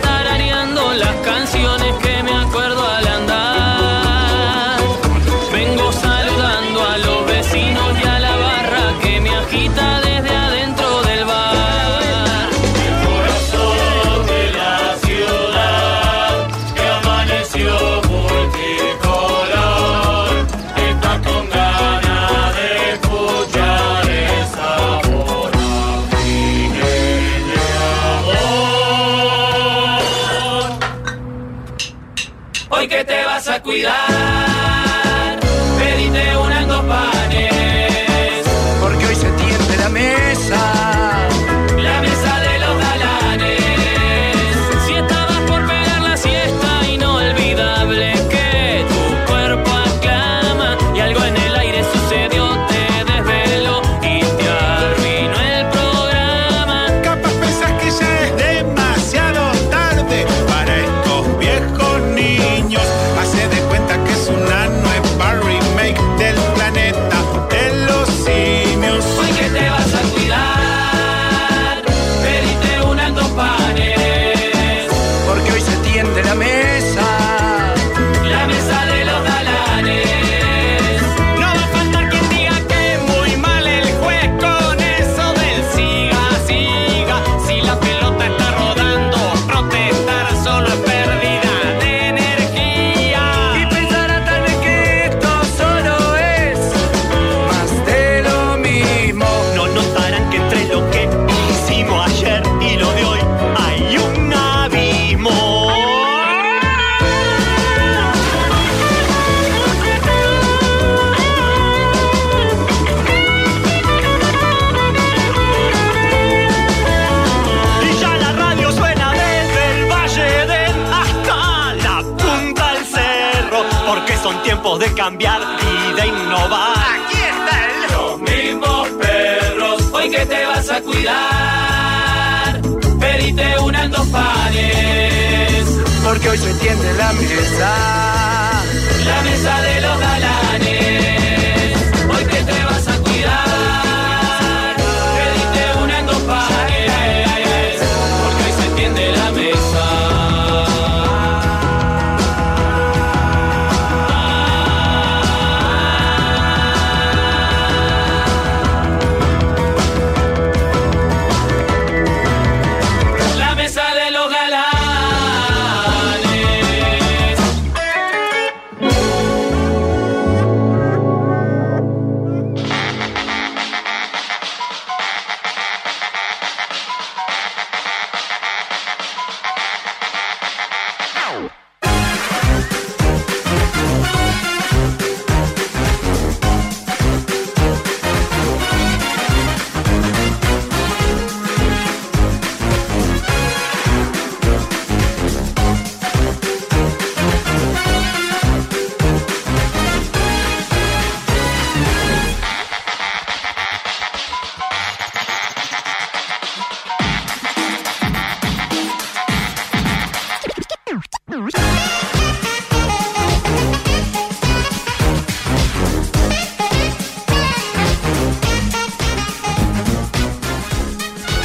tarareando las canciones que me acuerdo al andar. Vengo saludando a los vecinos y a la barra que me agita desde adentro del bar. Corazón de la ciudad que amaneció multicolor, está con ganas de escuchar el sabor de amor. Hoy que te vas a cuidar, pedite un en dos panes, Porque hoy se tiende la mesa. la mesa de los galanes. Si estabas por pegar la siesta, inolvidable que tu cuerpo aclama y algo en el aire sucedió, te desveló y te arruinó el programa. Capaz pensás que ya es demasiado tarde para estos viejos niños. Hace de cuenta que es una nueva remake del planeta de los simios. Hoy que te vas a cuidar, pedite un en dos panes, Porque hoy se tiende la mesa. La mesa de los galanes. No va a faltar quien diga que muy mal el juez con eso del siga, siga. Si la pelota está rodando, protestar solo es pérdida Y de energía. pensará tal vez que esto solo es más de lo mismo. No notarán que entre lo que hicimos ayer y lo de hoy hay un abismo. Y ya la radio suena desde el Valle del hasta la punta del cerro, porque son tiempos de cambiar y de innovar. Aquí está el Los mismos perros, hoy que te vas a cuidar, pedite una en dos panes. Porque hoy se tiende la mesa. La mesa de los galanes, hoy que te vas a cuidar, pediste una en dos pares, porque hoy se tiende la mesa. La mesa de los galanes.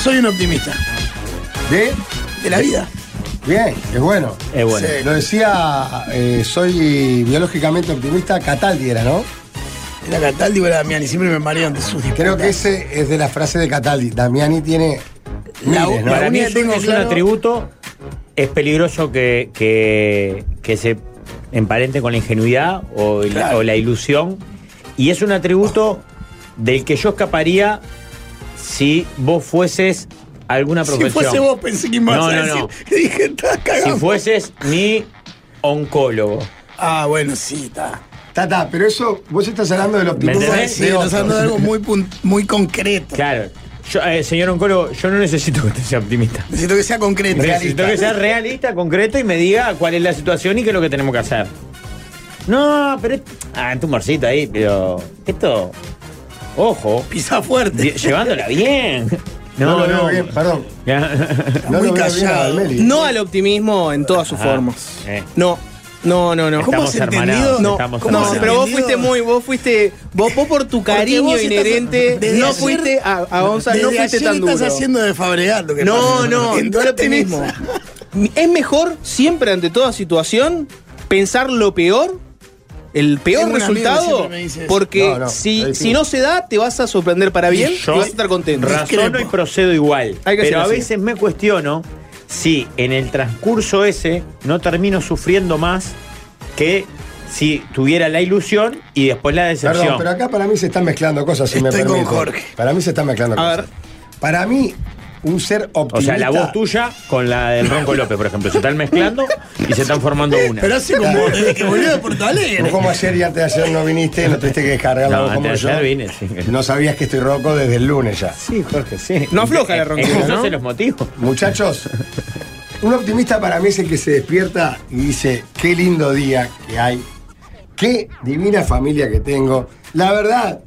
Soy un optimista ¿De? de la vida. Bien, es bueno. Es bueno. Sí, Lo decía, eh, soy biológicamente optimista, Cataldi era, ¿no? Era Cataldi o era Damián y siempre me marean de sus Creo disputas. que ese es de la frase de Cataldi. Damiani tiene La- miles, ¿no? la- Para mí única es, que tengo es claro- un atributo. Es peligroso que, que- que se emparente con la ingenuidad o, el- Claro. o la ilusión. Y es un atributo del que yo escaparía si vos fueses alguna Si profesión. fuese vos pensé que ibas No, a no, decir. no. Dije, estás Si cagado. fueses mi oncólogo. Ah, bueno, sí, está. Tata, pero eso, vos estás hablando del optimismo. ¿Me entendés? Sí, de estás otros. hablando de algo muy, pun- muy concreto. Claro. Yo, eh, señor oncólogo, yo no necesito que usted sea optimista. Necesito que sea concreto. Necesito que sea realista, concreto y me diga cuál es la situación y qué es lo que tenemos que hacer. No, pero. es- Ah, un tumorcito ahí, pero. Esto. Ojo. Pisa fuerte. di- Llevándola bien. No, No, lo veo no. bien, perdón. Ya. muy No lo veo bien callado. a Meli. No al optimismo en todas sus Ah, formas. eh. No, no, no, no. Estamos ¿Cómo has hermanados, entendido? No, estamos no, hermanados. pero vos entendido? fuiste muy, vos fuiste, vos, vos por tu cariño vos estás- inherente, desde no ayer- fuiste a, a Gonza, Desde no fuiste ayer tan duro. estás haciendo de Fabregat lo que No, pasa. no, no Entraste el en optimismo. esa. Es mejor siempre ante toda situación pensar lo peor, el peor Tengo un amigo que resultado, siempre me dice eso. porque No, no, ahí si, sí. si no se da, te vas a sorprender para bien y Yo vas a estar contento. Razono Discrepo. y procedo igual. Hay pero que hacerlo a así. veces me cuestiono si en el transcurso ese no termino sufriendo más que si tuviera la ilusión y después la decepción. Perdón, pero acá para mí se están mezclando cosas, si me Estoy con permiten. Jorge. Para mí se están mezclando A cosas. ver. Para mí, un ser optimista... o sea, la voz tuya con la del Ronco López, por ejemplo, se están mezclando y se están formando una. Pero hace como desde que volvió de Porto Vos Alegre. como ayer y antes de ayer no viniste, no tuviste que descargar la No, voz como antes de yo. ayer vine, sí. No sabías que estoy roco desde el lunes ya. Sí, Jorge, sí. No afloja Eh, la ronquera, Esos ¿no? son los motivos. Muchachos, un optimista para mí es el que se despierta y dice, qué lindo día que hay, qué divina familia que tengo, la verdad,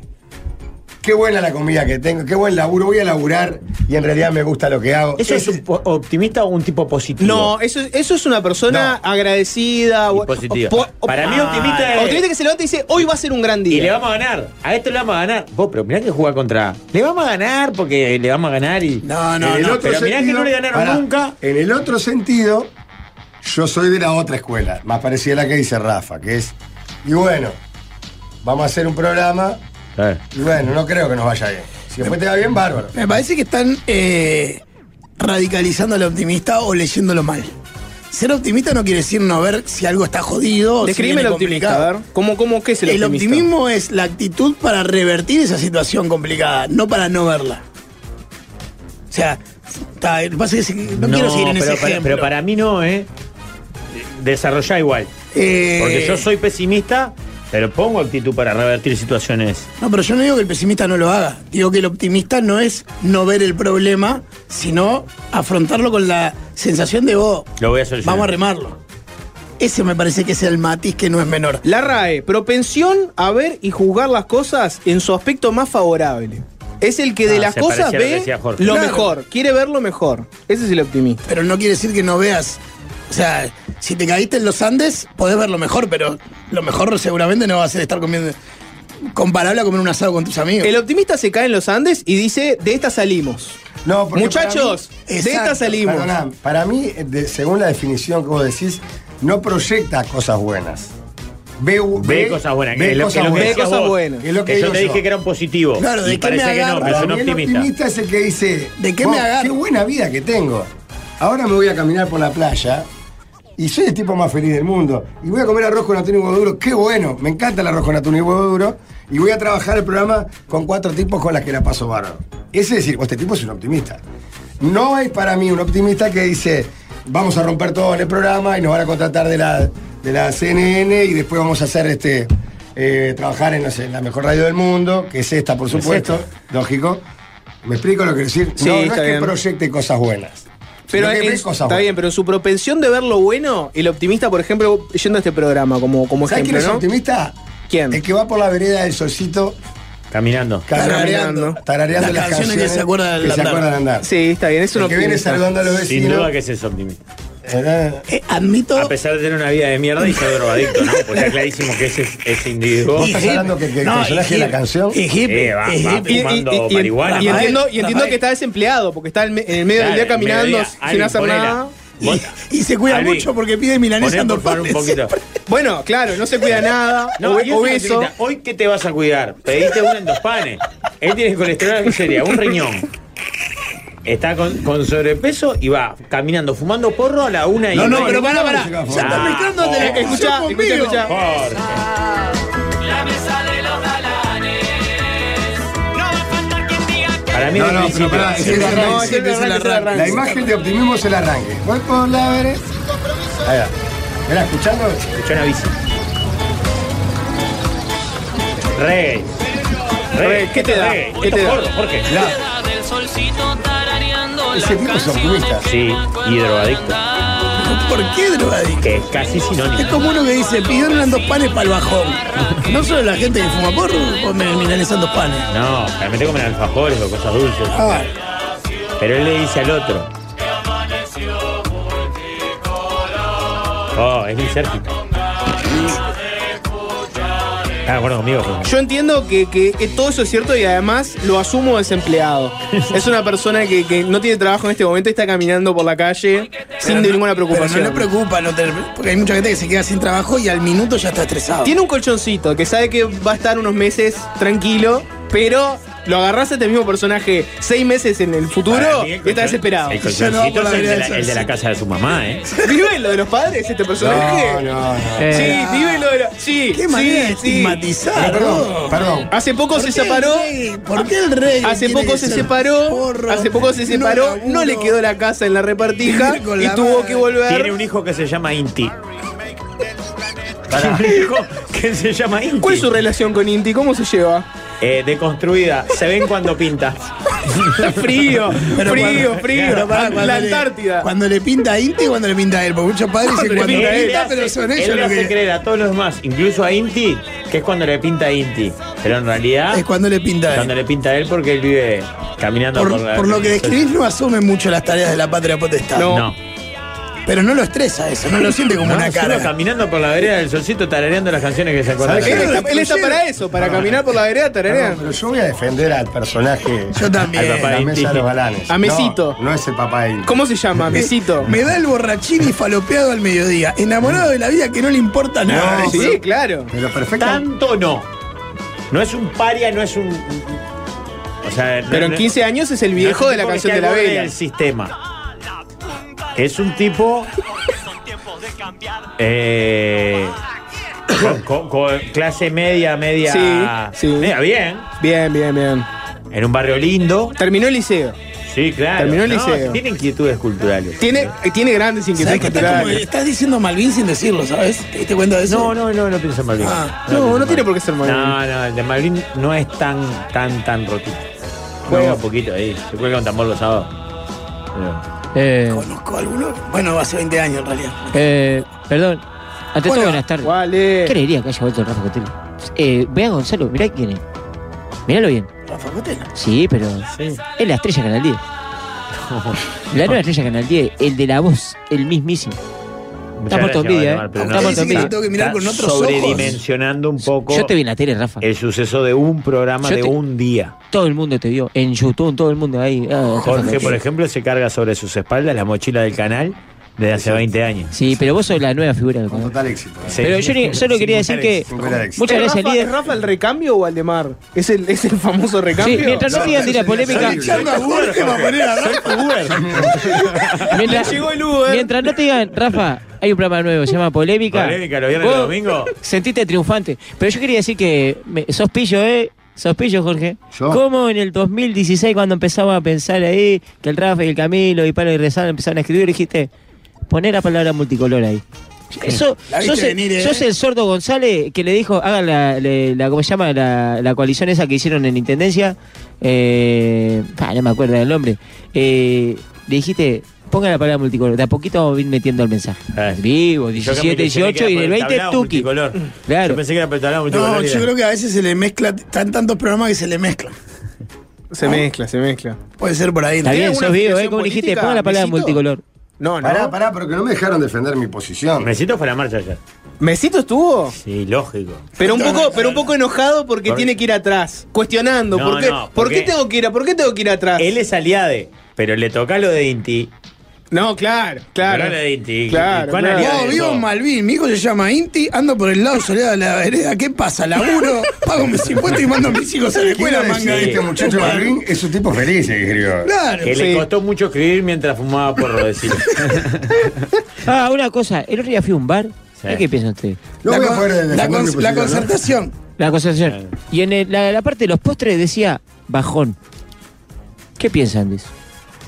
qué buena la comida que tengo, qué buen laburo, voy a laburar y en realidad me gusta lo que hago. ¿Eso es Ese- un po- optimista o un tipo positivo? No, eso, es- eso es una persona agradecida. Y o- positiva. o- o- Ah, Para mí optimista es- Optimista que se levanta y dice, hoy va a ser un gran día. Y le vamos a ganar. A esto le vamos a ganar. Vos, pero mirá que juega contra. Le vamos a ganar porque le vamos a ganar y. Eh, No, no, en el no. otro pero mirá que no le ganaron pará, nunca. En el otro sentido, yo soy de la otra escuela, más parecida a la que dice Rafa, que es, y bueno, vamos a hacer un programa, Eh. y bueno, no creo que nos vaya bien. Si después te va bien, bárbaro. Me parece que están eh, radicalizando al optimista o leyéndolo mal. Ser optimista no quiere decir no ver si algo está jodido o si Describime viene el optimista, complicado. a ver. ¿Cómo, cómo qué es el, El optimista? optimismo es la actitud para revertir esa situación complicada, no para no verla. O sea, ta, lo que pasa es que no, quiero seguir en pero ese para, ejemplo. pero para mí no, ¿eh? Desarrollá igual. Eh, Porque yo soy pesimista, pero pongo actitud para revertir situaciones. No, pero yo no digo que el pesimista no lo haga. Digo que el optimista no es no ver el problema, sino afrontarlo con la sensación de vos. Lo voy a solucionar. Vamos a remarlo. Ese me parece que es el matiz que no es menor. La RAE, propensión a ver y juzgar las cosas en su aspecto más favorable. Es el que de Ah, las se parecía a lo cosas que ve decía lo, Jorge. Claro. mejor, quiere ver lo mejor. Ese es el optimista. Pero no quiere decir que no veas. O sea, si te caíste en los Andes, podés ver lo mejor, pero lo mejor seguramente no va a ser estar comiendo. Comparable a comer un asado con tus amigos. El optimista se cae en los Andes y dice, de esta salimos. No, porque Muchachos, para de Exacto, esta mí- salimos. Perdoná, para mí, de- según la definición que vos decís, no proyecta cosas buenas. Ve, Ve cosas buenas. Ve que lo- cosas que lo que Ve buenas. decías cosas vos, buenas. Es lo que que yo digo te yo. dije que era un positivo. Claro, ¿de y qué parece me que no, agarro? pero Para es un mí el optimista. optimista es el que dice, ¿De qué me "Vos, agarro?" Qué buena vida que tengo. Ahora me voy a caminar por la playa y soy el tipo más feliz del mundo. Y voy a comer arroz con atún y huevo duro. Qué bueno, me encanta el arroz con atún y huevo duro. Y voy a trabajar el programa con cuatro tipos con las que la paso bárbaro. Ese es decir, "Oh, este tipo es un optimista. No hay para mí un optimista que dice, vamos a romper todo en el programa y nos van a contratar de la, de la CNN y después vamos a hacer este... eh, trabajar en, no sé, en la mejor radio del mundo, que es esta, por supuesto, lógico. ¿Me explico lo que quiero decir? Sí, no, no está es que bien. proyecte cosas buenas. Pero sino que ve es- cosas está buenas. bien, pero en su propensión de ver lo bueno, el optimista, por ejemplo, yendo a este programa como, como ¿Sabes quién ejemplo, es ¿no? optimista? ¿Quién? El que va por la vereda del solcito Caminando. tarareando, Tarareando. tarareando Las las, canciones que se acuerda del que se andar. acuerda de andar. Sí, está bien, es un El que viene optimista. saludando a los Sin duda vecinos. que ese es optimista. ¿verdad? Eh, admito. A pesar de tener una vida de mierda y ser drogadicto, ¿no? Pues está clarísimo que ese, ese individuo. ¿Vos estás Y hablando que- que el personaje y de la hip- canción? y hip- Eh, va, y va, hip- Y, y- y- Fumando y- y- marihuana. y entiendo, y entiendo Rafael. que está desempleado, porque está en, me- en el medio del día caminando sin hacer nada. y- y se cuida mucho porque pide milanesa en dos un panes. poquito. Bueno, claro, no se cuida nada, No, obe- y eso es obeso. una cosita. Hoy, ¿qué te vas a cuidar? Pediste una en dos panes. Él tiene colesterol, ¿qué sería? Un riñón. Está con, con sobrepeso y va caminando, fumando porro a la una y No, no, media. pero pará, pará. Ya Ya está están mezclando de la Jorge. canción Escucha, escucha, conmigo. escucha. Jorge. La mesa de los galanes. No va a faltar quien diga que Para mí No, es el no, principio. pero pará, Ese es el No, arranque, ese es el ese es el arranque, arranque. ese La imagen de optimismo es el arranque. Voy por la vereda. Ahí va. Mirá, escuchando. Escuchá una bici. Reggae. Reggae. ¿Qué te da? Este Reggae. ¿Qué te da? Gordo, Jorge. la- queda del solcito tarareando Ese las tipo es canciones optimista. que Sí, me acuerdo y de drogadicto. andar. ¿Por qué drogadicto? Que es casi Es sinónimo. como uno que dice, pidieron dos panes para el bajón. No solo la gente que fuma porro come milanesa en dos panes. No, realmente comen alfajores o cosas dulces. Ah, Pero él le dice al otro. Oh, es lisérgico. ¿Estás de acuerdo conmigo? Jorge? Yo entiendo que, que- que todo eso es cierto y además lo asumo desempleado. Es una persona que, que no tiene trabajo en este momento y está caminando por la calle sin Pero no- ninguna preocupación. Pero no le preocupa no tener- porque hay mucha gente que se queda sin trabajo y al minuto ya está estresado. Tiene un colchoncito que sabe que va a estar unos meses tranquilo, pero lo agarras a este mismo personaje seis meses en el futuro Para mí el y está colchón- desesperado. El Ya no va por colchoncito la es el de, la, vida, el de la sí. casa de su mamá, ¿eh? ¿Vive lo de los padres este personaje? No, no, no. Sí, Eh. vive lo de los. Sí, Qué manera de sí, sí. estigmatizar. Perdón, ¿no? perdón. Hace poco ¿Por se qué el separó. rey? ¿Por qué el rey? Hace tiene poco que se ser separó, porro? hace poco se No separó, no, laburo. le quedó la casa en la repartija Vivir con y la tuvo madre. que volver. Tiene un hijo que se llama Inti. Para un hijo que se llama Inti. ¿Cuál es su relación con Inti? ¿Cómo se lleva? Eh, deconstruida. Se ven cuando pinta. frío, Pero frío, cuando- frío. pero pará, cuando la le- Antártida. Cuando le pinta a Inti y cuando le pinta a él. Porque muchos padres dicen Cuando cuando le le Él le pinta, hace- pero son él ellos le los hace que. creer a todos los demás, incluso a Inti, que es cuando le pinta a Inti. Pero en realidad, Es cuando le pinta a cuando él. le pinta a él porque él vive caminando por, Por, la- por lo que describís, no asume mucho las tareas de la patria potestad. No. Pero no lo estresa eso, no lo siente como No, una solo cara. caminando por la vereda del solcito tarareando las canciones que se acuerdan. ¿Sabes Él qué? está, él está para eso, para caminar por la vereda Perdón, tararean. pero yo voy a defender al personaje Yo también. Al de papá la Inti. mesa de los galanes. A Mesito. No, no es el papá de Inti. ¿Cómo se llama, Mesito? Me da el borrachín y falopeado al mediodía, enamorado de la vida que no le importa nada. No, Sí, claro. Pero perfecto. Tanto no. No es un paria, no es un. O sea, no- Pero en no- 15 años es el no es viejo un de la tipo que canción de está la al borde vela. del sistema. Es un tipo. eh, con, con- con clase media, media. Sí, sí. media bien. Bien, bien, bien. En un barrio lindo. Terminó el liceo. Sí, claro. Terminó el No, liceo. Tiene inquietudes culturales. Tiene, tiene grandes ¿Sabes inquietudes que estás, como- culturales. estás diciendo Malvin sin decirlo, ¿sabes? ¿Te diste cuenta de eso? No, no, no, no pienso en Malvin. Ah, no, pienso en no tiene por qué ser Malvin. No, no, el de Malvin no es tan, tan, tan rotito. Juega un poquito ahí, se juega un tambor los sábados. Pero- Eh, Conozco alguno. Bueno, hace 20 años en realidad. eh, perdón. Ante Hola. todo, buenas tardes. ¿Cuál ¿Qué es? alegría que haya vuelto el Rafa Cotelo? Eh, vean Gonzalo, mirá quién es. Míralo bien. Rafa Cotela. Sí, pero Sí. es la estrella Canal 10. La nueva estrella Canal 10, el de la voz, el mismísimo. Muchas muerto gracias, envidia, Valdemar, eh. pero Está muerto está- envidia. está Tengo que mirar con otros ojos. Sobredimensionando un poco Yo te vi en la tele, Rafa. el suceso de un programa Yo de te- un día. Todo el mundo te vio. En YouTube, todo el mundo ahí. Ah, Rafa Jorge, Cotelo. por ejemplo, se carga sobre sus espaldas la mochila del canal desde hace 20 años. Sí, pero vos sos la nueva figura del Con canal. total éxito. ¿eh? Sí. Pero yo ni- solo quería decir que. Con total éxito. Muchas ¿Es gracias, Rafa, líder. ¿Es Rafa el recambio o Aldemar? ¿Es el, es el famoso recambio? Sí, mientras no sigan de la polémica. Echando a Borges va a poner a Rafa. Mientras, Llegó el Uber. mientras no te digan, Rafa, hay un programa nuevo, se llama Polémica. Polémica, lo vieron el Vos domingo. Sentiste triunfante. Pero yo quería decir que me- sos pillo, ¿eh? Sos pillo, Jorge. ¿Yo? ¿Cómo en el 2016, cuando empezaba a pensar ahí que el Rafa y el Camilo y Palo y Rezal empezaron a escribir, dijiste, poner la palabra multicolor ahí? Eso, La viste sos, el- venir, ¿eh? sos el sordo González que le dijo, hagan la, le- la- ¿cómo se llama? La, la coalición esa que hicieron en Intendencia. Eh, ah, no me acuerdo del nombre. Eh, le dijiste, ponga la palabra multicolor. De a poquito vamos a ir metiendo el mensaje. Ah. Vivo, Yo que me 17, ilusioné 18 que era y por el 20 tablado tuki. multicolor. Claro. Yo pensé que era por el tablado multicolor. No, yo creo que a veces se le mezcla, están tantos programas que se le mezclan. Se mezcla, se mezcla. Puede ser por ahí. Está ¿Tiene bien, alguna sos vivo, ¿eh? afiliación Como dijiste, política, ponga la palabra Mesito? multicolor. No, no. Pará, pará, porque no me dejaron defender mi posición. Mesito fue a la marcha ayer. ¿Mesito estuvo? Sí, lógico. Pero un poco, pero un poco enojado porque ¿Por qué? tiene que ir atrás, cuestionando, No, ¿por qué, no, ¿por qué porque- tengo que ir, a- por qué tengo que ir atrás? Él es aliade, pero le toca lo de Inti. No, claro, Pero claro. lo de Inti. Claro, ¿Y cuán claro. aliado Wow, es vivo eso? en Malvin, mi hijo se llama Inti, ando por el lado soleado de la vereda. ¿Qué pasa? Laburo, pago mis impuestos y mando a mis hijos a la Quiero escuela, decir, manga. este muchacho Chupa. Marvin es un tipo feliz, el que escribió. Claro. Que Sí. le costó mucho escribir mientras fumaba porro, decirlo. Ah, una cosa, el otro día fui a un bar. ¿Y ¿Qué piensan ustedes? No La voy a con- poder defender la, mi con- posición. la ¿no? concertación. La concentración. Y en el- la, la parte de los postres decía bajón. ¿Qué piensan de eso?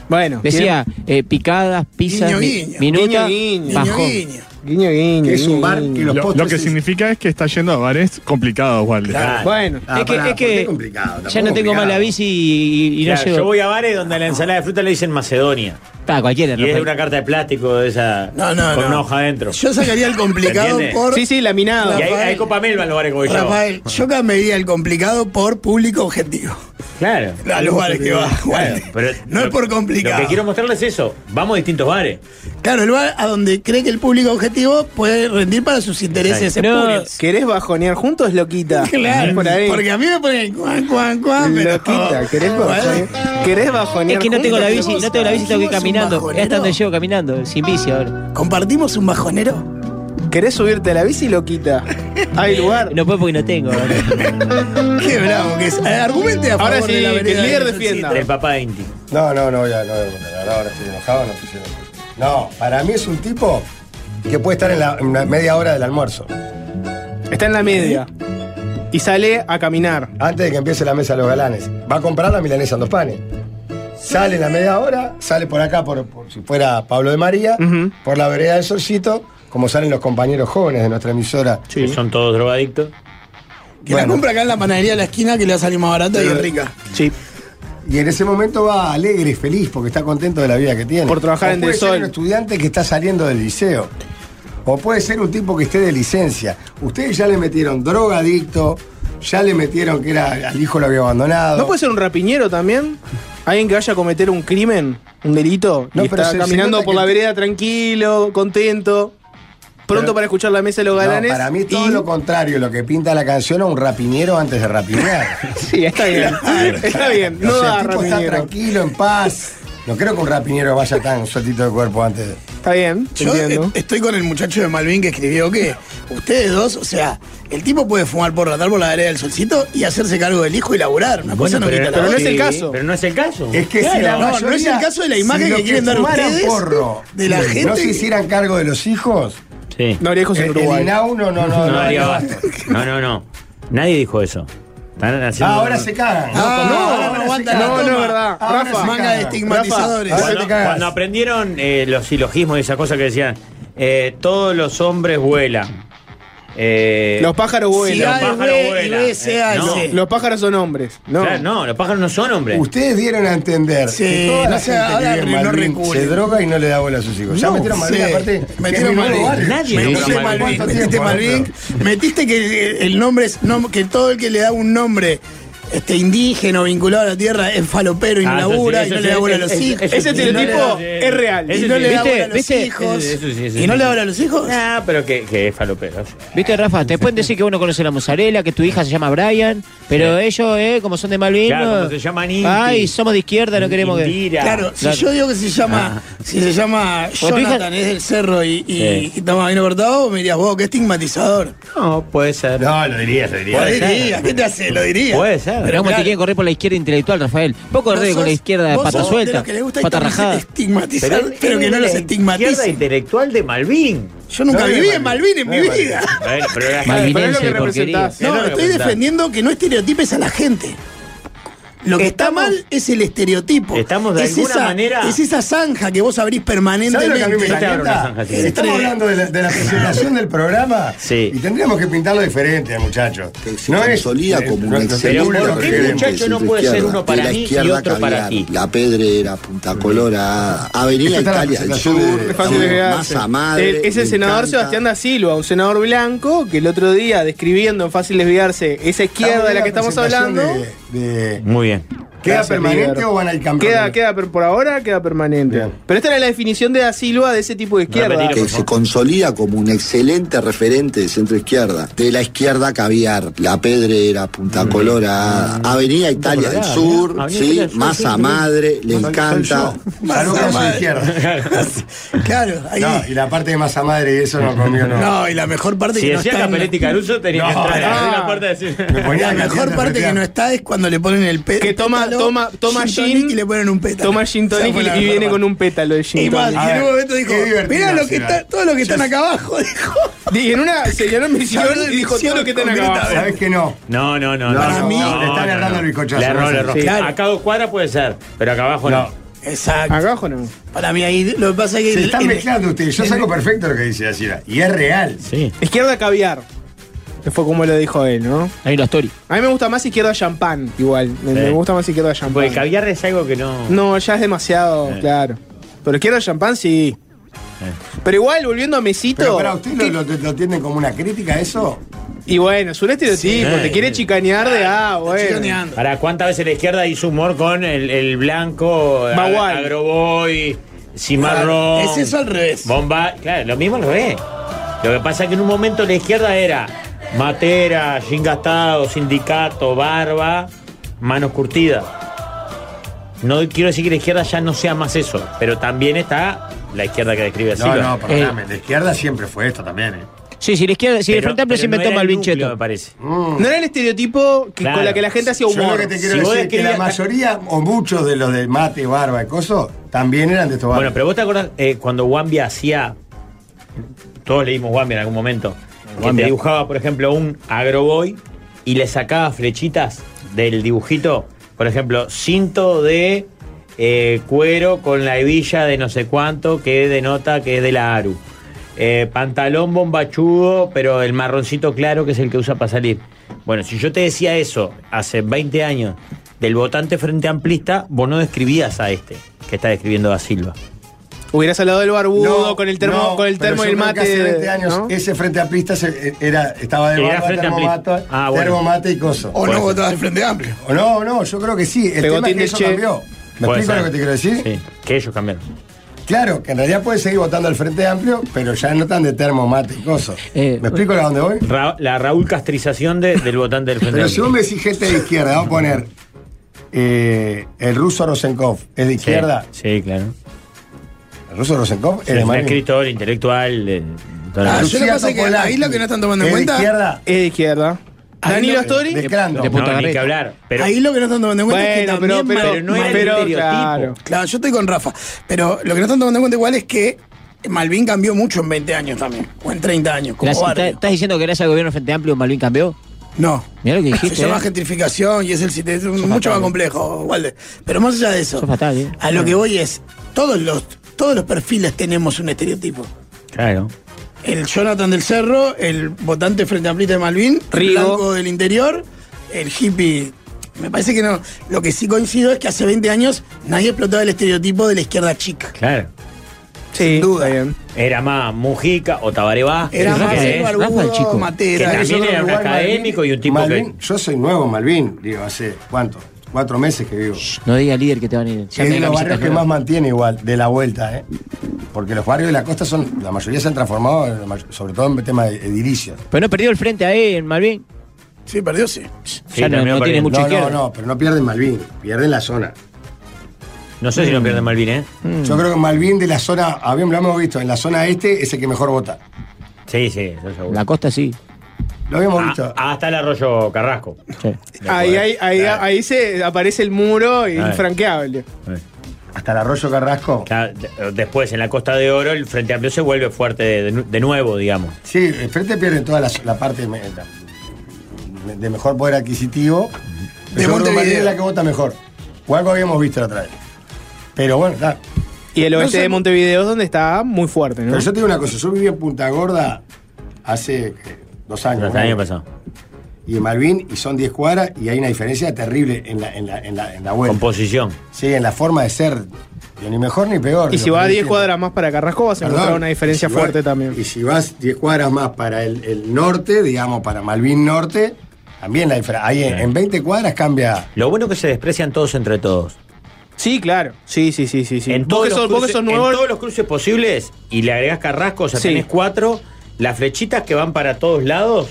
Bueno, Decía eh, picadas, pizzas, Guiño, mi- guiño. minuta, Guiño, guiño. Niño bajón. guiño. guiño, guiño. Que es un guiño, bar guiño. que los Lo, postres. lo que significa es que está yendo a bares complicados, Walde. Claro. Bueno, Ah, es que, pará, es que ¿por qué complicado? ya Tampoco no tengo más la complicado. bici y, y- y no Claro, llego. yo voy a bares donde a la ensalada de fruta le dicen Macedonia. Pa, Ah, cualquiera, Y es Rafael. una carta de plástico de esa No, no, con no. una hoja adentro. Yo sacaría el complicado ¿Entiendes? por. sí, sí, laminado. y hay, Rafael. hay Copa Melba en los bares como yo. Rafael, yo cambiaría el complicado por público objetivo. Claro. A los bares que va. Claro, Walde. pero no lo- es por complicado. Lo que quiero mostrarles es eso. Vamos a distintos bares. Claro, el bar a donde cree que el público negativo puede rendir para sus intereses espurios. ¿Querés bajonear juntos, loquita? Claro, Por ahí. porque a mí me ponen cuan, cuan, cuan, pero... Loquita, Ah, ¿querés bajonear? ¿Querés bajonear Es que no tengo la juntos? bici, no tengo la bici, tengo que ir caminando. Ya está donde llego caminando, sin bici ahora. ¿Compartimos un bajonero? ¿Querés subirte a la bici, loquita? Hay lugar. No puedo porque no tengo. Qué bravo que es. Eh, Argumente a favor Ahora sí, de la que el vereda líder de defienda. Del papá de Inti. No, no, no, ya, no, no, no, ahora estoy enojado, no estoy enojado. No, para mí es un tipo que puede estar en la en la media hora del almuerzo. Está en la media. Y sale a caminar. Antes de que empiece la mesa de los galanes. Va a comprar la milanesa en dos panes. Sale en la media hora, sale por acá, por, por si fuera Pablo de María, por la vereda del Solcito, como salen los compañeros jóvenes de nuestra emisora. Que son todos drogadictos. Que la compra acá en la panadería de la esquina que le va a salir más barata y es rica. Sí. Y en ese momento va alegre, feliz, porque está contento de la vida que tiene. Por trabajar O en puede Del ser Sol. un estudiante que está saliendo del liceo. O puede ser un tipo que esté de licencia. Ustedes ya le metieron drogadicto, ya le metieron que era al hijo lo había abandonado. ¿No puede ser un rapiñero también? ¿Alguien que vaya a cometer un crimen, un delito? No, y pero está se- se caminando nota por que- la vereda tranquilo, contento. Pronto Pero- para escuchar la mesa de los No, galanes. para mí es todo y- lo contrario, lo que pinta la canción a un rapiñero antes de rapiñar. Sí, está bien. está bien. No O sea, el da tipo está rapiñero. tranquilo, en paz. No creo que un rapiñero vaya tan sueltito de cuerpo antes de... Está bien, Yo entiendo. eh, estoy con el muchacho de Malvin que escribió que ustedes dos, o sea, el tipo puede fumar por ratar por la vereda del solcito y hacerse cargo del hijo y laburar. Una cosa no quita la pero no otra. es el caso. Pero no es el caso. Es que si Claro, la no, no mayoría- es el caso de la imagen si que los quieren dar fumaran ustedes porro, de la No gente se que- hicieran cargo de los hijos. Sí. No habría hijos en El, Uruguay. el INAU Eh, no, no, no. No, no, haría no. basta. No, no, no. Nadie dijo eso. Están haciendo- Ah, ahora se cagan. Ah, no, no, ahora aguanta, se No, cagan. no, verdad. Ahora Rafa. se Manga de Rafa, estigmatizadores. ahora Cuando, te cagas. cuando aprendieron eh, los silogismos y esas cosas que decían, eh, todos los hombres vuelan. Eh, Los pájaros vuelan. A es B E, y B se Eh, hace. no. Los pájaros son hombres. No. Claro, no, los pájaros no son hombres. Ustedes dieron a entender Sí, que toda la no sea, gente que ahora vive en no Malvin reculen. se droga y no le da bola a sus hijos. ya No, metieron Malvin sí. aparte. Metieron Malvin. Nadie Metiste Metieron Malvin, Malvin. metiste Malvin, metiste que el nombre es nom- que todo el que le da un nombre este indígena o vinculado a la tierra es falopero y no Ah, eso labura sí, y eso no sí, le da bola a eso- los eso- hijos. eso Ese sí, estereotipo no le da- es real. Eso Y no sí, le da ¿viste? bola a los ¿Viste? hijos. Eso sí, eso ¿Y no le sí. da bola a los hijos? Ah, pero que, que es falopero. Viste, Rafa, te pueden decir que uno conoce la mozzarella, que tu hija se llama Brian, pero ellos, eh, como son de Malvin, Claro, no- como se llaman Inti. Ay, somos de izquierda, no queremos que. Indira. Ah. Claro, si Claro. Ah. yo digo que se llama, si se llama O tu hija- Jonathan, es del cerro y, y, Sí. y toma vino cortado, me dirías vos, qué estigmatizador. No, puede ser. No, lo dirías, lo Lo dirías. dirías, ¿qué te hace? Lo dirías. Puede ser. Pero cómo claro. te quieren correr por la izquierda intelectual, Rafael. Poco Vos correr con la sos- izquierda vos pata sos de Pues, suelta, los que le gusta pata rajada. estigmatizar, pero, que no es los la izquierda estigmaticen. intelectual de Malvin. Yo nunca No, viví no, en Malvin en no, mi no, no. vida. Bueno, pero era- Pero es lo Malvinense, que de porquería. representás. Eso No, es lo que estoy preguntaba. defendiendo que no estereotipes a la gente. Lo que Estamos- está mal es el estereotipo. Estamos de es alguna esa, manera- Es esa zanja que vos abrís ¿Sabes lo que a mí me permanentemente. Yo te abro una zanja, encanta? sí. Estamos hablando de la, de la presentación del programa Sí. y tendríamos que pintarlo diferente, muchachos. se consolida como un no- no- excelente no- no- ¿por qué, referente muchacho, no centro puede ser izquierda? uno De para la mí y izquierda otro para caviar, ti? La Pedrera, Punta Colora, Esta Avenida está la Italia del presentación de- Sur, Es Fácil de quedarse. Masa Eh, Madre. El- es me el senador encanta. Sebastián da Silva, un senador blanco que el otro día, describiendo en Fácil Desviarse esa izquierda de la que estamos hablando, De, de- Muy bien. ¿Queda Gracias, permanente líder. o van al campeón? queda, queda per- por ahora queda permanente. Bien. Pero esta era la definición de da Silva de ese tipo de izquierda. Repetilo, que se consolida como un excelente referente de centro izquierda, de la izquierda caviar, La Pedrera, Punta Colora, Avenida Italia del Mm. Colorada, Sur, mirá. Avenida sí, Italia del Sur, Masa sí, Madre, le Soy- encanta. soy yo. Salvo que soy izquierda. Claro, ahí. No, y la parte de masa madre y eso no conmigo no. No, y la mejor parte Si que no decía está. en- Capelletti Caruso, tenía que No, Ah. entrar no. a la parte de decir. Me ponía La a cantar, mejor parte interpretar. que no está es cuando le ponen el pétalo. Que toma- toma- toma tonic gin, y le ponen un pétalo. Toma gin Esa tonic fue y, la y mejor viene con parte. un pétalo de gin Y más, tonic. y en ver, un momento dijo, qué divertido, mirá lo que Ciudad". está, todo lo que están acá abajo, dijo. Y en una señora misión Señora y dijo misión todo lo que están acá concreta, abajo. Sabes que no. No, no, no. Para no, mí- no, le están no, errando no. el bizcochazo. Le erró, le erró. Sí. Claro. Acá a dos cuadras puede ser, pero acá abajo no. No. Exacto. Acá abajo no. Para mí ahí lo que pasa es que. Se el- están el- mezclando ustedes. Yo saco perfecto lo que dice Yacira. Y es real. Sí. Izquierda caviar. Que fue como lo dijo él, ¿no? Ahí la story. A mí me gusta más izquierda champán, igual. Me, Sí. me gusta más izquierda champán. Porque el caviar es algo que no. No, ya es demasiado, Eh. claro. Pero izquierda champán sí. Pero igual, volviendo a Mesito. Pero para usted lo, ¿qué- lo, lo tienden como una crítica a eso. Y bueno, es un estereotipo, Sí. te quiere chicanear de ah, bueno. chicaneando. Ahora, ¿cuántas veces la izquierda hizo humor con el, el blanco, a- Bagual. agroboy, cimarrón, Ah, Es eso al revés. bomba? Claro, lo mismo lo ve. Lo que pasa es que en un momento la izquierda era Matera, Gingastado, Sindicato, Barba, Manos Curtidas. No quiero decir que la izquierda ya no sea más eso, pero también está la izquierda que describe así. Eh, No, no, perdóname. La izquierda siempre fue esto también, ¿eh? Sí, si la izquierda, si el Pero- Frente Amplio se pero no inventó era el núcleo, Malvincheto. me parece. Mm. No era el estereotipo que- con la que la gente hacía humor. Yo lo que te quiero decir es que la mayoría o muchos de los de mate, barba y coso también eran de estos barrios. Bueno, pero vos te acordás eh, cuando Wambia hacía. Todos leímos Wambia en algún momento. Que te Wambia. dibujaba, por ejemplo, un agroboy y le sacaba flechitas del dibujito. Por ejemplo, cinto de eh, cuero con la hebilla de no sé cuánto que denota que es de la ARU. Eh, pantalón bombachudo, pero el marroncito claro que es el que usa para salir. Bueno, si yo te decía eso hace 20 años del votante frente amplista, vos no describías a este que está describiendo da Silva. Hubieras hablado del barbudo No, con el termo, no, con el pero termo yo y el creo mate. que hace 20 años ¿no? ese frente amplista se- era, estaba de Era barba, Frente termo, Amplista. mate, Ah, bueno. termo, mate y coso. O no votaba el Frente Amplio. O no, no, yo creo que sí. El tema es Pegotín que de eso Che. cambió. ¿Me Puede explico ser. lo que te quiero decir? Sí, que ellos cambiaron. Claro, que en realidad puedes seguir votando al Frente Amplio, pero ya no tan de termo, mate y coso. ¿Me explico a dónde voy? Ra- la Raúl Castrización de- del votante del Frente Pero si Amplio. vos me decís gente de izquierda, vamos a poner eh, el ruso Rosenkov, ¿es de Sí, izquierda? Sí, claro. El ruso Rosenkov es Es de un Madrid. escritor, intelectual. eh, toda la Ah, yo cosa. lo que pasa es que Topolán. ahí lo que no están tomando en ¿Es de cuenta. izquierda? Es de izquierda. Danilo Astori. De Crandon. No, ni que hablar. Pero Ahí lo que no están tomando en cuenta es que Bueno, pero- también pero- Mal- pero no era el Malvin- estereotipo. claro. Claro, yo estoy con Rafa. Pero lo que no están tomando en cuenta igual es que Malvin cambió mucho en 20 años también. O en 30 años. Como Gracias- barrio. ¿Estás estás diciendo que gracias al gobierno del Frente Amplio Malvin cambió? No. Mirá lo que Se dijiste. llama eh. gentrificación y es el sit- es un- mucho más complejo, Walde. Pero más allá de eso, Sos fatal, eh. a lo que voy es, todos los, todos los perfiles tenemos un estereotipo. Claro. El Jonathan del Cerro, el votante frente a Plita de Malvin, el Rigo. blanco del interior, el hippie. Me parece que no. Lo que sí coincido es que hace 20 años nadie explotaba el estereotipo de la izquierda chica. Claro. Sí, duda. Bien. Era más Mujica o Tabaré Vázquez. Era ¿no? más que el es- barbudo, Rafa el chico. Matera, Que que también yo era un creo que igual académico y un tipo Malvin, Yo soy nuevo en Malvin, digo, hace cuánto, cuatro meses que vivo. No diga líder que te van a ir. es de los barrios que más mantiene igual, de la vuelta, ¿eh? Porque los barrios de la costa son, la mayoría se han transformado, en la may- sobre todo en tema de edilicios. Pero no perdió el frente ahí en Malvin. Sí, perdió, sí. Sí, ya no, terminó no tiene perdiendo. mucha No, izquierda. no, no, pero no pierden Malvin, pierden la zona. que- No sé si lo pierde Malvin, ¿eh? Mm. Yo creo que Malvin de la zona, habíamos lo hemos visto, en la zona este es el que mejor vota. Sí, sí, eso seguro. La costa sí. Lo habíamos Ah, visto. hasta el arroyo Carrasco. Ahí, ahí, ahí, ahí se aparece el muro y Claro. infranqueable. Hasta el arroyo Carrasco. Ya, de- Después, en la Costa de Oro, el Frente Amplio se vuelve fuerte de, de- de nuevo, digamos. Sí, el frente pierden toda la, la parte me- la- de, mejor poder adquisitivo. De Yo creo que Montevideo. Malvin es la que vota mejor. O algo habíamos visto la otra vez. Pero bueno, está. Y el No oeste sé- de Montevideo es donde está muy fuerte, ¿no? Pero yo te digo una cosa, yo viví en Punta Gorda hace eh, dos años. Hasta el año pasado. Y en Malvin, y son 10 cuadras, y hay una diferencia terrible en la, en la, en la, en la vuelta. Composición. Sí, en la forma de ser. Digo, Ni mejor ni peor. Y digo, si vas a pero 10 entiendo. cuadras más para Carrasco vas a Perdón, encontrar una diferencia y si fuerte vas- también. Y si vas 10 cuadras más para el, el norte, digamos, para Malvin Norte, también la diferencia. Ahí en, en 20 cuadras cambia. Lo bueno que se desprecian todos entre todos. Sí, claro. Sí, sí, sí, sí. sí. En vos todos, que los sos, vos que cruces, sos en nuevo. todos los cruces posibles y le agregás Carrasco, o sea, Sí. tenés cuatro. Las flechitas que van para todos lados,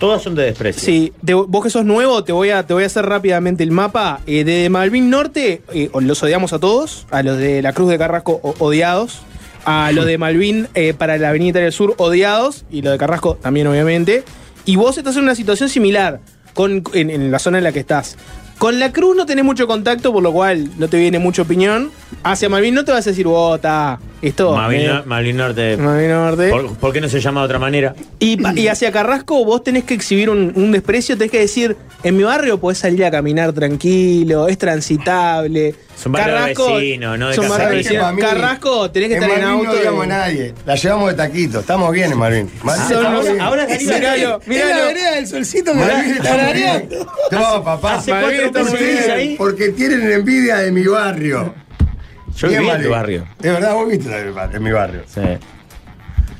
todas son de desprecio. Sí, te- vos que sos nuevo, te voy a, te voy a hacer rápidamente el mapa. Eh, de Malvin Norte, eh, los odiamos a todos, a los de la Cruz de Carrasco o- odiados, a los de Malvin eh, para la Avenida Italia del Sur odiados, y los de Carrasco también, obviamente. Y vos estás en una situación similar con, en, en la zona en la que estás. Con la Cruz no tenés mucho contacto, por lo cual no te viene mucha opinión. Hacia Malvin no te vas a decir, vos, está, esto. Malvin, eh, Nor- Malvin Norte. Malvin Norte. ¿Por, por qué no se llama de otra manera? Y, pa- y hacia Carrasco vos tenés que exhibir un, un desprecio, tenés que decir, en mi barrio podés salir a caminar tranquilo, es transitable. Es un barrio de vecino, no de es un barrio de caserío. vecino. Para mí, Carrasco, tenés que en estar en Malvin auto. no odiamos y- a nadie. La llevamos de taquito. Estamos bien en Malvin. Malvin Son estamos los- bien. ahora Darío- Miralo, Es la miralo. vereda del solcito que Malvin la- está bien. tarareando. No, papá. hace cuatro Malvin está meses muy que vivís bien, ahí. Porque tienen envidia de mi barrio. Yo Bien, viví en Malvin. tu barrio. Es verdad, vos viste la de mi barrio- en mi barrio. Sí.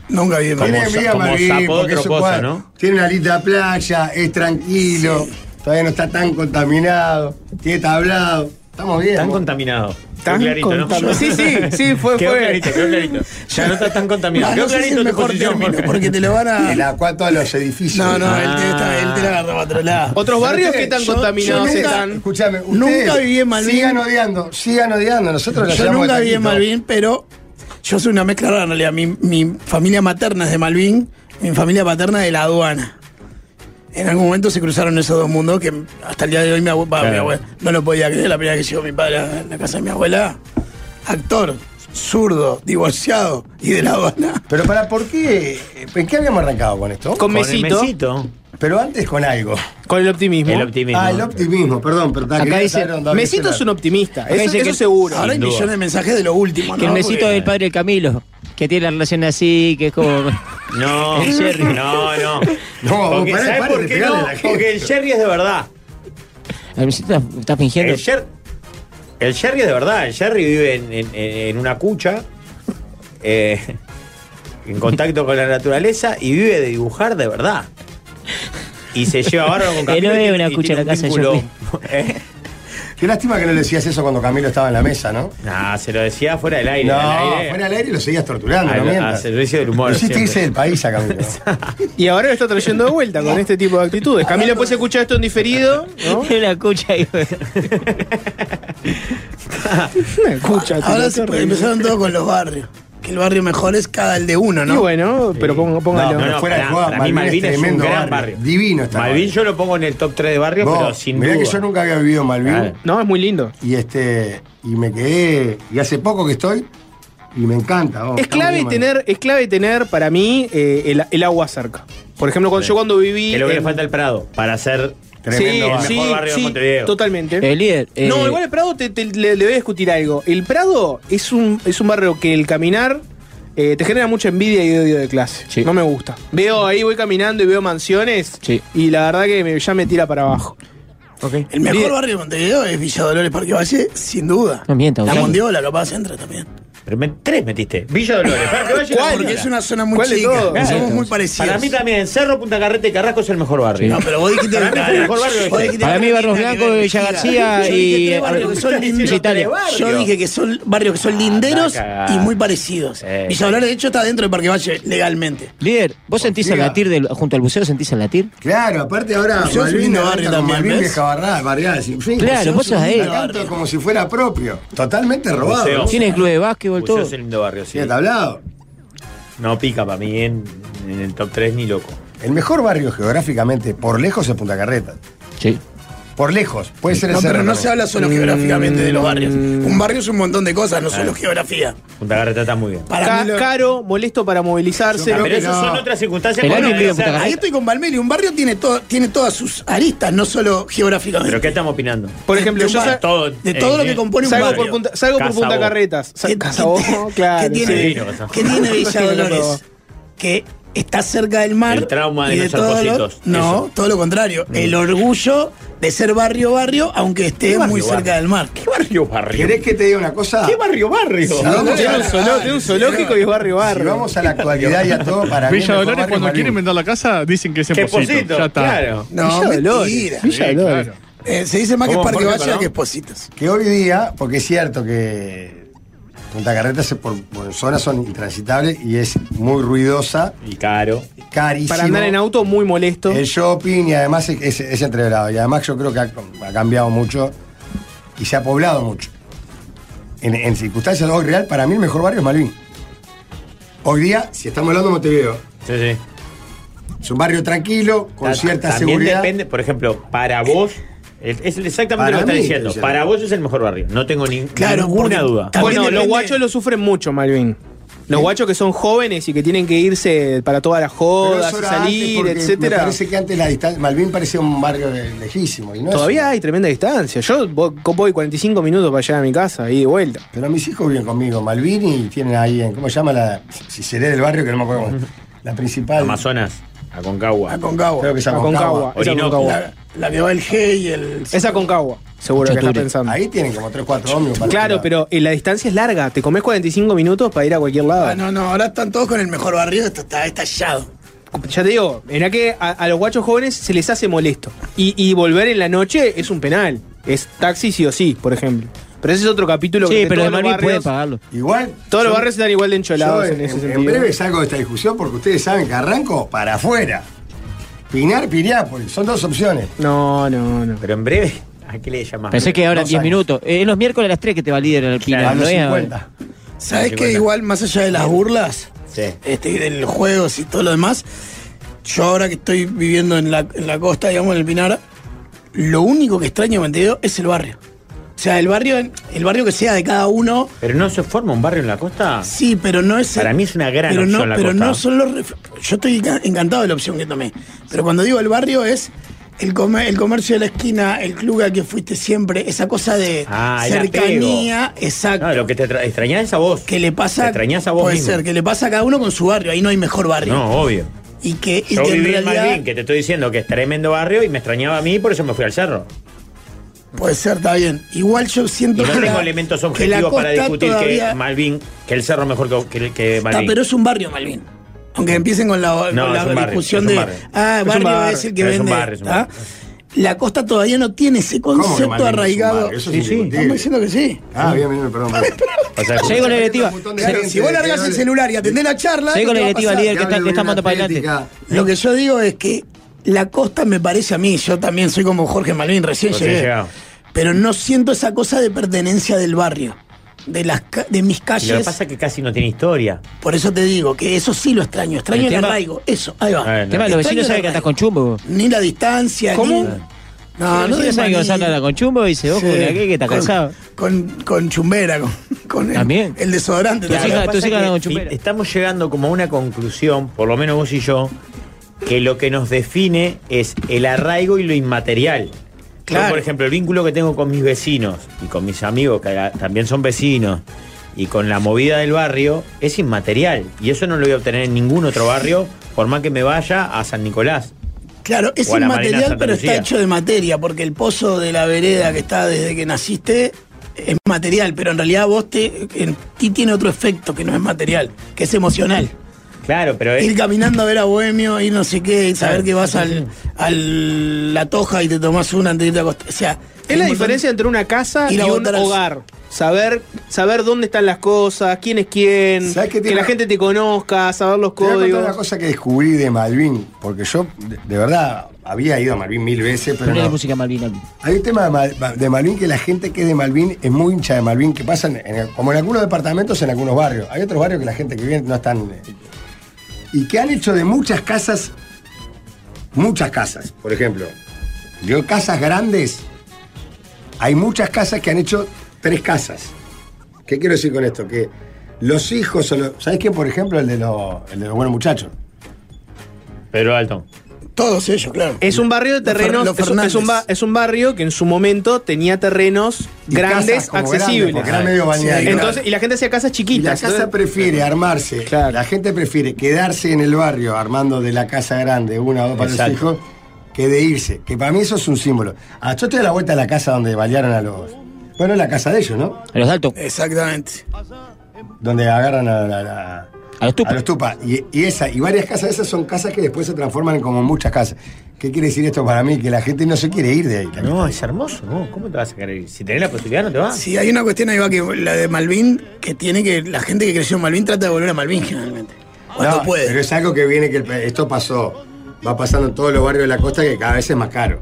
Nunca vi en Tiene Como envidia sa- como Malvin, sapo porque otra es un cosa, cuadro. ¿no? Tiene una linda playa, es tranquilo, todavía no está tan contaminado, tiene tablado. Estamos bien. Tan vos. contaminado. Tan Quedó clarito, ¿no? contaminado. Sí, sí, sí, fue- Quedó fue. clarito, quedó clarito. Ya no está tan contaminado. Ah, no quedó sé si clarito es tu mejor posición, término, Jorge. porque te lo van a- El acuato a los edificios. No, no, él te- está- él te la agarraba a otro lado. ¿Otros barrios qué tan contaminados están? Escúchame, Nunca ustedes viví en Malvin. Sigan odiando, sigan odiando. Nosotros la Yo llevamos nunca de viví en taquito. Malvin, pero yo soy una mezcla rara en realidad. Mi, mi familia materna es de Malvin, mi familia paterna de la aduana. En algún momento se cruzaron esos dos mundos que hasta el día de hoy mi abue- va, mi Claro. abuela, no lo podía creer. La primera vez que llegó mi padre a la casa de mi abuela, actor, zurdo, divorciado y de la aduana. Pero para, ¿por qué? ¿En qué habíamos arrancado con esto? Con Con el Mesito. Mesito. Pero antes con algo. Con el optimismo. El optimismo. Ah, el optimismo, perdón, pero está- Acá quería dice, saber dónde había Mesito llegado. es un optimista. Acá Eso, dice eso que- seguro. Ahora hay Sin duda. millones de mensajes de lo último, Que el mesito del padre del Camilo, que tiene la relación así, que es como. No, El Jerry. no, no. No, Porque, pará, ¿sabes pará por de qué pegarle no? a la gente. Porque el Jerry es de verdad. El mesito está- está fingiendo. El, Jer- el Jerry es de verdad. El Jerry vive en, en- en una cucha, eh, en contacto con la naturaleza y vive de dibujar de verdad. Y se lleva ahora con Él Camilo no y ve tiene- una y cucha en tiene la casa. un Yo vínculo- ¿Eh? fui. Qué lástima que no le decías eso cuando Camilo estaba en la mesa, ¿no? Nah, se lo decía fuera del aire. no, al aire. fuera al aire y lo seguías torturando, Al- no al mientas. servicio del humor. Lo hiciste siempre. irse del país a Camilo. Y ahora lo está trayendo de vuelta con este tipo de actitudes. Camilo, puedes escuchar esto en diferido. ¿no? la escucha, escucha. Ah, Ahora se puede- empezaron todos con los barrios. Que el barrio mejor es cada el de uno, ¿no? Y bueno, pero ponga- póngalo. No, no, no, fuera de pará, joda, para mí Malvin es Malvin es, un tremendo gran barrio. barrio. Divino está Malvin yo lo pongo en el top 3 de barrio, Vos, pero sin mirá duda. que yo nunca había vivido en Malvin. Claro. No, es muy lindo. Y este, y me quedé, y hace poco que estoy, y me encanta. vos, Es está clave muy bien, tener, es clave tener para mí eh, el, el agua cerca. Por ejemplo, cuando yo cuando viví. Que lo que le en- falta al Prado para ser Sí, tremendo, el sí, mejor barrio sí, de Montevideo. Totalmente. El líder. eh, No, igual el Prado te, te- le, le voy a discutir algo. El Prado es un, es un barrio que el caminar eh, te genera mucha envidia y odio de clase. No me gusta. Veo ahí, voy caminando y veo mansiones y la verdad que me- ya me tira para abajo. El mejor barrio de Montevideo es Villa Dolores Parque Valle, sin duda. No mienta, La Gustavo. Mondiola capaz entra también. Pero me- tres metiste. Villa Dolores, Parque Valle y La ¿Cuál? Mondiola. Porque es una zona muy ¿Cuál de chica. todos? Somos Claro. muy parecidos. Para mí también, Cerro, Punta Carreta y Carrasco es el mejor barrio. No, pero vos dijiste- Para mí es el mejor barrio este. de Vos dijiste- Para mí, Barros Blancos, Villa García Yo dije y. tres barrios que son linderos. Italia. Yo dije que son barrios que Ah, son linderos y muy parecidos. Villa Dolores, de hecho, está dentro del Parque Valle legalmente. Líder, ¿vos sentís el latir del- junto al buceo? ¿Sentís el latir? Claro, aparte ahora Yo soy Malvin lindo arranca barrio con también, Malvin ¿ves? vieja barrada, barriada, sin fin. Claro, Paseo, vos sos sin ahí. la canto como si fuera propio. Totalmente robado. Buceo. ¿no? Tiene club de básquetbol, Buceo es el lindo barrio, sí. Tiene tablado. No pica para mí en, en el top 3 ni loco. El mejor barrio geográficamente, por lejos, es Punta Carreta. Sí. Por lejos, puede ser el No, Cerro pero no también. se habla solo geográficamente de los barrios. Un barrio es un montón de cosas, no solo Mm. geografía. Punta Carreta está muy bien. Para Ca- mí lo- Caro, molesto para movilizarse. Yo creo Pero que esas no. son otras circunstancias Bueno, que pero ahí estoy con Valmeli. Un barrio tiene, todo, tiene todas sus aristas, no solo geográficamente. ¿Pero qué estamos opinando? Por ejemplo, De yo un sa- bar- todo- de todo lo que compone un salgo barrio. Por punta, salgo por Casa Punta Bo. Carretas. Sa- Casa Bo, claro. ¿Qué tiene, sí. qué tiene Villa Casa Bo. Dolores? que está cerca del mar. El trauma de y no ser todo lo- cositos, No, eso. Mm. todo lo contrario. El orgullo de ser barrio-barrio, aunque esté muy cerca del mar. ¿Qué barrio, barrio? ¿Querés que te diga una cosa? ¿Qué barrio, barrio? Si No, vamos tiene a- un zooló- tiene un zoológico y es barrio, barrio. Si vamos a la actualidad y a todo, para mí el Villa mejor Dolores, barrio cuando es Malvin. quieren vender la casa, dicen que es en Que Pocito. Pocito, Ya está. claro. No, Villa mentira. Dolores. Villa Sí, Dolores. claro. Eh, se dice más que ¿Cómo, Parque Jorge, Valle perdón? que Espositos. Que hoy día, porque es cierto que Punta Carreta se- por, por zonas son intransitables y es muy ruidosa. Y caro. Carísimo. Para andar en auto, muy molesto. El shopping y además es, es, es entreverado. Y además yo creo que ha, ha cambiado mucho y se ha poblado mucho. En, en circunstancias hoy real, para mí el mejor barrio es Malvin. Hoy día, si estamos hablando de Montevideo, Sí, sí. es un barrio tranquilo, con Ta- cierta también seguridad. depende, por ejemplo, para vos. Es es exactamente Para lo que mí, estás diciendo. es el- Para vos es el mejor barrio. No tengo ni- Claro, ninguna porque duda. Bueno, los guachos lo sufren mucho, Malvin. Los guachos que son jóvenes y que tienen que irse para todas las Pero jodas eso y era antes salir, porque Me etcétera. parece que antes la distancia. Malvin parecía un barrio de- lejísimo. Y no es- Todavía hay tremenda distancia. Yo vo- voy 45 minutos para llegar a mi casa y de vuelta. Pero mis hijos viven conmigo, Malvin, y tienen ahí, en, ¿cómo se llama la? Si seré del barrio, que no me acuerdo. cómo- La principal. Amazonas, Aconcagua. Aconcagua. Creo que es Aconcagua. Aconcagua. Esa Orinoco. Aconcagua. La que va el G y el. Es Aconcagua, seguro que estás Chaturi. pensando. Ahí tienen como 3, 4 hombres. Claro, pero eh, la distancia es larga. Te comes 45 minutos para ir a cualquier lado. Ah, no, no, ahora están todos con el mejor barrio, esto está estallado. Ya te digo, en que a, a los guachos jóvenes se les hace molesto. Y, y volver en la noche es un penal. Es taxi sí o sí, por ejemplo. Pero ese es otro capítulo Sí, que pero todos el los Madrid barrios- puede pagarlo. Igual. Todos los yo- barrios están igual de encholados yo en, ese en sentido. breve salgo de esta discusión porque ustedes saben que arranco para afuera. Pinar, Piriápolis. Son dos opciones. No, no, no. Pero en breve, ¿a qué le llamás? Pensé que ahora en Dos 10 años. minutos. Eh, Es los miércoles a las 3 que te va el líder el Pina. a los ¿no? Eh, 50. ¿Sabes Sí, qué? bueno. Igual, más allá de las burlas, Sí. este, y de los juegos y todo lo demás, yo ahora que estoy viviendo en la, en la costa, digamos, en el Pinar, lo único que extraño de Montevideo es el barrio. O sea, el barrio, el barrio que sea de cada uno, ¿Pero no se forma un barrio en la costa? sí, pero no es. Para mí es una gran pero opción no, la pero costa. no son los ref- yo estoy enca- encantado de la opción que tomé pero cuando digo el barrio es el, come- el comercio de la esquina el club al que fuiste siempre esa cosa de Ah, el apego. cercanía exacto No, lo que te tra- extrañás es a vos. que le pasa Te extrañás a vos puede mismo. ser que le pasa a cada uno con su barrio ahí no hay mejor barrio No, obvio. y que, y Yo que en viví en realidad Malvin, que te estoy diciendo que es tremendo barrio y me extrañaba a mí, por eso me fui al cerro. puede ser está bien igual yo Y siento no que tengo la- elementos que la objetivos para costa discutir que todavía- Malvin, que el cerro mejor que, que, que Está, Malvin. pero es un barrio Malvin aunque empiecen con la, No, con la es un barrio, discusión es un de barrio. ah Es un barrio barrio, es el que es un vende barrio, es un ¿ah? la costa todavía no tiene ese ¿Cómo que Malvin es concepto un arraigado barrio? Eso es sí, sí, indiscutible. estamos diciendo que sí Ah, bien, bien, perdón. perdón. O sea, Seguí con la directiva. Pero si vos largas el celular y atendés la charla. Seguí ¿qué con te la va a directiva, pasar? líder, que está- que está mandando para adelante. Lo que yo digo es que la costa me parece a mí, yo también soy como Jorge Malvin, recién Recién llegué. llegado. Pero no siento esa cosa de pertenencia del barrio, de, las, ca- de mis Y lo que calles. pasa es que casi no tiene historia. Por eso te digo que eso sí lo extraño, extraño El el, tema- arraigo. Eso, ahí Ah, va. no. El tema es que los Extraño vecinos el saben que arraigo. estás con chumbo. vos. Ni la distancia, ¿Cómo? ni. los vecinos saben que vos ni- andás con chumbo y dice, vos Sí. con aquel que está Con- cansado. Con, con chumbera, con, con el- También. el, desodorante. Tus también. hijas- tus Pasa hijas que andan con chupera. Estamos llegando como a una conclusión, por lo menos vos y yo, que lo que nos define es el arraigo y lo inmaterial. Claro. Yo, por ejemplo, el vínculo que tengo con mis vecinos y con mis amigos, que a- también son vecinos, y con la movida del barrio, es inmaterial. Y eso no lo voy a obtener en ningún otro barrio, por más que me vaya a San Nicolás. Claro, es O a la Marina inmaterial, Santa pero Lucía. está hecho de materia, porque el pozo de la vereda que está desde que naciste es material, pero en realidad vos te, en ti tiene otro efecto que no es material, que es emocional. Claro, pero eh, es, Ir caminando a ver a Bohemio, ir no sé qué, y saber Claro, que vas sí, al, al la toja y te tomás una antes de irte a acostar. O sea, Es la diferencia entre una casa y Ir a un votar al- hogar. Saber, saber dónde están las cosas, quién es quién, ¿Sabes qué que, tiene la una- gente te conozca, saber los Te voy a contar una códigos. cosa que descubrí de Malvin, porque yo, de, de verdad, había ido a Malvin mil veces, pero. Ponle no- música Malvin aquí. Hay un tema de, Mal- de Malvin que la gente que es de Malvin es muy hincha de Malvin, que pasa en- en- como en algunos departamentos, en algunos barrios. Hay otros barrios que la gente que viene no están. eh, Y que han hecho de muchas casas, muchas casas, por ejemplo. Yo, casas grandes, hay muchas casas que han hecho tres casas. ¿Qué quiero decir con esto? Que los hijos o los. ¿Sabes quién, por ejemplo, el de, los- el de los buenos muchachos? Pedro Alton. Todos ellos, claro. Es un barrio de Fer- terrenos. los es, un- es un ba- Fernández. es un barrio que en su momento tenía terrenos Y grandes, casas como grandes, accesibles. porque eran medio bañaderos. Entonces, y la gente hacía casas Y la chiquitas. casa Entonces, prefiere armarse, Claro. la gente prefiere quedarse en el barrio armando de la casa grande una o dos para Exacto. los hijos que de irse. Que para mí eso es un símbolo. Ah, yo estoy a la vuelta de la casa donde balearon a los. Bueno, la casa de ellos, ¿no? A los altos. Exactamente. Donde agarran a, la- la- A los a tupas. los tupas. Y, y esa, y varias casas, esas son casas que después se transforman en como muchas casas. ¿Qué quiere decir esto para mí? Que la gente no se quiere ir de ahí. la No, es hermoso, ¿no? ¿Cómo te vas a querer ir? Si tenés la posibilidad, no te vas. Sí, hay una cuestión ahí va que la de Malvin, que tiene que. La gente que creció en Malvin trata de volver a Malvin generalmente. Cuando No, puede. Pero es algo que viene que el- esto pasó. Va pasando en todos los barrios de la costa que cada vez es más caro.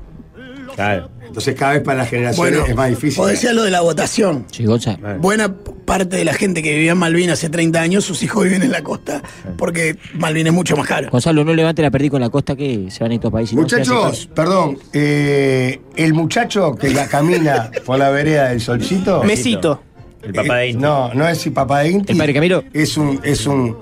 Claro. Entonces cada vez para las generaciones Bueno, es más difícil. eh. Vos decías lo de la votación. Sí, Gonza. Buena parte de la gente que vivía en Malvin hace 30 años, sus hijos viven en la costa, porque Malvin es mucho más caro. Gonzalo, no levante la perdí con la costa que se van a ir todos países. ¿no? Muchachos, Sí, perdón, eh, el muchacho que la camina por la vereda del solcito. Mesito. El papá de eh, Inti. No, no es el papá de Inti. ¿El padre Camilo? Es un, es un,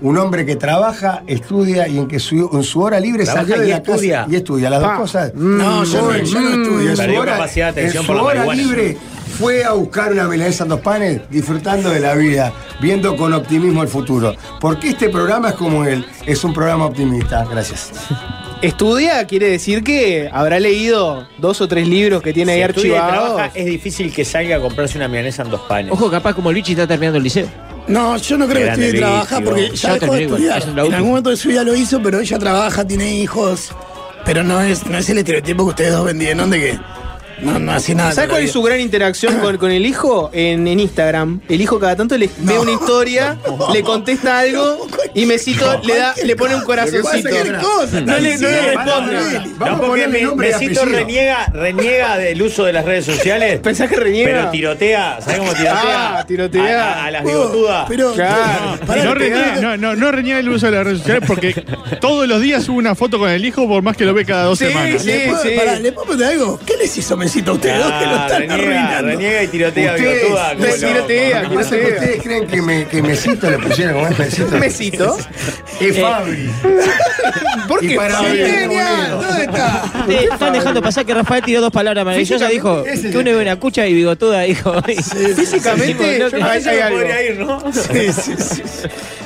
un hombre que trabaja, estudia y en que su, en su hora libre Trabaja salió de y la estudia. casa y estudia las Pa. dos cosas. No, yo no- Joven, yo no mm, estudio. en su Perdió hora- capacidad de atención en por su la hora marihuana. libre fue a buscar una milanesa en dos panes, disfrutando de la vida, viendo con optimismo el futuro. Porque este programa es como él, es un programa optimista. Gracias. estudia quiere decir que habrá leído dos o tres libros que tiene Si ahí estudia y archivados. trabaja, es difícil que salga a comprarse una milanesa en dos panes. Ojo, capaz como Luigi está terminando el liceo. No, yo no creo que Grande estudie y Luis, trabaja tío. porque Ya ya dejó de terminé igual, estudiar. es la En última. algún momento de su vida lo hizo, pero ella trabaja, tiene hijos. Pero no es, no es el estereotipo que ustedes dos vendieron de que No, no hacía nada. con ¿Sabes la cuál es vida. su gran interacción con, con el hijo? En, en Instagram. El hijo cada tanto le ve una historia, le contesta algo y Mesito le da, le pone un corazoncito. No le, no le responde. No, porque Me- Mesito reniega, reniega del uso de las redes sociales. ¿Pensás que reniega? Pero tirotea, ¿sabes cómo tirotea? Ah, tirotea. A, a- a las bigotudas. Claro. no, reniega, no, no, no reniega el uso de las redes sociales porque todos los días sube una foto con el hijo, por más que lo ve cada dos Sí, semanas. sí, ¿Le puedo- sí. pará, ¿le puedo preguntar algo? ¿Qué les hizo Mesito a ustedes? dos que lo están arruinando? Ustedes- ustedes- Lo que pasa es que ¿Ustedes creen que, me, que Mesito le pusieron como es Mesito? Mesito. Es Fabri. ¿Por Y qué para Fabri? abrir el Genial, bolero. ¿dónde Ah, Te están dejando pasar que Rafael tiró dos palabras maravillosas. Dijo Físicamente, ese es que el uno era una cucha y bigotuda. Dijo. Físicamente, Dijimos, yo no, creo que hay algo. Sí, sí,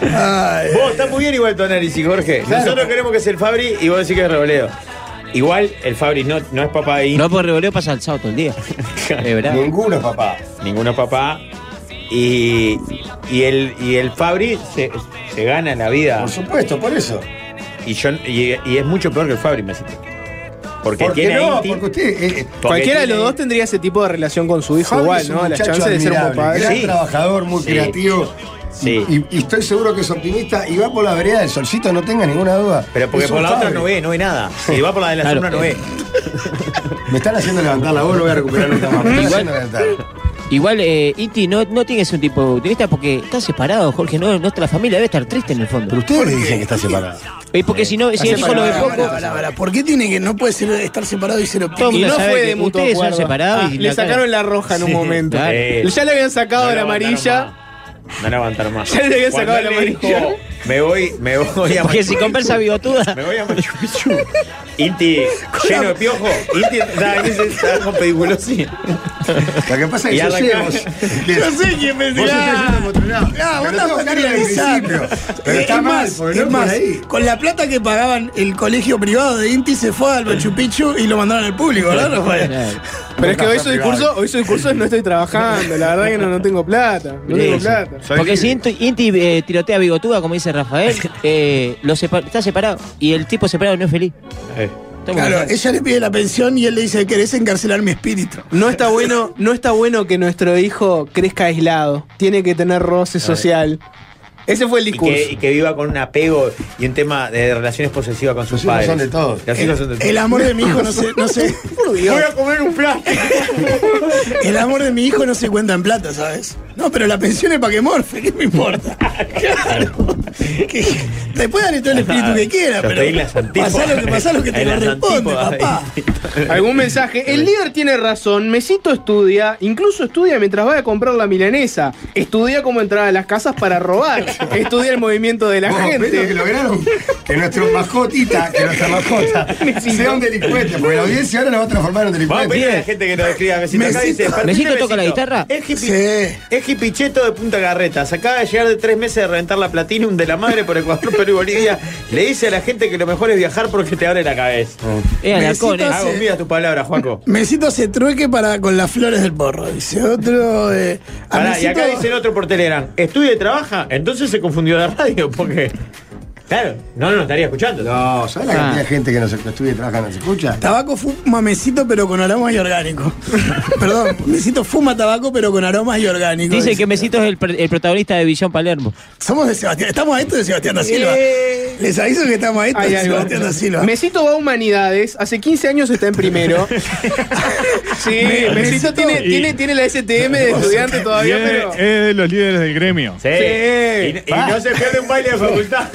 Vos, está muy bien igual tu análisis, Jorge. Claro. Nosotros queremos que es el Fabri y vos decís que es Reboleo. Igual el Fabri no, no es papá ahí. No, por revoleo pasa el sábado todo el día. Es verdad. Ninguno es papá. Ninguno es papá. Y, y, el, y el Fabri se, se gana la vida. Por supuesto, por eso. Y, yo, y, y es mucho peor que el Fabri, me siento. Porque ¿Por qué tiene no? inti- Porque usted. eh, Porque Cualquiera de los tiene- dos tendría ese tipo de relación con su hijo, Fabri igual, es un ¿no? Las muchacho chances de ser un admirable, papá. gran Sí. trabajador, muy creativo. Y, y estoy seguro que es optimista y va por la vereda del solcito, no tenga ninguna duda. Pero porque Es un por la otra Fabri. no ve, no ve nada. Si va por la de la Claro. sombra, no ve. Me están haciendo levantar la voz, lo voy a recuperar nunca más. Me están Igual- haciendo levantar. Igual, eh, Iti, no, no tiene que ser un tipo optimista porque está separado, Jorge. No, nuestra familia debe estar triste en el fondo. Pero ustedes dicen que está separado. Y porque si no, si el hijo lo ve poco. Pará, pará, ¿Por qué tiene que no puede ser, estar separado y ser optimista? Y no fue de mutuo ustedes son acuerdo. separados Ah, y Le la cara- sacaron la roja en un Sí, momento. Eh, claro. Ya le habían sacado No la lo aguantaron amarilla. No van a aguantar más. Ya le habían Cuando sacado la él le amarilla. dijo, Me voy, me voy a Porque Machu si compra esa Picchu". bigotuda. Me voy a Machu Picchu. Inti, lleno de piojo. Inti está en ese está con pediculosis. Lo que pasa es Y que yo sé, arrancás. vos- Yo sé quién me Vos decía. estás yendo por otro lado. Ah, vos Pero la tengo que hablar al familiarizando. principio. Pero Eh, está es mal, más, porque no es por más, ahí. con la plata que pagaban el colegio privado de Inti se fue al Machu Picchu y lo mandaron al público, ¿verdad, Rafael? Pero es que hoy su discurso, hoy su discurso es no estoy trabajando, la verdad que no, no tengo plata. No tengo Sí. plata. Porque si Inti, Inti, eh, tirotea bigotuda, como dice Rafael, eh, lo sepa- está separado. Y el tipo separado no es feliz. Eh. Está muy Claro, mal. ella le pide la pensión y él le dice, querés encarcelar mi espíritu. No está bueno, no está bueno que nuestro hijo crezca aislado. Tiene que tener roce social. Ese fue el Y que, discurso. y que viva con un apego y un tema de relaciones posesivas con sus hijos padres. son de todos. Los hijos son de todos. El amor de mi hijo no se... No se Voy a comer un plástico. el amor de mi hijo no se cuenta en plata, ¿sabes? No, pero la pensión es para que morfe, ¿qué me importa? Claro. Que- Después dale todo el espíritu que quiera, Yo estoy en pero las antípodas. pasá lo que, pasá lo que te En las corresponde, antípodas. papá. Algún mensaje. El líder tiene razón. Mesito estudia, incluso estudia mientras va a comprar la milanesa. Estudia cómo entrar a las casas para robar. Estudia el movimiento de la Vos, gente. Pedro, que lograron que nuestro mascotita, que nuestra mascota, sea un delincuente, porque la audiencia ahora la va a transformar en un Vamos a delincuente. pedirle a la gente que nos escriba. Mesito, acá Mesito- dice, ¿para ¿Mesito quién es toca la guitarra? Es, hippie- es hipicheto de Punta Carretas. Acaba de llegar de tres meses de reventar la Platinum de la madre por Ecuador, Perú y Bolivia. Le dice a la gente que lo mejor es viajar porque te abre la cabeza. Oh. Eh, Alarcón, Mesito eh. Hago se- mía tu palabra, Juaco. Mesito se trueque para, con las flores del porro, dice otro. eh, a Pará, y Mesito- acá dicen otro por Telegram. Estudia y trabaja. Entonces se confundió la radio porque... Claro, no nos estaría escuchando. No, ¿Sabes la Ah. cantidad de gente que nos estudia y trabaja no se escucha? Tabaco fuma mesito pero con aromas y orgánico. Perdón, mesito fuma tabaco pero con aromas y orgánico. Dice que Mesito es el, pr- el protagonista de Visión Palermo. Somos de Sebastián, estamos a esto de Sebastián da Silva. Eh. Les aviso que estamos a esto Hay de algo. Sebastián da Silva. Mesito va a Humanidades, hace 15 años está en primero. sí, Me- Mesito, Mesito tiene, y- tiene, tiene la STM de estudiante Y todavía, es, pero. es de los líderes del gremio. Sí. Y, y Va. no se pierde un baile de facultad.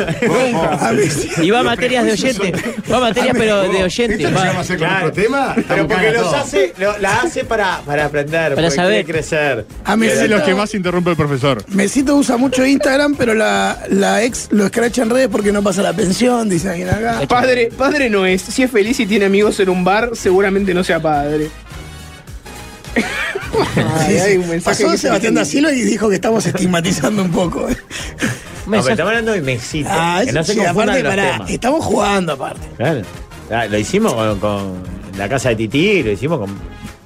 Y va a materias de oyente. Va a materias, pero de oyente. ¿Esto va. lo llama hacer con Claro. otro tema? Pero Estamos porque cagados los todos. hace, lo- la hace para, para aprender, Para para saber. saber crecer. A mí es de sí. los que más interrumpe el profesor. Mesito usa mucho Instagram, pero la, la ex lo escracha en redes porque no pasa la pensión, dice alguien acá. Padre, padre no es. Si es feliz y tiene amigos en un bar, seguramente no sea padre. Ay, hay un mensaje Pasó que- Sebastián da Silva y dijo que estamos estigmatizando un poco. eh. No, pero estamos hablando de Mesito. Ah, que no se sí, confundan aparte, los pará, temas. estamos jugando aparte. Claro. Ah, Lo hicimos con, con la casa de Titi, lo hicimos con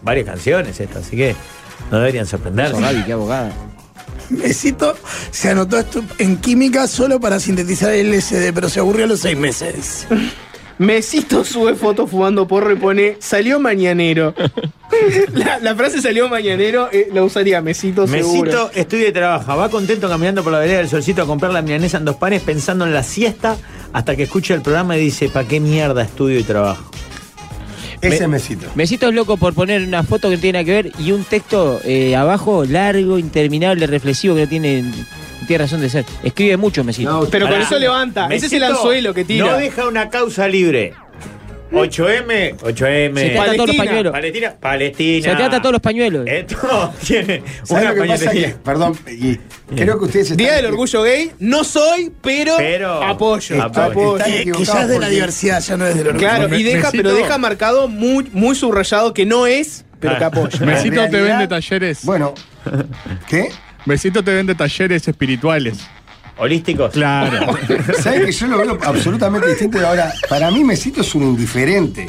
varias canciones esto, así que no deberían sorprenderse. Gaby, qué abogada. Mesito se anotó estu- en química solo para sintetizar el LSD, pero se aburrió a los seis meses. Mesito sube fotos fumando porro y pone, salió mañanero. la, la frase salió mañanero, eh, la usaría Mesito seguro. Mesito estudia y trabaja. Va contento caminando por la vereda del solcito a comprar la milanesa en dos panes pensando en la siesta hasta que escucha el programa y dice, ¿pa' qué mierda estudio y trabajo? Ese es Mesito. Mesito es loco por poner una foto que no tiene nada que ver y un texto eh, abajo largo, interminable, reflexivo que no tiene, no tiene razón de ser. Escribe mucho Mesito. Pero con Pará. eso levanta. Ese es el Mesito anzuelo que tira. No deja una causa libre. 8M, 8M. Se te atan todos los pañuelos. Palestina, Palestina. Se te atan todos los pañuelos. Eh, Esto tiene ¿Sabes una lo que pasa? pañuelería. Que- perdón, y creo que ustedes están... Día del orgullo gay, no soy, pero, Pero- apoyo. Están apoyo. equivocados Quizás de la diversidad, ya no es del orgullo. Claro, Me- y deja, Mesito- pero deja marcado muy, muy subrayado que no es, pero que Ah. apoya. Mesito En te realidad- vende talleres. Bueno, ¿qué? Mesito te vende talleres espirituales. Holísticos. Claro. ¿Sabes que yo lo veo absolutamente distinto? Y Ahora, para mí Mesito es un indiferente.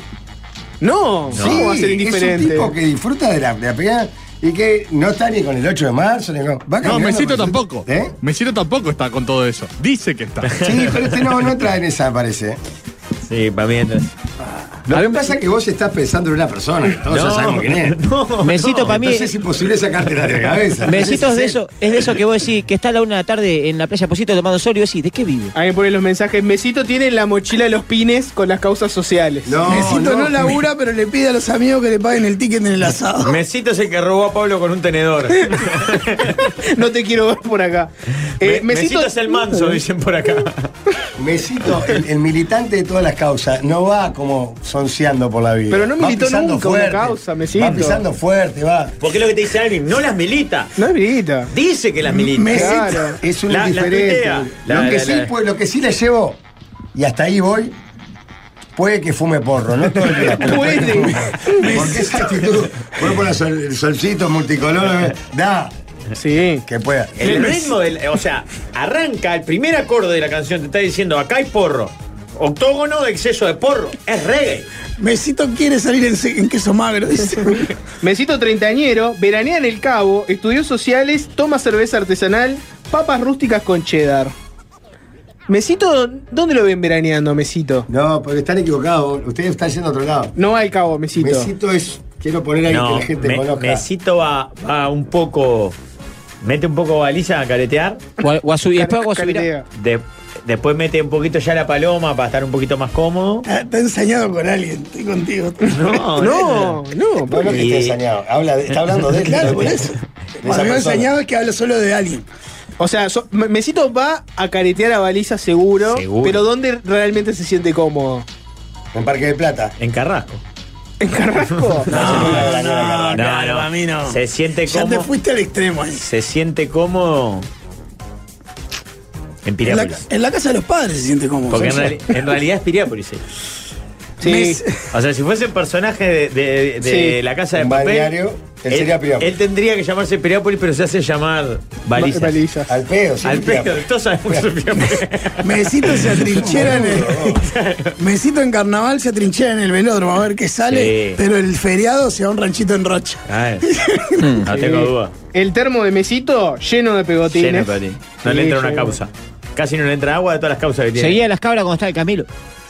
No, ¿cómo va a ser Es indiferente? un tipo que disfruta de la, de la pelea y que no está ni con el 8 de marzo, ni con... va No, caminando, Mesito tampoco. ¿Eh? Mesito tampoco está con todo eso. Dice que está. Sí, pero este no, no entra en esa, me parece. Sí, para mí entonces. Lo que pasa es que vos estás pensando en una persona, que todos ya No, sabemos quién es. no, Mesito no. para mí Entonces es imposible sacártela de la cabeza. Mesito es de Sí. eso, es de eso que vos decís, que está a la una de la tarde en la playa Posito tomando sol y vos decís, ¿de qué vive? Ahí ponen los mensajes. Mesito tiene en la mochila de los pines con las causas sociales. No, Mesito no, no labura, pero le pide a los amigos que le paguen el ticket en el asado. Mesito es el que robó a Pablo con un tenedor. No te quiero ver por acá. Eh, Me- Mesito es el manso, dicen por acá. Mesito, el, el militante de todas las causas, no va como sonceando por la vida. Pero no Va militó pisando nunca una causa, Mesito. Va pisando fuerte, va. Porque es lo que te dice alguien, no las milita. No es grita. Dice que las milita. Mesito Claro. es un La- la indiferente. tuitea. lo, La- que la- sí, la- pues, lo que sí le llevo, y hasta ahí voy, puede que fume porro, no todo el día. pero Puede. que fume porro. Porque esa actitud, voy por la sol- el solcito multicolor, da, Sí. que pueda. El ritmo del. O sea, arranca el primer acorde de la canción, te está diciendo acá hay porro. Octógono de exceso de porro. Es reggae. Mesito quiere salir en, se- en queso magro, dice. Mesito treintañero, veranea en el Cabo, estudió sociales, toma cerveza artesanal, papas rústicas con cheddar. Mesito, ¿dónde lo ven veraneando, Mesito? No, porque están equivocados, ustedes están yendo a otro lado. No va al Cabo, Mesito. Mesito es, quiero poner ahí que la gente me- conozca. Mesito va, va un poco. Mete un poco baliza a caretear. O a- o a su- y después o a subir a- Caretea. de- después mete un poquito ya la paloma para estar un poquito más cómodo. Está, Ah, está ensañado con alguien, estoy contigo. No, No, no, No, no que Y- esté ensañado. Ah, Habla de- está hablando de él. Claro, por de- eso. de esa Cuando me persona. enseñado es que habla solo de alguien. O sea, so- Me- Mesito va a caretear a baliza seguro, Seguro. pero ¿dónde realmente se siente cómodo? En Parque de Plata. En Carrasco. ¿En Carrasco? no, no, claro, a mí no. Se siente Ya te cómodo. fuiste al extremo ahí. Se siente cómodo. En En la, Piriápolis. en la casa de los padres se siente cómodo. Porque en, Son- reali- en realidad es Piriápolis. eh. Sí. Mes- O sea, si fuese un personaje de, de- de Sí. la casa de Un papel. balneario, él sería Piriápolis. Él tendría que llamarse Piriápolis, pero se hace llamar Baliza. Baliza. Al pedo, sí. Al mira. pedo, todos sabemos que es Piriápolis. Mesito se atrinchera en el, Mesito en carnaval se atrinchera en el velódromo a ver qué sale, Sí. Ah, eh. pero el feriado se va a un ranchito en Rocha. Ay, No tengo duda. El termo de Mesito lleno de pegotines. Lleno de Piriápolis. No le Sí, entra una lleno. causa. Casi no le entra agua de todas las causas que tiene. Seguía las cabras cuando estaba el Camilo.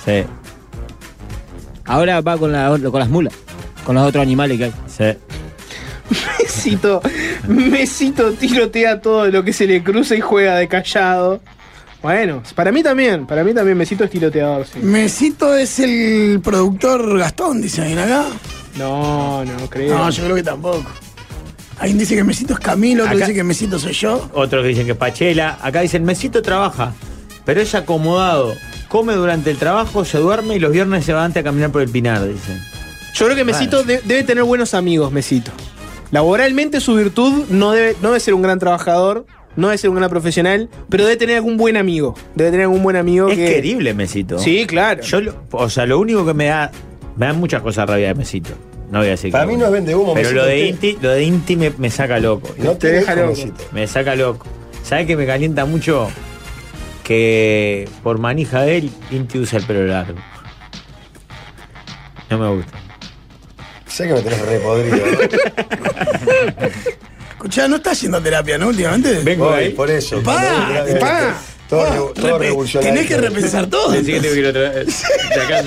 Sí, Ahora va con, la- con las mulas, con los otros animales que hay. sí. Mesito, Mesito tirotea todo lo que se le cruza y juega de callado. Bueno, para mí también, para mí también Mesito es tiroteador, sí. Mesito es el productor Gastón, dice alguien acá. No, no creo. No, yo creo que tampoco. Alguien dice que Mesito es Camilo, otro Acá- dice que Mesito soy yo. Otros que dicen que es Pachela. Acá dicen, Mesito trabaja, pero es acomodado. Come durante el trabajo, se duerme y los viernes se va antes a caminar por el Pinar, dicen. Yo creo que Mesito de- debe tener buenos amigos, Mesito. Laboralmente su virtud no debe, no debe ser un gran trabajador, no debe ser un gran profesional, pero debe tener algún buen amigo. Debe tener algún buen amigo Es que... querible Mesito. Sí, claro. Yo, lo- o sea, lo único que me da, me dan muchas cosas rabia de Mesito. No voy a decir Para que- mí no vende humo, Pero Mesito, lo de, usted. Inti, lo de Inti me, me saca loco. No te deja loco. Mesito. Me saca loco. ¿Sabes que me calienta mucho? Que por manija de él, Inti usa el pelo largo. No me gusta. Sé que me tenés re podrido. Escuchá, no estás yendo a terapia, ¿no? Últimamente. Vengo Voy, ahí. por eso. Pa, Cuando- pa. Todo, Ah, revo- repe- todo revolucionario. tenés que repensar todo. Decí que tengo que ir otra vez. De acá,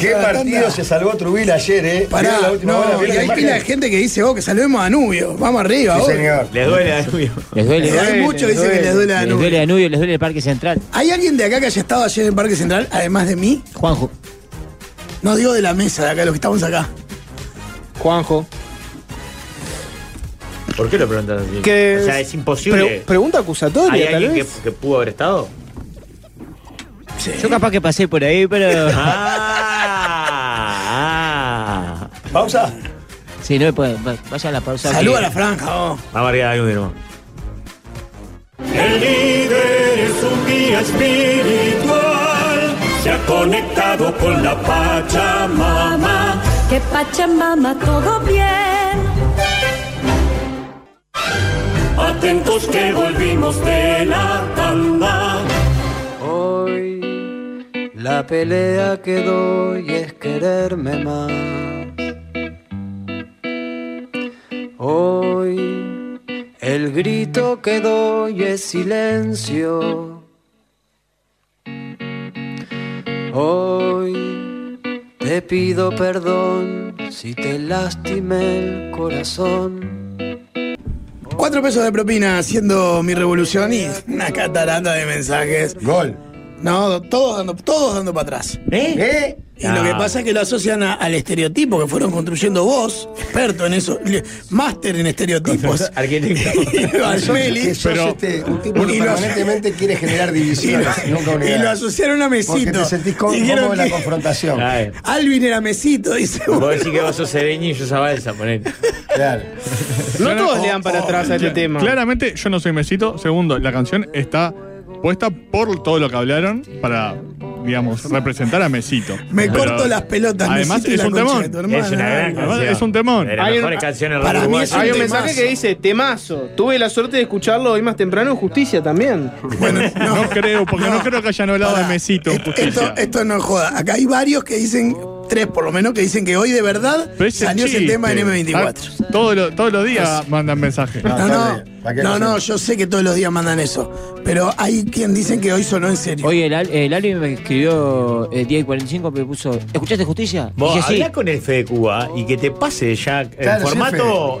¿Qué partido se salvó Trubil ayer, eh? Pará, Vieron la última hora, no, y vieron ahí la tiene imagen. gente que dice, oh, que salvemos a Danubio. Vamos arriba, Sí, oh. señor. Les duele a Danubio. Les duele. Hay muchos que dicen que les duele a Les Danubio. duele Danubio, les duele el Parque Central. ¿Hay alguien de acá que haya estado ayer en Parque Central, además de mí? Juanjo. No digo de la mesa de acá, los que estamos acá. Juanjo. ¿Por qué lo preguntas así? Que- o sea, es imposible. Pre- pregunta acusatoria, ¿Hay tal alguien que, vez. que pudo haber estado? Yo capaz que pasé por ahí, pero. Ah, ¿Pausa? Sí, no me pueden. va- Vaya a la pausa. Saluda a que- la franja, oh. Vamos arriba de Danubio, hermano. El líder es un guía espiritual, se ha conectado con la Pachamama. que Pachamama todo bien. Atentos que volvimos de la tanda. Hoy la pelea que doy es quererme más. Hoy el grito que doy es silencio. Hoy te pido perdón si te lastimé el corazón. Cuatro pesos de propina haciendo mi revolución y una catarata de mensajes. Gol. No, todos dando, todos dando para atrás. ¿Eh? Y lo que Ah. pasa es que lo asocian a- al estereotipo que fueron construyendo vos, experto en eso, le- máster en estereotipos. Y lo Sos- Valmeli. que sos este, un tipo Y que lo- permanentemente quiere generar divisiones, y lo- nunca unidad. y lo asociaron a Mesito. Porque te sentís cómodo Dijeron en la que- confrontación. Alvin era mesito, dice Vos decís que vos sos Cedeño y yo Zabalza, ponete. Claro. No todos le dan para atrás a este tema. Oh, Claramente, yo no soy Mesito. Segundo, la canción está puesta por todo lo que hablaron para, digamos, representar a Mesito. Me Pero- corto las pelotas, Además, Mesito y es la un concha temón. de tu hermana. Es una gran Además, canción. es un temón. De las Hay un- mejores canciones Para mí uruguayas. es Hay un Temazo. mensaje que dice, temazo. Tuve la suerte de escucharlo hoy más temprano en Justicia también. no. creo, porque Ah, no, creo que hayan hablado Pará. Eh, de Mesito en justicia. Esto, esto no es joda. Acá hay varios que dicen, tres por lo menos, que dicen que hoy de verdad Pero es el salió ese chiste. tema en M24. Ah, Todos los, todos los días mandan mensajes. No, no, no, no, yo sé que todos los días mandan eso. Pero hay quien dicen que hoy sonó en serio. Oye, el, Al- el Alvin me escribió eh, 10 y 45, me puso. ¿Escuchaste justicia? Vos Dije, sí. hablá con el Fede Cuba y que te pase ya en Claro, formato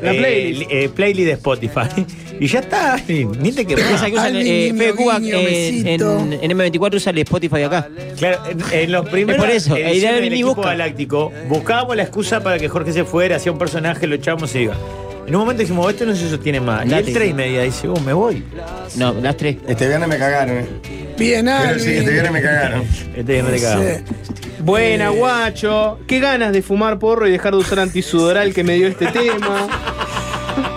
sí, Fede. La eh, playlist. eh, playlist de Spotify. y ya está, ni, ni te Que querés. piensa que usan, eh, Alvin, Fede Cuba Guiño, en, Besito. en- en M24 usa el Spotify acá. Claro, en, en los primeros por eso, ediciones el Alvin del ni equipo busca. galáctico buscábamos la excusa para que Jorge se fuera, hacía un personaje, lo echábamos y iba. En un momento dijimos, esto no se sostiene más. Y Andate. el 3 y media dice, oh, me voy. No, las 3. Este viernes me cagaron, eh. Bien, Pero sí, este viernes me cagaron. Este viernes te cagaron. Buena, eh. guacho. Qué ganas de fumar porro y dejar de usar antisudoral que me dio este tema.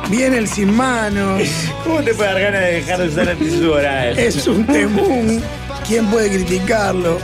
Viene el sin manos. ¿Cómo te puede dar ganas de dejar de usar antisudoral? Es un temún. ¿Quién puede criticarlo?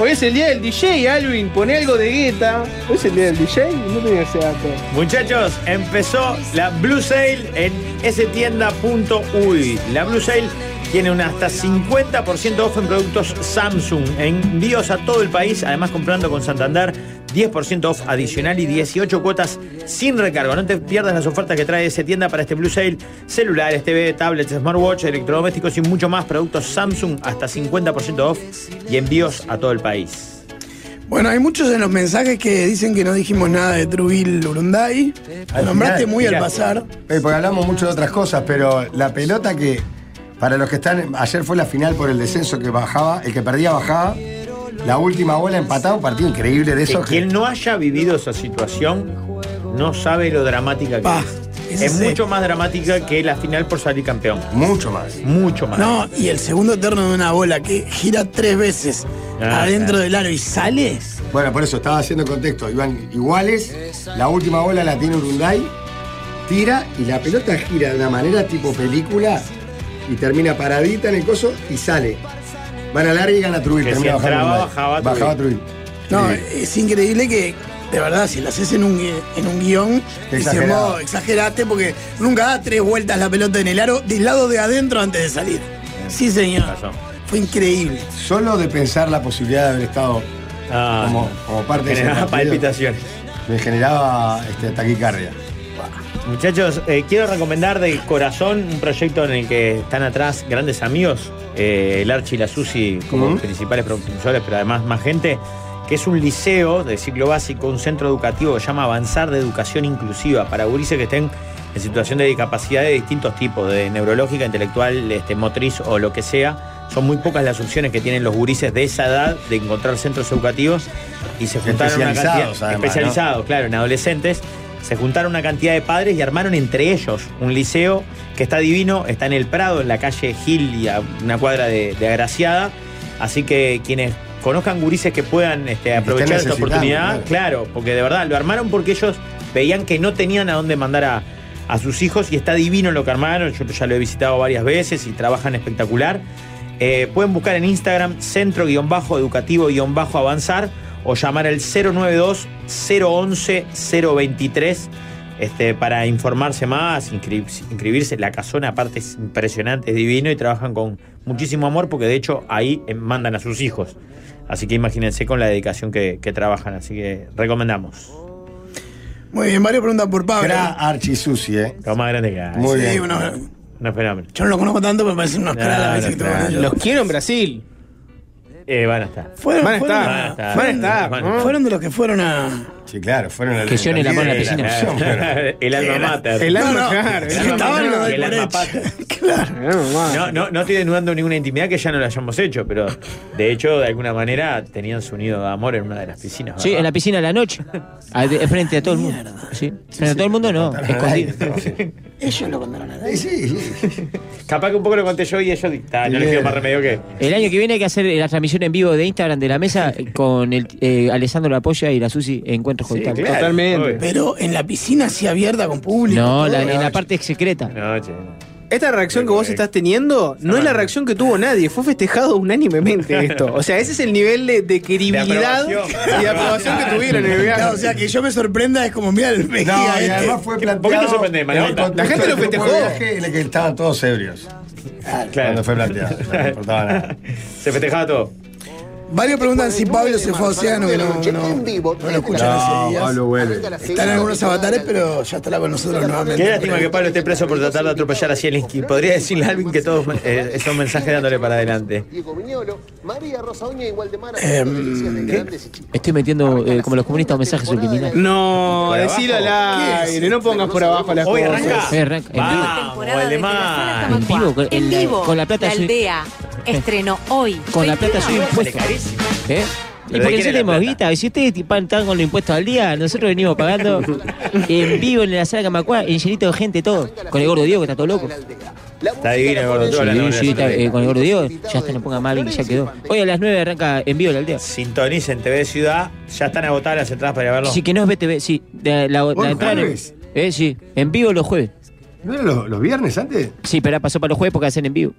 Hoy es el día del DJ, Alvin. Poné algo de gueta. Hoy es el día del DJ. No tenía ese dato. Muchachos, empezó la Blue Sale en stienda.uy. La Blue Sale tiene un hasta 50% off en productos Samsung. Envíos a todo el país, además comprando con Santander. 10% off adicional y 18 cuotas sin recargo. No te pierdas las ofertas que trae esa tienda para este Blue Sale. Celulares, TV, tablets, smartwatch, electrodomésticos y mucho más. Productos Samsung hasta 50% off y envíos a todo el país. Bueno, hay muchos en los mensajes que dicen que no dijimos nada de Trubil Urunday. Lo nombraste muy al pasar. Eh, porque hablamos mucho de otras cosas, pero la pelota que. Para los que están. Ayer fue la final por el descenso que bajaba. El que perdía bajaba. La última bola empatada, un partido increíble de esos. Que quien no haya vivido esa situación no sabe lo dramática que es. ese Es es el- mucho más dramática que la final por salir campeón. Mucho más. Mucho más. No, y el segundo eterno de una bola que eh, gira tres veces Ah, adentro claro. del aro y sale. Bueno, por eso estaba haciendo contexto. Iban iguales. La última bola la tiene Urunday. Tira y la pelota gira de una manera tipo película. Y termina paradita en el coso y sale. Van a larga y gana Trubil. Que si termina bajando entraba, Urunday. bajaba Bajaba Trubil. Trubil. Eh, No, es increíble que, de verdad, si lo haces en un, gui- en un guión, dices, Exagerado. "Vos, exageraste porque nunca da tres vueltas la pelota en el aro del lado de adentro antes de salir. Sí, señor. Fue increíble. Solo de pensar la posibilidad de haber estado como, como parte de ese Ah. Generaba partido, palpitaciones. me generaba este, taquicardia. Muchachos, eh, quiero recomendar de corazón un proyecto en el que están atrás grandes amigos, eh, el Archi y la Susi como Ujú. principales propulsores, pero además más gente, que es un liceo de ciclo básico, un centro educativo que se llama Avanzar de Educación Inclusiva para gurises que estén en situación de discapacidad de distintos tipos, de neurológica, intelectual, este, motriz o lo que sea. Son muy pocas las opciones que tienen los gurises de esa edad de encontrar centros educativos y se juntaron una cantidad- Especializados, además, ¿no? especializados, claro, en adolescentes. Se juntaron una cantidad de padres y armaron entre ellos un liceo que está divino, está en el Prado, en la calle Gil y a una cuadra de, de Agraciada. Así que quienes conozcan gurises que puedan este, aprovechar esta necesitando, oportunidad, claro. claro, porque de verdad lo armaron porque ellos veían que no tenían a dónde mandar a, a sus hijos y está divino lo que armaron. Yo ya lo he visitado varias veces y trabajan espectacular. Eh, pueden buscar en Instagram centro-educativo-avanzar o llamar al 092-011-023 este, para informarse más, inscri- inscribirse. La casona aparte es impresionante, es divino y trabajan con muchísimo amor porque de hecho ahí eh, mandan a sus hijos. Así que imagínense con la dedicación que, que trabajan. Así que recomendamos. Muy bien, varios preguntas por Pablo. Cra- Archie Susi, ¿eh? Lo más grande que hay. Muy Sí, bien. una- Un fenómeno. Yo no lo conozco tanto, pero me parecen unos No, caras a veces no, que tocan no. ellos. Los quiero en Brasil. Eh, van a estar. Fueron, Van a fueron estar, a- van a fueron- estar, fueron- ¿no? Fueron de los que fueron a. Sí, claro, fueron al- Que yo en el amor a la piscina. Claro, claro. El alma mater. el alma No, no. mater, El el alma alma mater, mater. el alma pater. No, no, no estoy desnudando ninguna intimidad que ya no la hayamos hecho, pero de hecho, de alguna manera, tenían su nido de amor en una de las piscinas. Sí, en la piscina a la noche. A- de- frente a todo el mundo. Sí. Frente a todo el mundo no. Escondido. Ellos lo contaron a Capaz que un poco lo conté yo y ellos dictaron. No les quedó más remedio que. El año que viene hay que hacer la transmisión en vivo de Instagram de la mesa eh, con el, eh, Alessandro La Polla y la Susi Encuentros con Tal. Pero en la piscina así abierta con público. todo. No, la- en la parte secreta. Esta reacción que vos estás teniendo no es la reacción que tuvo nadie, fue festejado unánimemente esto. O sea, ese es el nivel de, de queribilidad De aprobación. y de aprobación que tuvieron en el viaje. Claro, o sea, que yo me sorprenda es como, mira el Mejía No, y este. además fue planteado. en el contexto del grupo de viaje En el que estaban todos ebrios. Cuando fue planteado. No importaba nada. Se festejaba todo. Varios preguntan si Pablo se fue a Océano, que no, no, no lo escuchan hace días. Están algunos avatares, pero ya estará con nosotros nuevamente. Qué lástima que Pablo esté preso por tratar de atropellar a Zielinski. Podría decirle a Alvin que todos eh, es un mensaje dándole para adelante. Diego Viñolo, María Rosa Uña y Waldemar. Em, Estoy metiendo eh, como los comunistas mensajes subliminales. No, decilo al aire, no pongas por abajo las Hoy cosas. arranca. Hoy arranca, en Vamos, vivo. temporada En vivo, con, En en la- vivo, con la plata soy- aldea estrenó hoy. Con la plata soy 21 impuesto. ¿Eh? Y ¿de porque quién es nosotros la tenemos plata? guita, y si ustedes tipan- están con los impuestos al día, nosotros venimos pagando en vivo en la sala Camacuá, en llenito de gente, todo. Con el gordo Diego, que está todo loco. Está divino el gordo. todo hablando Sí, con sí, el está, eh, con el gordo Diego, ya está, no ponga mal y ya quedó. Hoy a las 9 arranca en vivo la aldea. Sintonicen TV Ciudad. Ya están agotadas las entradas para ir a verlo. Sí, que no es BTV, sí. de- la, la ¿Hoy entrada- jueves? Eh, sí, en vivo los jueves. ¿No eran los, los viernes antes? Sí, pero ahora pasó para los jueves porque hacen en vivo.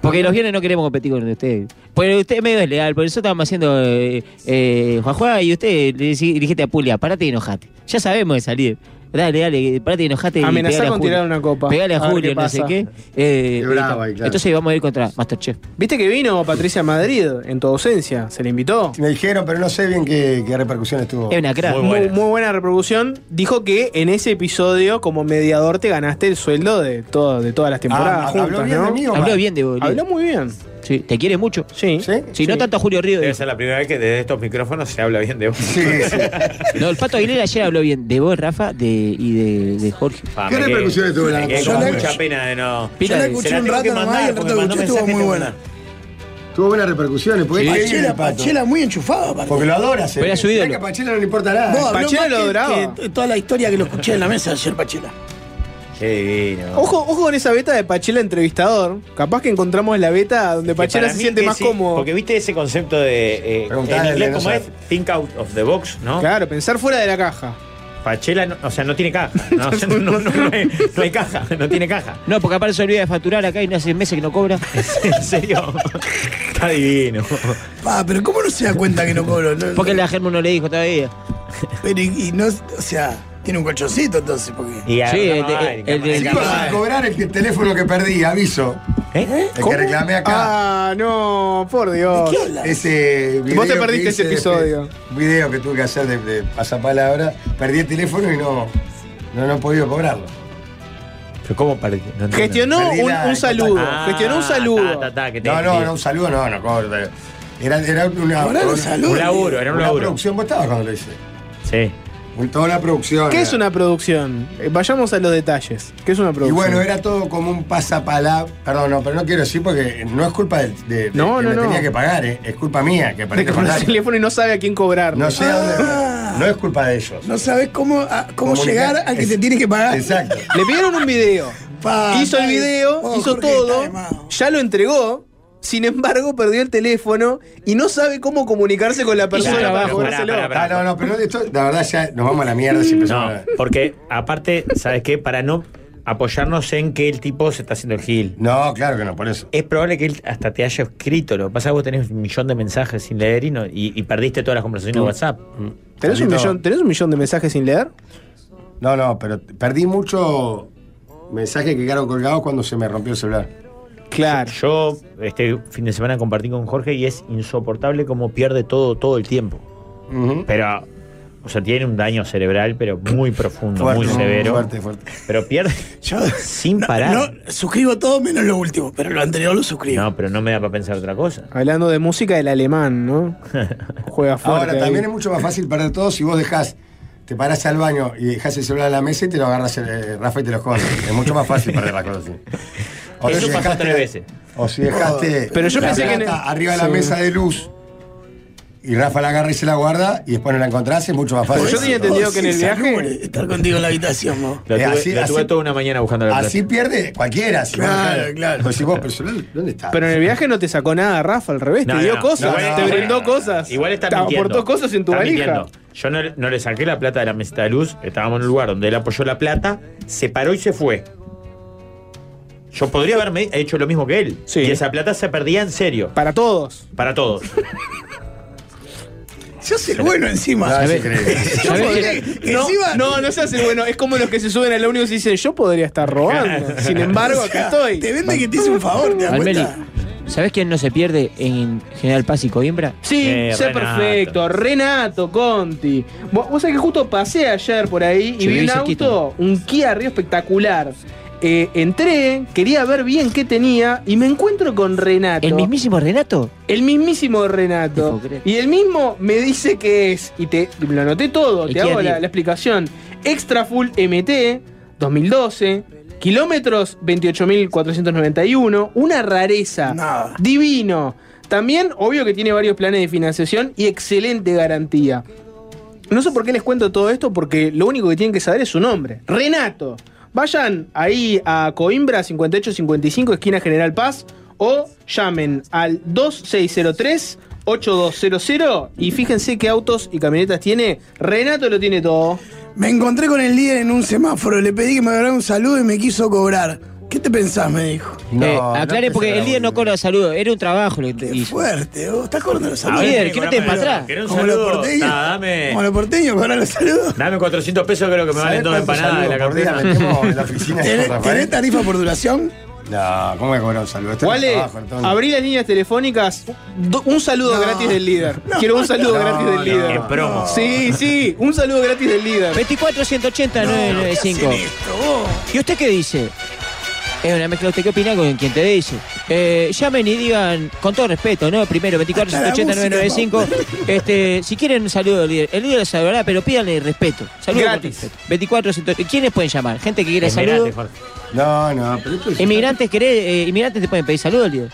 Porque los viernes no queremos competir con ustedes. Porque Pues usted es medio desleal, por eso estamos haciendo eh, eh, Juanjuá y usted le decí- le dijiste a Pulia, parate y enojate. Ya sabemos de salir. Dale, dale, parate y enojate. y Amenazá pegale a con Julio. tirar una copa. Pegale a, A ver Julio, qué no sé pasa. qué. Eh, Qué bravo y- ahí, claro. Entonces vamos a ir contra Masterchef. Viste que vino Patricia Madrid en tu ausencia, se le invitó. Me dijeron, pero no sé bien qué, qué repercusiones tuvo. Muy, buena. muy buena reproducción. Dijo que en ese episodio, como mediador, te ganaste el sueldo de, todo, de todas las temporadas. Ah, habló juntas, bien ¿no? de mí, o Habló mal? bien de vos, Habló Leo. muy bien. Sí, ¿Te quiere mucho? Sí. Sí, no tanto a Julio Río. Debe ser la primera vez que desde estos micrófonos se habla bien de vos. No, el Pato Aguilera ayer habló bien de vos, Rafa, de, y de, de Jorge. Ah, me quedé- me quedé Yo con la- mucha pena de no. Yo la Se escuché la un tengo rato que nomás mandar y el porque rato mandó que escuché estuvo mensaje muy tengo buena. que Tuvo buenas repercusiones. Porque Pachela, Sí, el pato. Pachela muy enchufado, aparte. Porque lo adoras. eh. Mirá que a Pachela no le importa nada. Vos, habló más que- que Toda la historia que lo escuché en la mesa ayer, Pachela. mandar. Qué divino. Ojo, ojo con esa beta de Pachela entrevistador. Capaz que encontramos la beta donde Que Pachela para se mí siente que más sí, cómodo. Porque viste ese concepto de. eh, en Preguntale, inglés, no ¿cómo sabe. es? Think out of the box, ¿no? Claro, pensar fuera de la caja. Pachela, no- o sea, no tiene caja. No, no, no, no, no hay- no hay caja, no tiene caja. No, porque aparte se olvida de facturar acá y no hace meses que no cobra. ¿En serio? Está divino. Pa, pero ¿cómo no se da cuenta que no cobro? No, Porque la Germo no le dijo todavía. Pero y, y no, o sea, tiene un colchoncito entonces, porque. Y a- Sí, el de- Ay, el de- Encima sin cobrar el que- teléfono que perdí, aviso. ¿Eh? El que reclamé acá. Ah, no, por Dios. Ese video Vos te que perdiste ese hice episodio. después, un video que tuve que hacer de, de pasapalabra. Perdí el teléfono y no. No, no he podido cobrarlo. ¿Pero cómo perdí? No entiendo. Gestionó Perdí un, la- un saludo. Ah, gestionó un saludo. ta, ta, ta, que te- No, no, no, un saludo no, no cobro. Era, era una, Cobrar un saludo. Un laburo, era un una laburo. producción, vos estabas cuando lo hice. Sí. Toda una producción. ¿Qué era. es una producción? Eh, Vayamos a los detalles. ¿Qué es una Y producción? bueno, era todo como un pasapalabra. Perdón, no, pero no quiero decir porque no es culpa de, de- de No, que no, me no. tenía que pagar, eh. es culpa mía que perdí de el que pone el contacto. teléfono y no sabe a quién cobrar. Ah. No sé a dónde. No es culpa de ellos. No sabes cómo, a- cómo Comunicar- llegar al que es- te tiene que pagar. Exacto. Le pidieron un video. Pa, hizo el está bien. video, Oh, hizo Jorge, está de más. todo, ya lo entregó. Sin embargo, perdió el teléfono y no sabe cómo comunicarse con la persona Claro, para pero cobrárselo. pará, pará, Ah, no, no, pero esto, la verdad ya nos vamos a la mierda si empezamos No, a- porque aparte, ¿sabes qué? Para no apoyarnos en que el tipo se está haciendo el gil. No, claro que no, por eso. Es probable que él hasta te haya escrito. Lo que pasa es que vos tenés un millón de mensajes sin leer y, no- y, y perdiste todas las conversaciones Mm. de WhatsApp. ¿Tenés, un Carlito. millón, ¿Tenés un millón de mensajes sin leer? No, no, pero perdí mucho mensaje que quedaron colgados cuando se me rompió el celular. Claro. Yo este fin de semana compartí con Jorge y es insoportable como pierde todo todo el tiempo. Pero, o sea, tiene un daño cerebral, pero muy profundo, Fuerte, muy severo. Fuerte, fuerte. Pero pierde sin parar. No, suscribo todo menos lo último, pero lo anterior lo suscribo. No, pero no me da para pensar otra cosa. Hablando de música, el alemán, ¿no? Juega fuerte. Ahora, también es ahí. mucho más fácil perder todo si vos dejás, te parás al baño y dejás el celular en la mesa y te lo agarras, eh, Rafa, y te lo escondes. Es mucho más fácil perder las cosas así. O si Eso pasó dejaste- tres veces. O si dejaste Pero yo la pensé que en- plata arriba de la sí. mesa de luz y Rafa la agarra y se la guarda y después no la encontrás, es mucho más fácil. Oh, Porque yo tenía entendido que en el viaje. Salubre, estar contigo en la habitación, ¿no? Lo Eh, tuve, así- lo tuve así- toda una mañana buscando la plata. Así pierde cualquiera. Si Claro, vos dejás- claro. Pues si vos, pero el celular, ¿dónde está? Pero en el viaje no te sacó nada, Rafa, al revés, No, te no, Este dio no. cosas, Igual- te igual- brindó cosas. Igual está te mintiendo. aportó cosas en tu Está valija. mintiendo. Yo no, no le saqué la plata de la mesita de luz. Estábamos en un lugar donde él apoyó la plata, se paró y se fue. Yo podría haberme hecho lo mismo que él. Sí. Y esa plata se perdía en serio. Para todos. Para todos. Se hace el bueno encima. No, es increíble. Yo podría- que No, encima- no, no se hace bueno. Es como los que se suben al ómnibus y dicen, yo podría estar robando. Sin embargo, o sea, acá estoy. Te vende que te hice un favor, ¿te das Almeli, cuenta? ¿sabés quién no se pierde en General Paz y Coimbra? Sí, Eh, sé Renato. perfecto. Renato Conti. Vos, vos sabés que justo pasé ayer por ahí y Sí, vi un cerquita. auto, un Kia Río espectacular. Eh, entré, quería ver bien qué tenía y me encuentro con Renato. ¿El mismísimo Renato? El mismísimo No Renato. puedo creer. Y el mismo me dice que es, y te lo anoté todo, El te Kia hago la, Rio. la explicación. Extra Full MT 2012, kilómetros 28.491, una rareza. Nada. Divino. También, obvio que tiene varios planes de financiación y excelente garantía. No sé por qué les cuento todo esto, porque lo único que tienen que saber es su nombre. Renato. Vayan ahí a Coimbra 5855, esquina General Paz, o llamen al 2603. 8200 y fíjense qué autos y camionetas tiene. Renato lo tiene todo. Me encontré con el líder en un semáforo, le pedí que me agarrara un saludo y me quiso cobrar. ¿Qué te pensás? me dijo. No, Eh, no aclare pensé que porque era el día no boludo. cobra saludos, era un trabajo lo que Qué hizo. fuerte, vos estás cobrando los A saludos. ver, que no te empatrás. ¿Querés un Como los saludo? porteños. Ta, dame, Como los porteños, cobrar los saludos. Eh. dame 400 pesos, creo que me ¿Sabés valen dos cuántos empanadas de la saludos por día cartera. metemos en la oficina de ¿Tenés, Rafael? tenés tarifa por duración? No, ¿cómo me cobrar un saludo? Esto es Wale, trabajo, entonces. abrí las líneas telefónicas. Do- un saludo No. gratis del líder. Quiero un saludo No, gratis del no, líder. En promo. Sí, sí, un saludo gratis del líder. 24 180 995. ¿Y usted qué dice? Es una mezcla, ¿usted qué opina con quien te dice? Eh, llamen y digan, con todo respeto, ¿no? Primero, 24 Hasta la 180 995. Este, si quieren un saludo del líder, el líder les saludará, pero pídanle respeto. Saludos Gratis. 24 180. ¿Quiénes pueden llamar? Gente que quiere Esmerate, saludos. Jorge. No, no, pero esto es. Inmigrantes, querés, eh, inmigrantes te pueden pedir saludos del líder.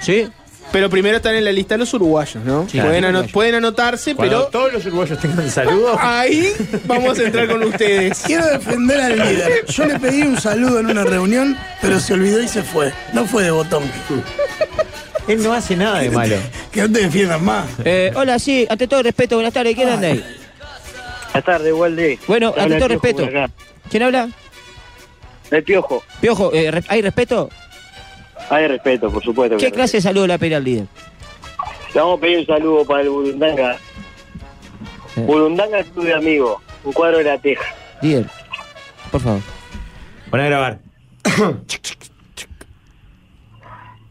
¿Sí? Pero primero están en la lista los uruguayos, ¿no? Sí, pueden, claro. ano- pueden anotarse, Cuando pero todos los uruguayos tengan saludos. ahí vamos a entrar con ustedes. Quiero defender al líder. Yo le pedí un saludo en una reunión, pero se olvidó y se fue. No fue de botón. Él no hace nada de malo. Que no te defiendan más. Eh, hola, sí, ante todo respeto, buenas tardes, ¿quién anda ahí? Buenas tardes, Walde. Bueno, Habla ante todo Piojo respeto. por acá. ¿Quién habla? El piojo. Piojo, eh, re- ¿hay respeto? Hay respeto, por supuesto. que ¿Qué hay clase de saludo le va a pedir al líder? respeto. Le vamos a pedir un saludo para el Burundanga. Eh. Burundanga Club de Amigos. Un cuadro de la Teja. Líder, por favor. Van a grabar.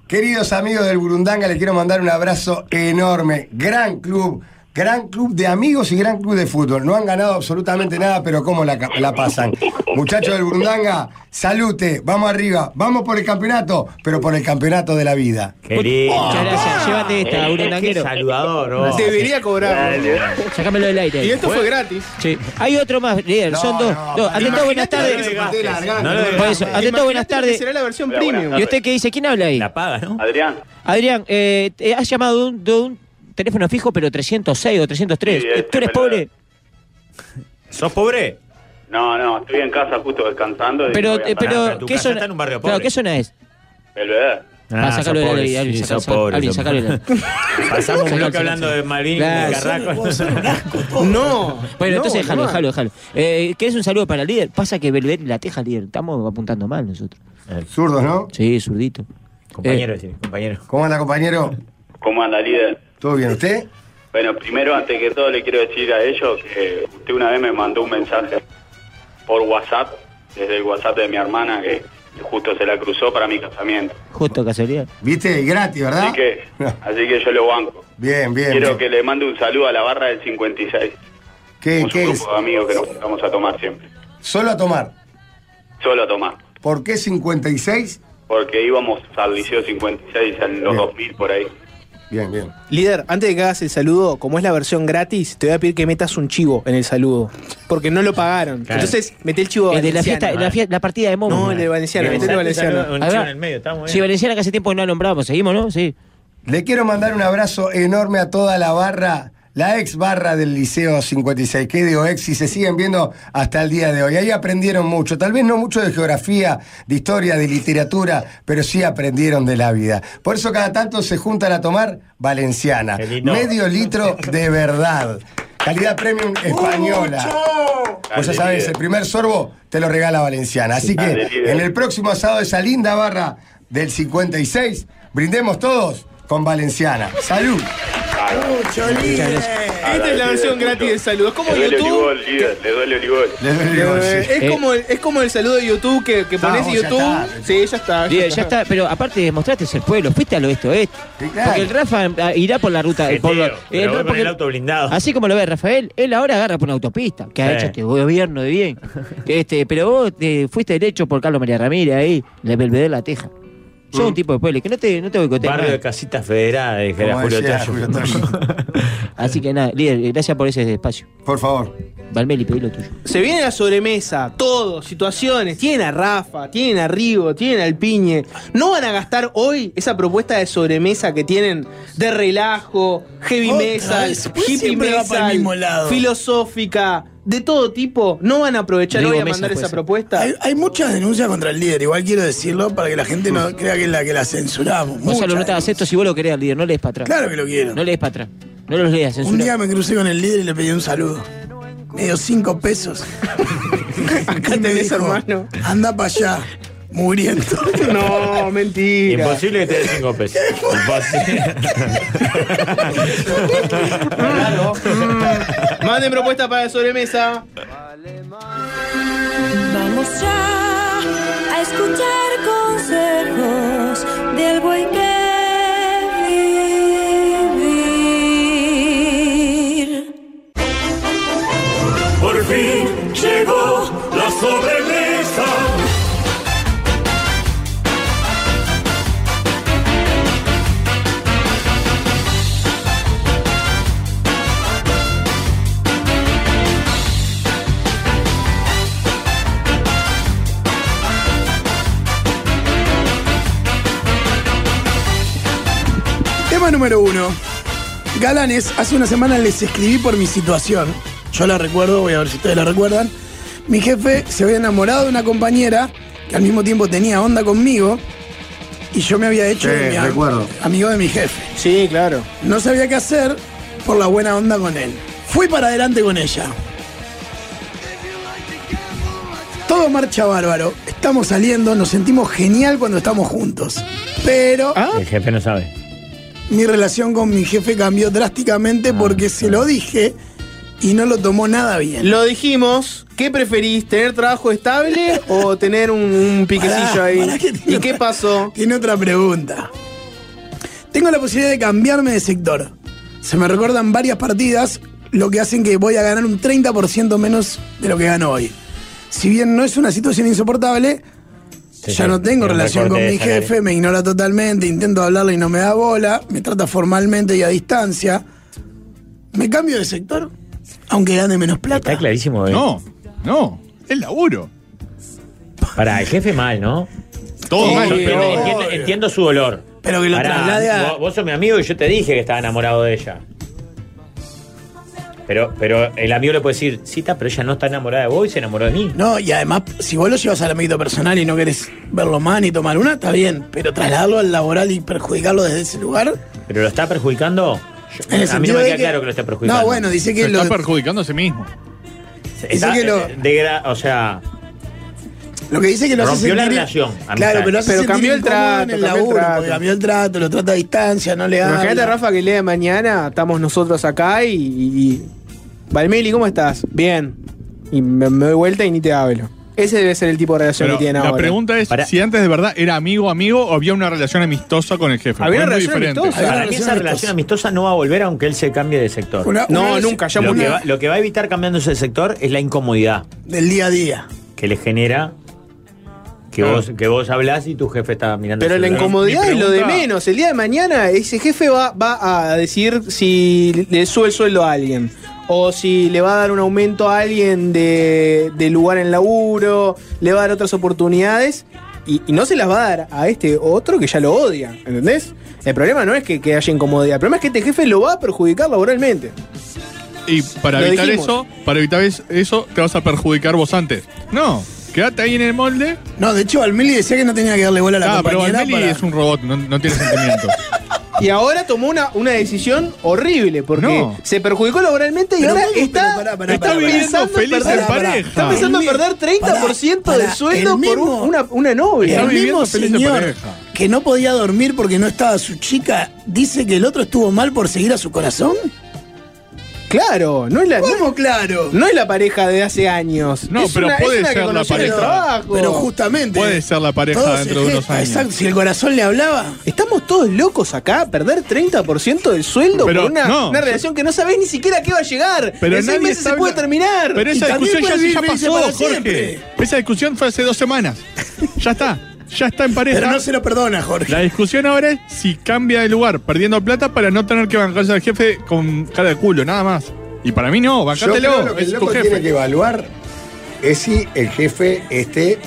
Queridos amigos del Burundanga, les quiero mandar un abrazo enorme. Gran club, Gran club de amigos y gran club de fútbol. No han ganado absolutamente nada, pero cómo la, ca- la pasan. Muchachos del Burundanga, salute, vamos arriba, vamos por el campeonato, pero por el campeonato de la vida. Qué lindo. Muchas gracias. Llévate Eh, esta, Burundanga. saludador, vos. Debería cobrar. Sácamelo del aire. Y esto fue gratis. Sí. Hay otro más, líder. Son dos. dos. Ante todo, buenas tardes. No lo Por eso, ante todo, buenas tardes. Será la versión Hola, premium. ¿Y usted qué dice? ¿Quién habla ahí? La paga, ¿no? Adrián. Adrián, eh, te- has llamado de un, de un teléfono fijo, pero 306 o 303. Sí, este ¿Tú eres me lo- pobre? ¿Sos pobre? No, no, estoy en casa justo descansando. y Pero, voy a eh, parar. pero ¿qué zona? Claro, ¿qué zona es? Belvedere. Ah, sacalo del aire, Alvin, sacalo, sacalo, Alvin, sacalo del aire. Pasamos un Sacalo, bloque sacalo, hablando sacalo. de Malvin y de Claro. Carrasco. No. Bueno, No, entonces déjalo, no. déjalo, déjalo. Eh, ¿Querés un saludo para el líder? Pasa que Belvedere la teja, líder. Estamos apuntando mal nosotros. Eh, Zurdos, ¿no? Sí, zurdito. Eh, Compañero, sí, compañero. ¿Cómo anda, compañero? ¿Cómo anda, líder? ¿Todo bien? ¿Usted? Bueno, primero, antes que todo, le quiero decir a ellos que usted una vez me mandó un mensaje por WhatsApp, desde el WhatsApp de mi hermana, que justo se la cruzó para mi casamiento. Justo casualidad. ¿Viste? Gratis, Ah. ¿verdad? Así que, así que yo lo banco. Bien, bien. quiero bien. que le mande un saludo a la barra del 56, ¿Qué, un qué grupo es? de amigos que nos juntamos a tomar siempre. Solo a tomar. Solo a tomar, ¿Por qué 56? porque íbamos al Liceo 56 en los 2000 por ahí. Bien, bien. Líder, antes de que hagas el saludo, como es la versión gratis, te voy a pedir que metas un chivo en el saludo. Porque no lo pagaron. Claro. Entonces, mete el chivo El de la, valenciano. fiesta, la, fiesta- la partida de Momo. No, el de Valenciano, metele el Valenciano. Un Ahí chivo va. en el medio, estamos bien. Sí, Valenciana que hace tiempo que no la nombramos. Seguimos, ¿no? Sí. Le quiero mandar un abrazo enorme a toda la barra, la ex barra del Liceo 56, que digo ex y se siguen viendo hasta el día de hoy. Ahí aprendieron mucho, tal vez no mucho de geografía, de historia, de literatura, pero sí aprendieron de la vida. Por eso cada tanto se juntan a tomar valenciana. lindo. Medio litro de verdad. Calidad premium española. Vos ya Dale, sabés, líder. el primer sorbo te lo regala Valenciana. Así Dale, que líder. en el próximo asado de esa linda barra del 56, brindemos todos con Valenciana. Salud. Mucho líder. Esta es la versión gratis del saludo. Es como Le duele YouTube. Olivol, líder, le duele Olivol. Le duele Eh, Olivol, sí. es, como el, es como el saludo de YouTube que, que Está, pones vos en ya YouTube. está. sí, ya está. Bien, ya está. Pero aparte, mostraste el pueblo. Fuiste al oeste oeste. claro. Porque el Rafa ah, irá por la ruta. Qué por la- tío, el pero voy Rafa- con el auto blindado. Así como lo ve Rafael, él ahora agarra por una autopista que ha Sí. hecho este gobierno de bien. Este, pero vos te fuiste derecho por Carlos María Ramírez ahí, la Belvedere La Teja. Sos un tipo de pueblo que no te, no te boicotea Barrio de nada. Casitas Federal, de Como Julio decía Tallo. Julio Tallo. Así que nada, líder, eh, gracias por ese espacio. Por favor. Valmeli, pedí lo tuyo. Se viene la sobremesa, todo, situaciones. Tienen a Rafa, tienen a Rigo, tienen al Piñe. ¿No van a gastar hoy esa propuesta de sobremesa que tienen de relajo, heavy Otra metal, vez, ¿por qué hippie siempre va para el mismo metal, lado? filosófica, de todo tipo? ¿No van a aprovechar Rigo hoy a Mesa mandar fue esa ese. propuesta? Hay, hay muchas denuncias contra el líder, igual quiero decirlo para que la gente no crea que es la que la censuramos. Gonzalo, no Muchas te hagas esto si vos lo querés al líder, no lees para atrás. Claro que lo quiero. No lees para atrás. No los leas, Un día censura. me crucé con el líder y le pedí un saludo. Me dio cinco pesos. Acá Y me tenés, dijo, hermano. Anda para allá, muriendo. No, mentira. Imposible que te dé cinco pesos. Imposible. Manden propuesta para la sobremesa. Vamos ya a escuchar consejos del buen que vivir. Por fin llegó la sobremesa. Tema número uno. Galanes, hace una semana les escribí por mi situación. Yo la recuerdo, voy a ver si ustedes la recuerdan. Mi jefe se había enamorado de una compañera que al mismo tiempo tenía onda conmigo y yo me había hecho Sí, de mi am- recuerdo. amigo de mi jefe. Sí, claro. No sabía qué hacer por la buena onda con él. Fui para adelante con ella. Todo marcha bárbaro. Estamos saliendo, nos sentimos genial cuando estamos juntos. Pero Ah, El jefe no sabe. mi relación con mi jefe cambió drásticamente Ah, porque se lo dije y no lo tomó nada bien. Lo dijimos. ¿Qué preferís? ¿Tener trabajo estable o tener un, un piquecillo Pará, ahí? pará que tiene ¿Y qué otra- pasó? Tiene otra pregunta. Tengo la posibilidad de cambiarme de sector. se me recuerdan varias partidas, lo que hacen que voy a ganar un 30% menos de lo que gano hoy. Si bien no es una situación insoportable, Sí, ya sí, no tengo tiene un relación con recorte de mi salario. jefe, me ignora totalmente, intento hablarle y no me da bola, me trata formalmente y a distancia. Me cambio de sector, aunque gane menos plata. Está clarísimo, ¿eh? No, no. El laburo. Para el jefe mal, ¿no? Todo Sí, mal, pero pero- entiendo, entiendo su dolor. Pero que lo traslade a- Vos, vos sos mi amigo y yo te dije que estaba enamorado de ella. Pero, pero el amigo le puede decir, cita, pero ella no está enamorada de vos y se enamoró de mí. No, y además, si vos lo llevas al ámbito personal y no querés verlo más ni tomar una, está bien, pero trasladarlo al laboral y perjudicarlo desde ese lugar. ¿Pero lo está perjudicando? Yo- En el a mí sentido no me de queda que- claro que lo está perjudicando. No, bueno, dice que Se lo- está perjudicando a sí mismo. Está- dice que lo- eh, degra- o sea, Lo que dice que lo hace Rompió la sentir- relación, amistad. Claro, pero lo hace Pero sentir cambió el incómodo en trato, el cambió el laburo, trato. porque cambió el trato, lo trata a distancia, no le habla. Imagínate, Rafa, que el día de mañana estamos nosotros acá y. y, y, Valmeli, ¿cómo estás? Bien. Y me, me doy vuelta y ni te hablo. Ese debe ser el tipo de relación Pero que tienen la ahora. pregunta es Para- si antes de verdad era amigo amigo o había una relación amistosa con el jefe. Había Porque una es muy relación amistosa. Para mí esa relación amistosa no va a volver aunque él se cambie de sector. Una- No, una vez- nunca, ya lo murió. Que va, lo que va a evitar cambiándose de sector es la incomodidad Del día a día. que le genera que Claro. vos que vos hablás y tu jefe está mirando. Ah. Pero el la celular. incomodidad Mi es lo de pregunta- menos. El día de mañana ese jefe va, va a decir si le sube el sueldo a alguien. O si le va a dar un aumento a alguien de, de lugar en laburo, le va a dar otras oportunidades. Y, y no se las va a dar a este otro que ya lo odia, ¿entendés? El problema no es que, que haya incomodidad, el problema es que este jefe lo va a perjudicar laboralmente. Y para Lo evitar dijimos. eso, para evitar es- eso, te vas a perjudicar vos antes. No, quédate ahí en el molde. No, de hecho, Almeli decía que no tenía que darle bola a la Ah, pero compañera Valmeli para- es un robot, no, no tiene sentimientos. Y ahora tomó una, una decisión horrible, porque No. se perjudicó laboralmente y Pero ahora ¿cómo? Pero está, pará, pará, está pará, pará. pensando Pará, en perder- pará, pará. está pensando en perder 30% Pará, del pará, sueldo el por un- mismo- una, una novia. El mismo señor que no podía dormir porque no estaba su chica, dice que el otro estuvo mal por seguir a su corazón. Claro, no es la. ¿Cómo claro? No es la pareja de hace años. No, Es pero una- es puede una que ser la conoció en el pareja. trabajo. Pero justamente. Puede ser la pareja Todo dentro se de unos gesta, años. exacto. Si el corazón le hablaba. Estamos todos locos acá, perder 30% del sueldo Pero por una, no. una relación que no sabés ni siquiera a qué va a llegar. Pero en seis nadie meses se sabe- puede terminar. Pero esa discusión ya, ya pasó, Jorge. Esa discusión fue hace dos semanas. ya está. Ya está en pareja. Pero no se lo perdona, Jorge. La discusión ahora es si cambia de lugar perdiendo plata para no tener que bancarse al jefe con cara de culo, nada más. Y para mí no, Yo creo bancátelo, lo que el es tu loco jefe. tiene que evaluar es si el jefe este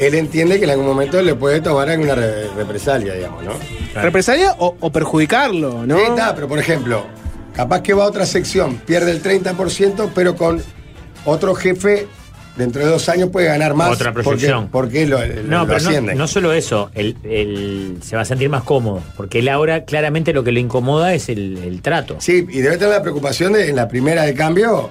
él entiende que en algún momento le puede tomar alguna re- represalia, digamos, ¿no? ¿Represalia o, o perjudicarlo, no? Sí, está, pero por ejemplo, capaz que va a otra sección, pierde el 30%, pero con otro jefe dentro de dos años puede ganar más. Otra proyección. Porque, porque lo, lo- No, lo pero no, ascienden. no solo eso, él, él se va a sentir más cómodo, porque él ahora claramente lo que le incomoda es el, el trato. Sí, y debe tener la preocupación de en la primera de cambio.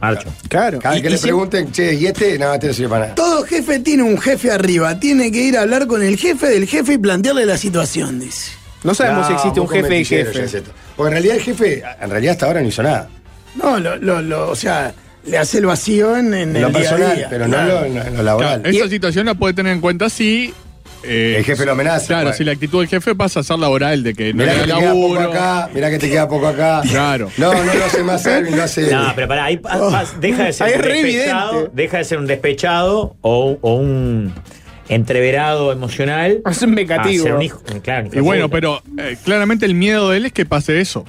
Marcho. Claro. Cada vez Y- que y le si- pregunten, che, ¿y este? Nada, este no sirve para nada. Todo jefe tiene un jefe arriba. Tiene que ir a hablar con el jefe del jefe y plantearle la situación, dice. No sabemos si existe un poco jefe y mentillero jefe. ya es esto. Porque en realidad el jefe, en realidad hasta ahora no hizo nada. No, lo, lo- lo- o sea, le hace el vacío en, en En lo el día a personal, día. pero no Claro. lo- en lo- en lo laboral. Claro, esa situación la puede tener en cuenta si. eh, El jefe lo amenaza, Claro, bueno. si la actitud del jefe pasa a ser laboral, de que no Mirá le que da te queda poco laburo. acá, mirá que te queda poco acá. Claro. No, no lo hace más Erwin, lo hace. ¿Eh? Oh. No, pero pará, ahí pa- pa- deja de Ahí ser es un re despechado, evidente. deja de ser un despechado o, un- o un entreverado emocional. Es un vengativo. a Ah, ser un hijo- eh, claro, un hijo Y de bueno, puta. pero eh, claramente el miedo de él es que pase eso.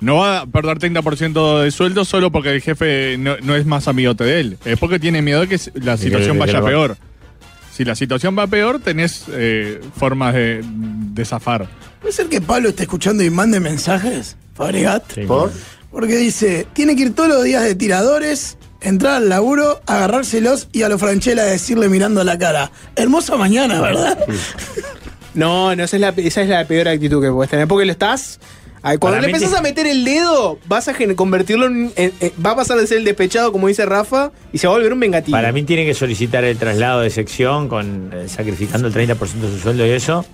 No va a perder 30% de sueldo solo porque el jefe no, no es más amigote de él. Es porque tiene miedo de que s- la situación que- vaya que lo- peor. Si la situación va peor, tenés eh, formas de, de zafar. ¿Puede ser que Pablo esté escuchando y mande mensajes? Fabregat. ¿Por? Porque dice, tiene que ir todos los días de tiradores, entrar al laburo, agarrárselos y a los Franchella decirle mirando la cara. Hermosa mañana, ¿verdad? No, no, esa es la, esa es la peor actitud que puedes tener, porque lo estás. ay, Cuando Para le mí empezás te- a meter el dedo, vas a gen- convertirlo en, en- en- Va a pasar de ser el despechado, como dice Rafa, y se va a volver un vengativo. Para mí tiene que solicitar el traslado de sección con eh, sacrificando el 30% de su sueldo y eso.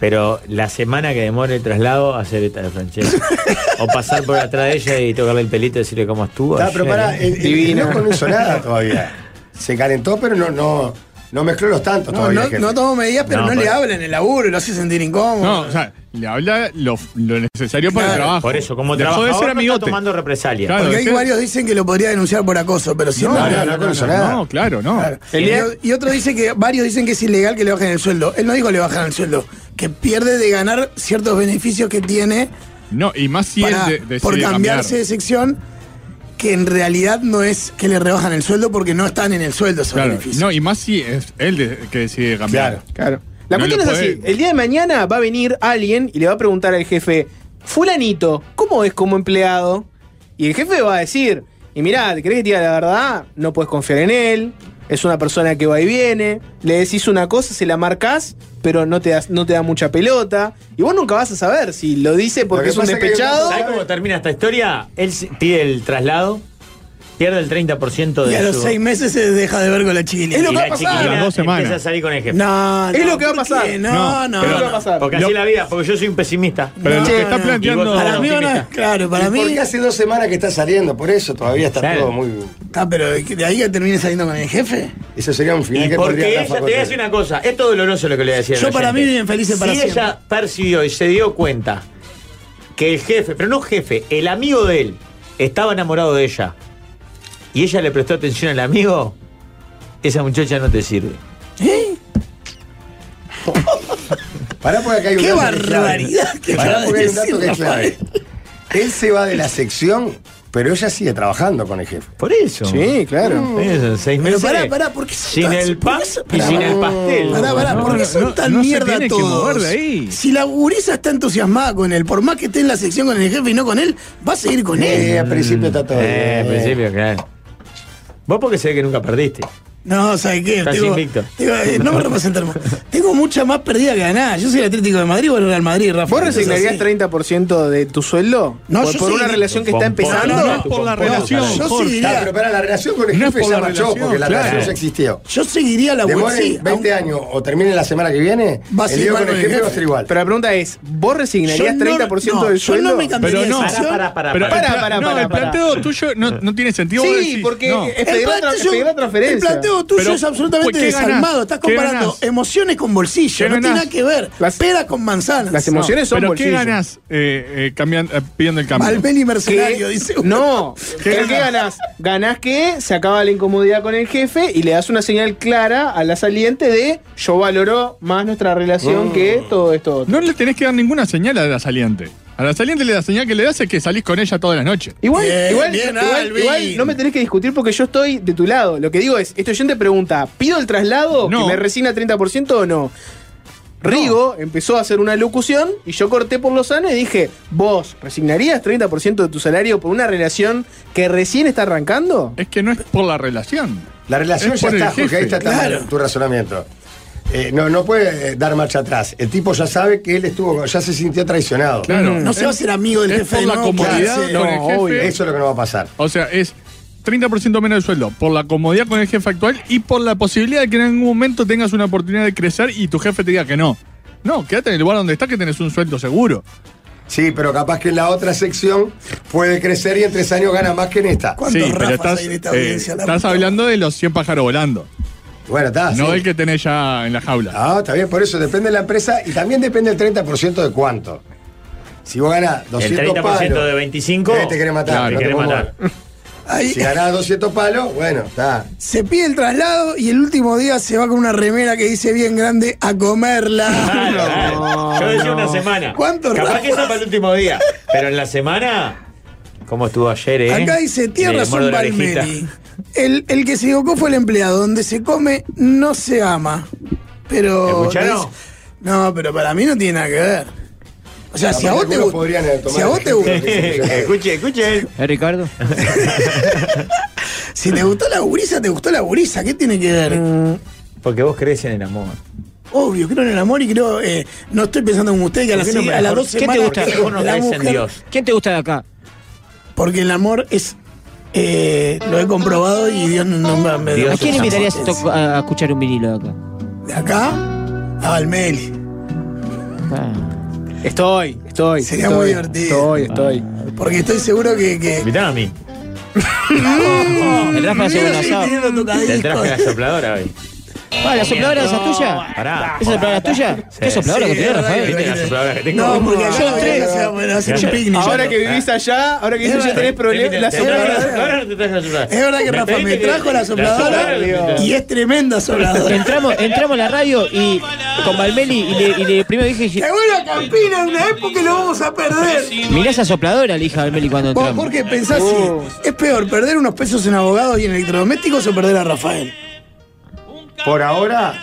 Pero la semana que demore el traslado, hacer esta de Franchella. o pasar por atrás de ella y tocarle el pelito y decirle cómo estuvo. Está, pero ayer, pará, ¿eh? el, el- el loco no hizo nada todavía. Se calentó, pero no, no, no mezcló los tantos No, todavía. no, jefe. no tomo medidas, pero No, no, le por- habla en el laburo, lo hace sentir incómodo. No, o sea, le habla lo, lo necesario para el Claro. trabajo. Por eso, como Dejó trabajador de ser no amigote. está tomando represalia. Claro, Porque hay dejé- varios dicen que lo podría denunciar por acoso, pero si No, no, no, no, no, no, claro, no. El día- Y, otro dice que varios dicen que es ilegal que le bajen el sueldo. Él no dijo le bajan el sueldo, que pierde de ganar ciertos beneficios que tiene No, y más si para- él de- decide por cambiarse cambiar. de sección, que en realidad no es que le rebajan el sueldo porque no están en el sueldo esos Claro, beneficios. no, y más si es él de- que decide cambiar. Claro, La No cuestión lo es así: puede- el día de mañana va a venir alguien y le va a preguntar al jefe, Fulanito, ¿cómo es como empleado? Y el jefe va a decir: Y mirá, ¿te crees que te diga la verdad? No puedes confiar en él, es una persona que va y viene, le decís una cosa, se la marcas, pero no te, das, no te da mucha pelota. Y vos nunca vas a saber si lo dice porque es un despechado. ¿Sabes cómo termina esta historia? Él se- pide el traslado, pierde el 30% de Y a los su- seis meses se deja de ver con la chiquilina. y la chiquilina Empieza a salir con el jefe. No, no, ¿por qué? No, no, pero no. Porque así la vida, porque yo soy un pesimista. Pero lo que está Y vos sos un optimista. claro, para mí- Porque hace dos semanas que está saliendo, por eso todavía está Claro. todo muy. Ah, pero de ahí que termine saliendo con el jefe. Eso sería un final Y que porque podría ella, Rafa te voy a Cortés. decir una cosa, es todo doloroso lo que le voy a decir. al Yo para oyente. mí viven felices para Si siempre. ella percibió y se dio cuenta que el jefe, pero no jefe, el amigo de él, estaba enamorado de ella y ella le prestó atención al amigo, esa muchacha no te sirve. ¿Eh? Pará porque acá hay un ¡Qué dato que es clave. barbaridad que acaba Pará de porque hay un dato decir, que es clave. Él se va de la sección, pero ella sigue trabajando con el jefe. Por eso. Sí, claro. Por eso, seis Pero meses. pará, pará, ¿por qué son Sin tan- por el qué pan son- y pará, sin pará. el pastel. Pará, pará, ¿por qué son tan mierda todos? Si la gurisa está entusiasmada con él, por más que esté en la sección con el jefe y no con él, va a seguir con él. Eh, al principio está todo Eh, al bien. principio, claro. Vos porque sé que nunca perdiste. No, ¿sabes qué? Estás Tengo- invicto. tengo- eh, no me representan más. Tengo mucha más perdida que ganada. Yo soy el Atlético de Madrid o el Real Madrid, Rafa. ¿Vos Entonces, resignarías así. 30% de tu sueldo? No, por, yo por sí una diría- relación que Por- está por- empezando. no, no, por la relación, Yo Jorge. sí diría. Pero pará, la relación con el No es jefe por se la marchó relación, porque la claro. relación ya existió. Yo seguiría la Demoren web, sí, 20 años o termine la semana que viene, Va a el ser lío igual con el con el jefe va a jefe. ser igual. Pero la pregunta es, ¿vos resignarías Yo no- 30% no, del yo sueldo? no me cambiaría Pero no. de sección. Pará, pará, Pero pará. pará, pará, No, pará, el pará. planteo tuyo no, no tiene sentido. Sí, vos decís, porque no. es pedir la tra- pedir la El transferencia. planteo tuyo Pero, es absolutamente ¿qué ganás? desarmado. Estás ¿Qué comparando ganás? emociones con bolsillo. ¿Qué No tiene ganás? nada que ver. Pera con manzanas. No, ¿Pero qué ganas eh, eh, cambian- eh, pidiendo el cambio? Malpeli mercenario, ¿Qué? dice. No, ¿Qué ¿Pero ¿qué ganas? Ganás que se acaba la incomodidad con el jefe y le das una señal clara a la saliente de yo valoro más nuestra relación Mm. que Oh. todo esto. otro". No le tenés que dar ninguna señal a la saliente. A la saliente la señal que le das es que salís con ella todas las noches. Igual, igual, igual, igual no me tenés que discutir porque yo estoy de tu lado. Lo que digo es, este oyente pregunta, ¿pido el traslado que me resigna 30% o no? Rigo empezó a hacer una locución y yo corté por lo sano y dije, ¿vos resignarías 30% de tu salario por una relación que recién está arrancando? Es que no es por la relación. La relación Es ya por el está, porque jefe. ahí está tan Claro. mal tu razonamiento. Eh, no, no puede eh, dar marcha atrás. El tipo ya sabe que él estuvo, con- ya se sintió traicionado. Claro. No se va a hacer amigo del es jefe. por la ¿no? comodidad Claro, sí. con el jefe. Eso es lo que no va a pasar. O sea, es 30% menos de sueldo por la comodidad con el jefe actual y por la posibilidad de que en algún momento tengas una oportunidad de crecer y tu jefe te diga que no. No, quédate en el lugar donde estás que tenés un sueldo seguro. Sí, pero capaz que en la otra sección puede crecer y en tres años gana más que en esta. Sí, pero estás, eh, estás hablando de los 100 pájaros volando. Bueno, está. No sí. el que tenés ya en la jaula. Ah, está bien, por eso depende de la empresa y también depende el 30% de cuánto. Si vos ganás 200 el 30% palos, de 25 eh, te querés matar. Claro, no te te querés puedo matar. mover. Si ganás 200 palos, bueno, está. Se pide el traslado y el último día se va con una remera que dice bien grande a comerla. Ah, Yo decía una semana. ¿Cuánto Capaz Rafa? que esa para el último día. Pero en la semana. ¿Cómo estuvo ayer, eh? Acá dice, tiene Me razón muerdo la Balmeri. orejita. El, el que se equivocó fue el empleado. Donde se come, no se ama. Oh, Pero. ¿Escucharon? dice- No, pero para mí no tiene nada que ver. O sea, Capaz si a vos que te algunos gusta. podrían haber tomado Si a vos te ejemplo gusta. de que se pusieron. Escuche, escuche. Ricardo? si te gustó la gurisa, te gustó la gurisa. ¿Qué tiene que ver? Mm. Porque vos crees en el amor. Obvio, creo en el amor y creo. eh, no estoy pensando en usted que a ¿Por las, qué no me a las mejor? dos ¿Qué te semanas. gusta? Vos no la crees en mujer- Dios. ¿Quién te gusta de acá? Porque el amor es. eh, lo he comprobado y Dios no me- me ¿A quién invitarías a, to- a- a escuchar un vinilo de acá? De acá a Balmeli. Ah. Estoy, estoy. Sería estoy, muy divertido. Estoy, estoy. Porque estoy seguro que. que... Mirá a mí. El Rafa hace Mira, buen estoy asado. teniendo tocadiscos. Te traje la sopladora hoy. Ah, ¿la sopladora esa es tuya? Pará. ¿Esa sopladora es tuya? ¿Qué Sí. sopladora que Sí, tenés, es verdad Rafael? que- ¿Viste la sopladora que tengo? No, porque Ah, yo entré. bueno, hacer un picnic. Ahora Yo- que vivís allá, ahora que Es vivís allá verdad. tenés problemas. La Te traje la sopladora. sopladora, te traje la sopladora. Es verdad que Rafa me pediste trajo la sopladora y es tremenda sopladora. Entramos, entramos a la radio y con Balmeli y le, y le primero dije. Se vuelve a Campina en una época y lo vamos a perder. Mirá esa sopladora, le dije a Balmeli cuando Vos, entramos. Jorge, pensás si es peor perder unos pesos en abogados y en electrodomésticos o perder a Rafael. Por ahora,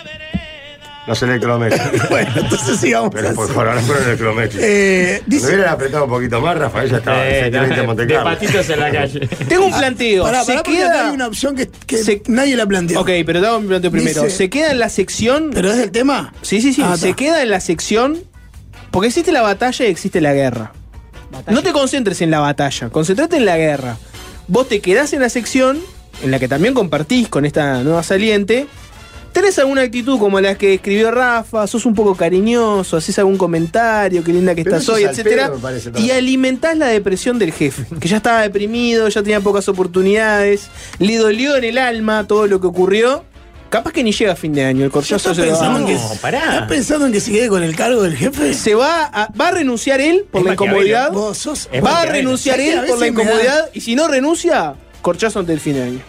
los electrodomésticos. bueno, entonces sigamos. Pero por, por ahora fueron electrodomésticos. Eh, Si me hubieran apretado un poquito más, Rafael ya estaba Eh, exactamente en de Montecarlo. patitos en la calle. Tengo un planteo. Ah, Pará, ¿Se pará, porque queda- acá hay una opción que, que nadie la planteó. Ok, pero te hago mi planteo primero. Dice- ¿Se queda en la sección. ¿Pero es del tema? Sí, sí, sí. Ah, se está. queda en la sección. Porque existe la batalla y existe la guerra. No te concentres en la batalla, concentrate en la guerra. Vos te quedás en la sección, en la que también compartís con esta nueva saliente. ¿Tenés alguna actitud como la que escribió Rafa? ¿Sos un poco cariñoso? ¿Haces algún comentario? ¿Qué linda que Pero estás eso hoy? es al Etcétera. pedo, me parece, Y también. alimentás la depresión del jefe, que ya estaba deprimido, ya tenía pocas oportunidades, le dolió en el alma todo lo que ocurrió. Capaz que ni llega a fin de año, el corchazo ¿Estás se lo pensando, da. en que, ¿Estás pensando en que se quede con el cargo del jefe? Se va a, va a renunciar él por Es la Maquiavelo. incomodidad. Vos sos- es va a Maquiavelo. renunciar ¿Sabés que ¿eh? él a por la veces me da- incomodidad. Y si no renuncia, corchazo ante el fin de año.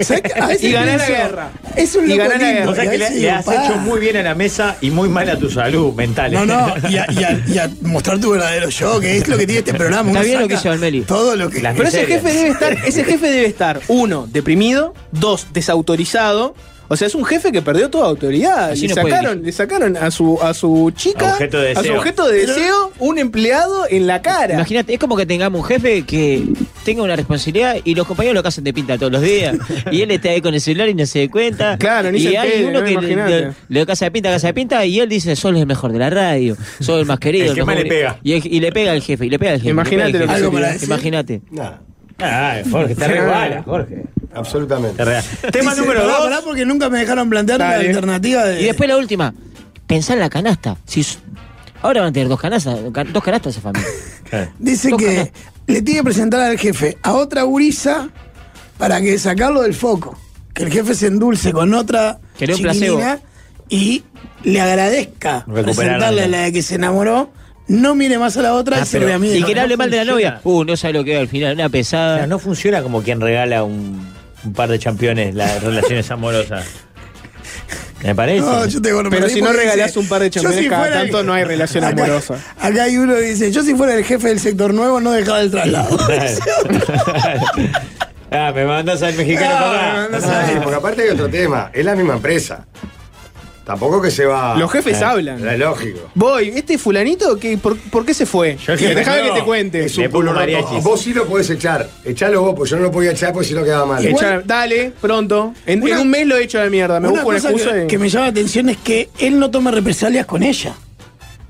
¿Sabés que a veces Y ganar la pienso- guerra. Es un Y loco ganar la lindo, guerra. O sea porque que a le, veces le digo, has "Pa". hecho muy bien a la mesa y muy mal a tu salud mental. No, no, y a, y a- y a mostrar tu verdadero yo, que es lo que tiene este programa. Está Uno bien lo saca que hizo Balmeli. Todo lo que. Las Pero ese miserias. jefe debe estar, ese jefe debe estar, uno, deprimido, dos, desautorizado. O sea, es un jefe que perdió toda autoridad. Así Le no puede sacaron, le sacaron a su, a su chica, A objeto de a su deseo. objeto de Pero- deseo, un em-, empleado en la cara. Imagínate, es como que tengamos un jefe que tenga una responsabilidad y los compañeros lo casan de pinta todos los días. y él está ahí con el celular y no se dé cuenta. Claro, ni y se hay entere, uno no, que imagínate. le, le casa de pinta, casa de pinta, y él dice, sos el mejor de la radio, sos el más querido. El que mejor más le pega. Y, el- y le pega al jefe, y le pega al jefe. Imagínate le pega al lo que jefe. sería. Imagínate. Nada, Ah, Jorge, te regala, Jorge. absolutamente. Te regala. Tema Dice, número pará, dos. pará, porque nunca me dejaron plantear la Dale. alternativa de. Y después la última, pensá en la canasta. Si, s- ahora van a tener dos canastas, ca- dos canastas esa familia. Dice que le tiene que presentar al jefe a otra gurisa para que sacarlo del foco. Que el jefe se endulce con otra Que le dé un chiquilina y le agradezca Recuperar presentarle a algo. la de que se enamoró, no mire más a la otra Ah, y se pero- reamide. y que le hable mal de la funciona. novia. Uh, no sabe lo que va al final, una O sea, pesada. no funciona como quien regala un, un par de campeones las relaciones amorosas. ¿Me parece? No, yo te digo, Pero perdí si no porque regalás dice, un par de yo si chamberes cada fuera el- Ah, tanto, no hay relación Acá- amorosa. Acá hay uno que dice, yo si fuera el jefe del sector nuevo no dejaba el traslado. Dice otro. ah, me mandas al mexicano Ah, para me acá. mandás Sí, porque aparte hay otro tema, es la misma empresa. Tampoco que se va. Los jefes Eh, hablan. Es lógico. Voy, este fulanito, ¿qué, por, por qué se fue? el jefe Dejame no. que te cuente. Es Le un pongo culo roto. mariachis. Vos sí lo podés echar. Echalo vos, porque yo no lo podía echar porque si no quedaba mal. Echar- dale, pronto. En, Una- en un mes lo he hecho de mierda. Me Una busco una cosa excusa. que, y- que me llama la atención es que él no tome represalias con ella.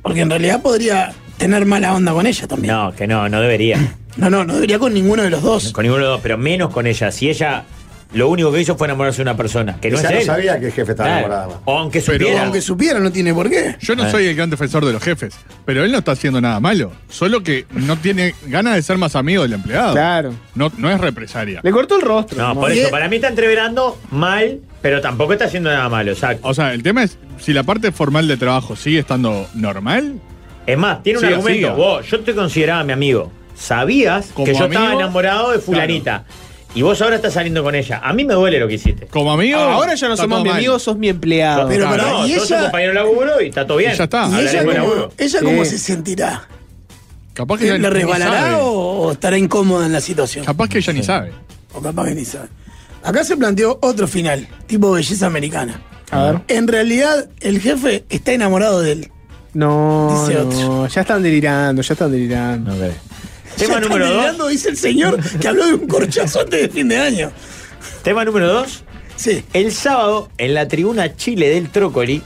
Porque en realidad podría tener mala onda con ella también. No, que no, no debería. No, no, no debería con ninguno de los dos. Con ninguno de los dos, pero menos con ella. Si ella lo único que hizo fue enamorarse de una persona, que no Ella es no él. sabía que el jefe estaba Claro. enamorado. más. O aunque Pero- supiera. Aunque supiera, no tiene por qué. Yo no Ah. soy el gran defensor de los jefes, pero él no está haciendo nada malo. Solo que no tiene ganas de ser más amigo del empleado. Claro. No, no es represaria. Le cortó el rostro. No, hermano. por Y- eso, para mí está entreverando mal, pero tampoco está haciendo nada malo, exacto. O sea, el tema es si la parte formal de trabajo sigue estando normal. Es más, tiene un Siga, argumento. siga. Vos, yo te consideraba mi amigo. Sabías Como que yo estaba amigo, enamorado de fulanita. Y vos ahora estás saliendo con ella. A mí me duele lo que hiciste. Como amigo. Ah, Ahora ya no está somos todo mi mal. amigo, sos mi empleado. Pero pará, no, y sos ella- un compañero de laburo y está todo bien. Y ya está. ¿Y Hablaré ella de buen cómo, laburo. ella cómo Sí. se sentirá? Capaz que ella ¿Le ni sabe. resbalará o, o estará incómoda en la situación? Capaz que ella ni sabe. O capaz que ni sabe. Acá se planteó otro final, tipo belleza americana. A ver. En realidad, el jefe está enamorado de él. No, Dice no, otro. ya están delirando, ya están delirando. Ok. Ya Tema están número dos. delirando, Dice el señor que habló de un corchazo antes de fin de año. Tema número dos. Sí. El sábado, en la tribuna Chile del Trócoli,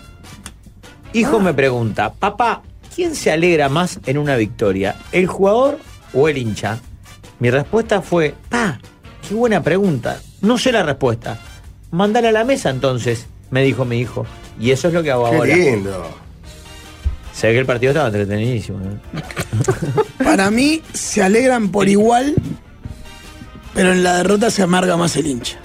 hijo Ah. me pregunta, papá, ¿quién se alegra más en una victoria? ¿El jugador o el hincha? Mi respuesta fue, pa, qué buena pregunta. No sé la respuesta. Mandala a la mesa entonces, me dijo mi hijo. Y eso es lo que hago Qué ahora. lindo. Se ve que el partido estaba entretenidísimo. ¿eh? Para mí se alegran por igual, pero en la derrota se amarga más el hincha.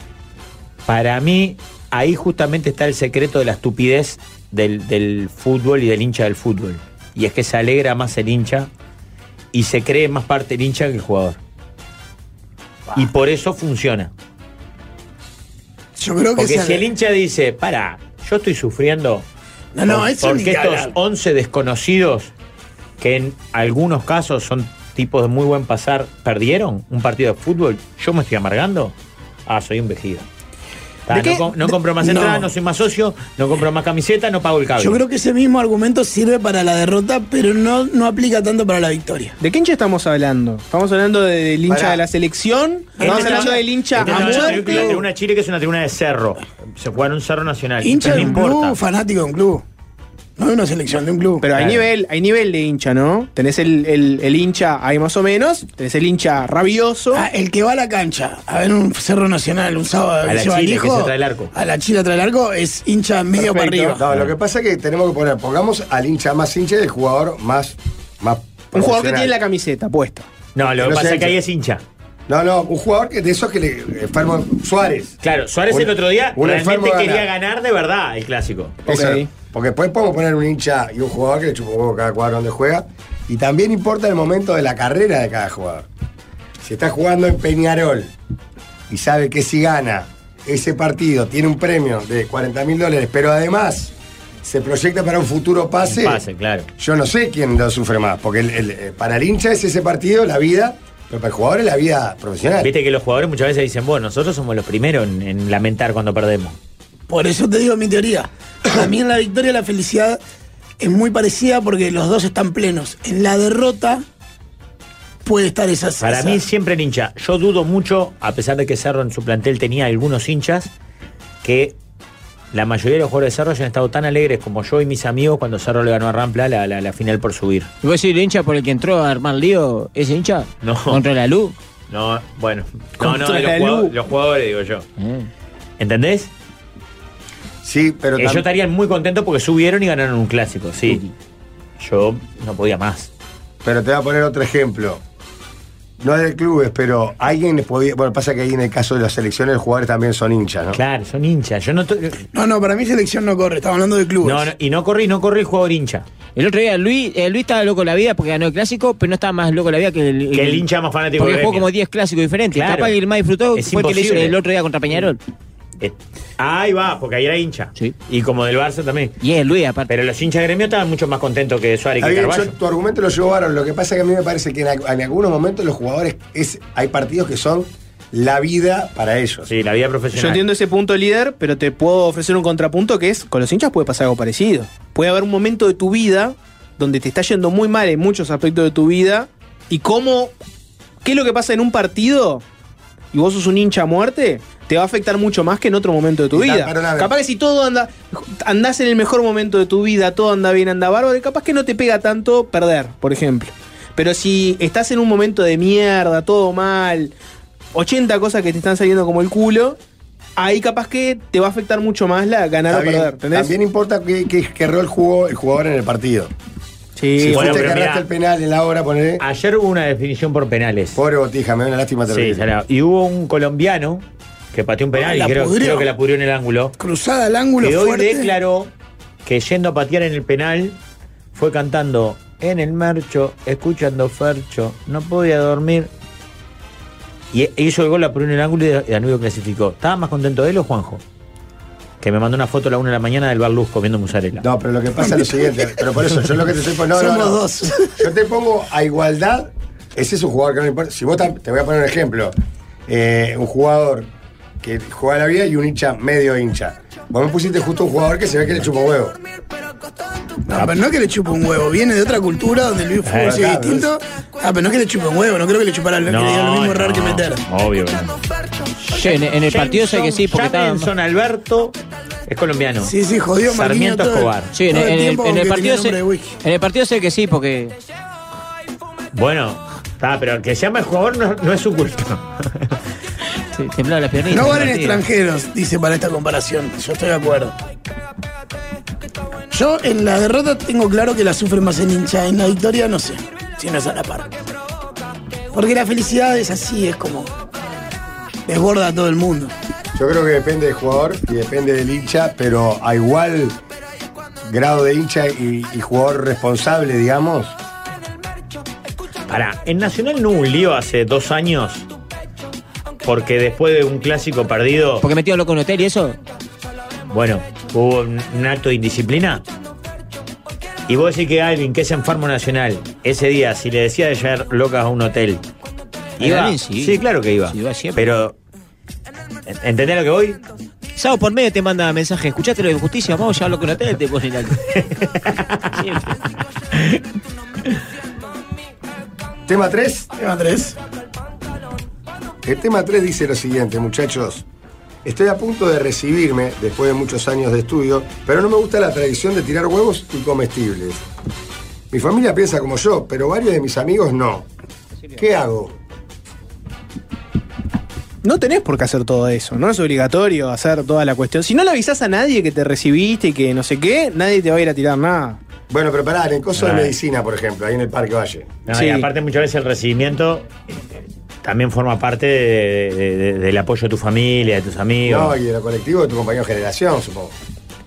Para mí, ahí justamente está el secreto de la estupidez del, del fútbol y del hincha del fútbol. Y es que se alegra más el hincha y se cree más parte el hincha que el jugador. Y por eso funciona. Yo creo que Porque se si el ale- hincha dice, para, yo estoy sufriendo No, no, por- eso ni porque que estos hablar. 11 desconocidos, que en algunos casos son tipos de muy buen pasar, perdieron un partido de fútbol, yo me estoy amargando. Ah, soy un vejiga. Ta, ¿De no, qué? com- no De- compro más no. entradas, no soy más socio, no compro más camiseta, no pago el cable. Yo creo que ese mismo argumento sirve para la derrota, pero no, no aplica tanto para la victoria. ¿De qué hincha estamos hablando? Estamos hablando de- del hincha Pará. de la selección. Este Estamos hablando Este del hincha Este a no, no, muerte. La tribuna de Chile que es una tribuna de cerro. Se juega en un cerro nacional. Hincha no de un importa. club, fanático de un club. No de una selección, de un club. Pero hay Claro. nivel, hay nivel de hincha, ¿no? Tenés el, el- el hincha ahí más o menos, tenés el hincha rabioso. Ah, el que va a la cancha a ver un Cerro Nacional un sábado A la se va Chile, el hijo, que se trae el arco. A la Chile trae el arco, es hincha medio Perfecto. para arriba. No, lo que pasa es que tenemos que poner, pongamos al hincha más hincha y al jugador más. más Un jugador que profesional. tiene la camiseta puesta. No, lo que, Que no pasa sea es que ahí hincha. es hincha. No, no, un jugador que de esos que le enfermo Suárez. Claro, Suárez Un- el otro día un realmente enfermo quería gana. ganar de verdad el clásico. Eso, Porque después podemos poner un hincha y un jugador que le chupa un huevo cada cuadro donde juega. Y también importa el momento de la carrera de cada jugador. Si está jugando en Peñarol y sabe que si gana ese partido tiene un premio de 40 mil dólares, pero además se proyecta para un futuro pase. Pase, claro. Yo no sé quién lo sufre más, porque el- el- eh, para el hincha es ese partido la vida, pero para el jugador es la vida profesional. Viste que los jugadores muchas veces dicen, bueno, nosotros somos los primeros en, en lamentar cuando perdemos. Por eso te digo mi teoría. Para mí en la victoria la felicidad es muy parecida porque los dos están plenos. En la derrota puede estar esa Para esa- mí siempre el hincha. Yo dudo mucho, a pesar de que Cerro en su plantel tenía algunos hinchas, que la mayoría de los jugadores de Cerro hayan estado tan alegres como yo y mis amigos cuando Cerro le ganó a Rampla la, la- la final por subir. ¿Y vos decís el hincha por el que entró a armar lío? ¿Ese hincha? No. ¿Contra la luz? No, bueno. No, no, Contra de los, la jugado- luz. los jugadores, digo yo. Eh. ¿Entendés? Sí, pero Ellos tam- estarían muy contentos porque subieron y ganaron un clásico, sí. Yo no podía más. Pero te voy a poner otro ejemplo. No es de clubes, pero alguien les podía. Bueno, pasa que ahí en el caso de las selecciones, los jugadores también son hinchas, ¿no? Claro, son hinchas. Yo no. No, no, para mí selección no corre, estamos hablando de clubes. No, no, y no corre y no corre el jugador hincha. El otro día Luis, eh, Luis estaba loco la vida porque ganó el clásico, Oh, pero no estaba más loco la vida que el, Que el hincha más fanático Porque de jugó Gremio. como 10 clásicos diferentes. Claro. Capaz que el más disfrutó Es fue el que le hizo imposible. el otro día contra Peñarol. Eh, ahí va, porque ahí era hincha. Y como del Barça también. Y es Luis, aparte. Pero los hinchas de gremio estaban mucho más contentos que Suárez y Está que bien, Carvalho. yo- tu argumento lo llevaron. Lo que pasa que a mí me parece que en, al- en algunos momentos los jugadores es, hay partidos que son la vida para ellos. Sí, la vida Yo entiendo ese punto líder, pero te puedo ofrecer un contrapunto que es, con los hinchas puede pasar algo parecido. Puede haber un momento de tu vida donde te está yendo muy mal en muchos aspectos de tu vida y cómo, qué es lo que pasa en un partido y vos sos un hincha a muerte, te va a afectar mucho más que en otro momento de tu Y ta- vida. perdóname. Capaz que si todo anda, andás en el mejor momento de tu vida, todo anda bien, anda bárbaro, y capaz que no te pega tanto perder, por ejemplo. Pero si estás en un momento de mierda, todo mal, 80 cosas que te están saliendo como el culo, ahí capaz que te va a afectar mucho más la ganar Está o bien, perder, ¿entendés? También importa qué, qué- qué rol jugó el jugador en el partido. Sí, si bueno, fuiste pero que mirá. erraste el penal en la hora, poner Ayer hubo una definición por penales. Pobre botija, me da una lástima Sí, terrible. salado. Y hubo un colombiano que pateó un penal Ah, y la creo, pudrió. creo que la pudrió en el ángulo. Cruzada al ángulo que hoy fuerte. declaró que yendo a patear en el penal fue cantando en el marcho, escuchando Fercho, no podía dormir. Y e-, hizo el gol, la pudrió en el ángulo y Danubio clasificó. ¿Estaba más contento él o Juanjo? Que me mandó una foto a la una de la mañana del bar Luz comiendo musarela. No, pero lo que pasa es lo siguiente, pero por eso yo lo que te estoy poniendo. No, Somos no, no. Yo te pongo a igualdad. Ese es un jugador que no importa. Si vos tam- te voy a poner un ejemplo. Eh, un jugador que juega la vida y un hincha medio hincha. Vos me pusiste justo un jugador que se ve que le chupa huevo. No, pero no es que le chupa un huevo, viene de otra cultura donde el fútbol sea Eh, claro. distinto. Ah, pero no es que le chupa un huevo, no creo que le chupara que le diga lo mismo errar que meter. Obvio. Che, en, en el partido sé que sí, porque estaba. Jameson Alberto es colombiano. Sí, sí, jodió Sarmiento Escobar. Sí, en, en el- en el, partido sé, se... en el partido sé que sí, porque. Bueno, está, pero que se llama el jugador no, no es su culpa. temblaba las piernitas. No valen extranjeros, dice para esta comparación. Yo estoy de acuerdo. Yo en la derrota tengo claro que la sufre más el hincha. En la victoria no sé, si no es a la par. Porque la felicidad es así, es como. desborda a todo el mundo. Yo creo que depende del jugador y depende del hincha, pero a igual grado de hincha y, y jugador responsable, digamos. Pará, en Nacional no hubo un lío hace dos años. Porque después de un clásico perdido. Porque metió loco en hotel y eso. Bueno, hubo un, un acto de indisciplina. Y vos decís que alguien que es enfermo nacional, ese día, si le decía de llevar locas a un hotel. Ah, ¿Iba? Alvin, Sí. sí. claro que iba. Sí, iba siempre. Pero. ¿en- ¿Entendés lo que voy? Sao por medio te manda mensaje, escuchaste lo de justicia, vamos a llevarlo con hotel, te ponen algo. Tema 3. Tema 3. El tema 3 dice lo siguiente, muchachos. Estoy a punto de recibirme después de muchos años de estudio, pero no me gusta la tradición de tirar huevos y comestibles. Mi familia piensa como yo, pero varios de mis amigos no. ¿Qué hago? No tenés por qué hacer todo eso, no es obligatorio hacer toda la cuestión. Si no le avisás a nadie que te recibiste y que no sé qué, nadie te va a ir a tirar nada. Bueno, pero pará, en coso de Ay. medicina, por ejemplo, ahí en el Parque Valle. No, y aparte muchas veces el recibimiento eh, también forma parte de- de- de- del apoyo de tu familia, de tus amigos. No, y de lo colectivo de tu compañero de generación, supongo.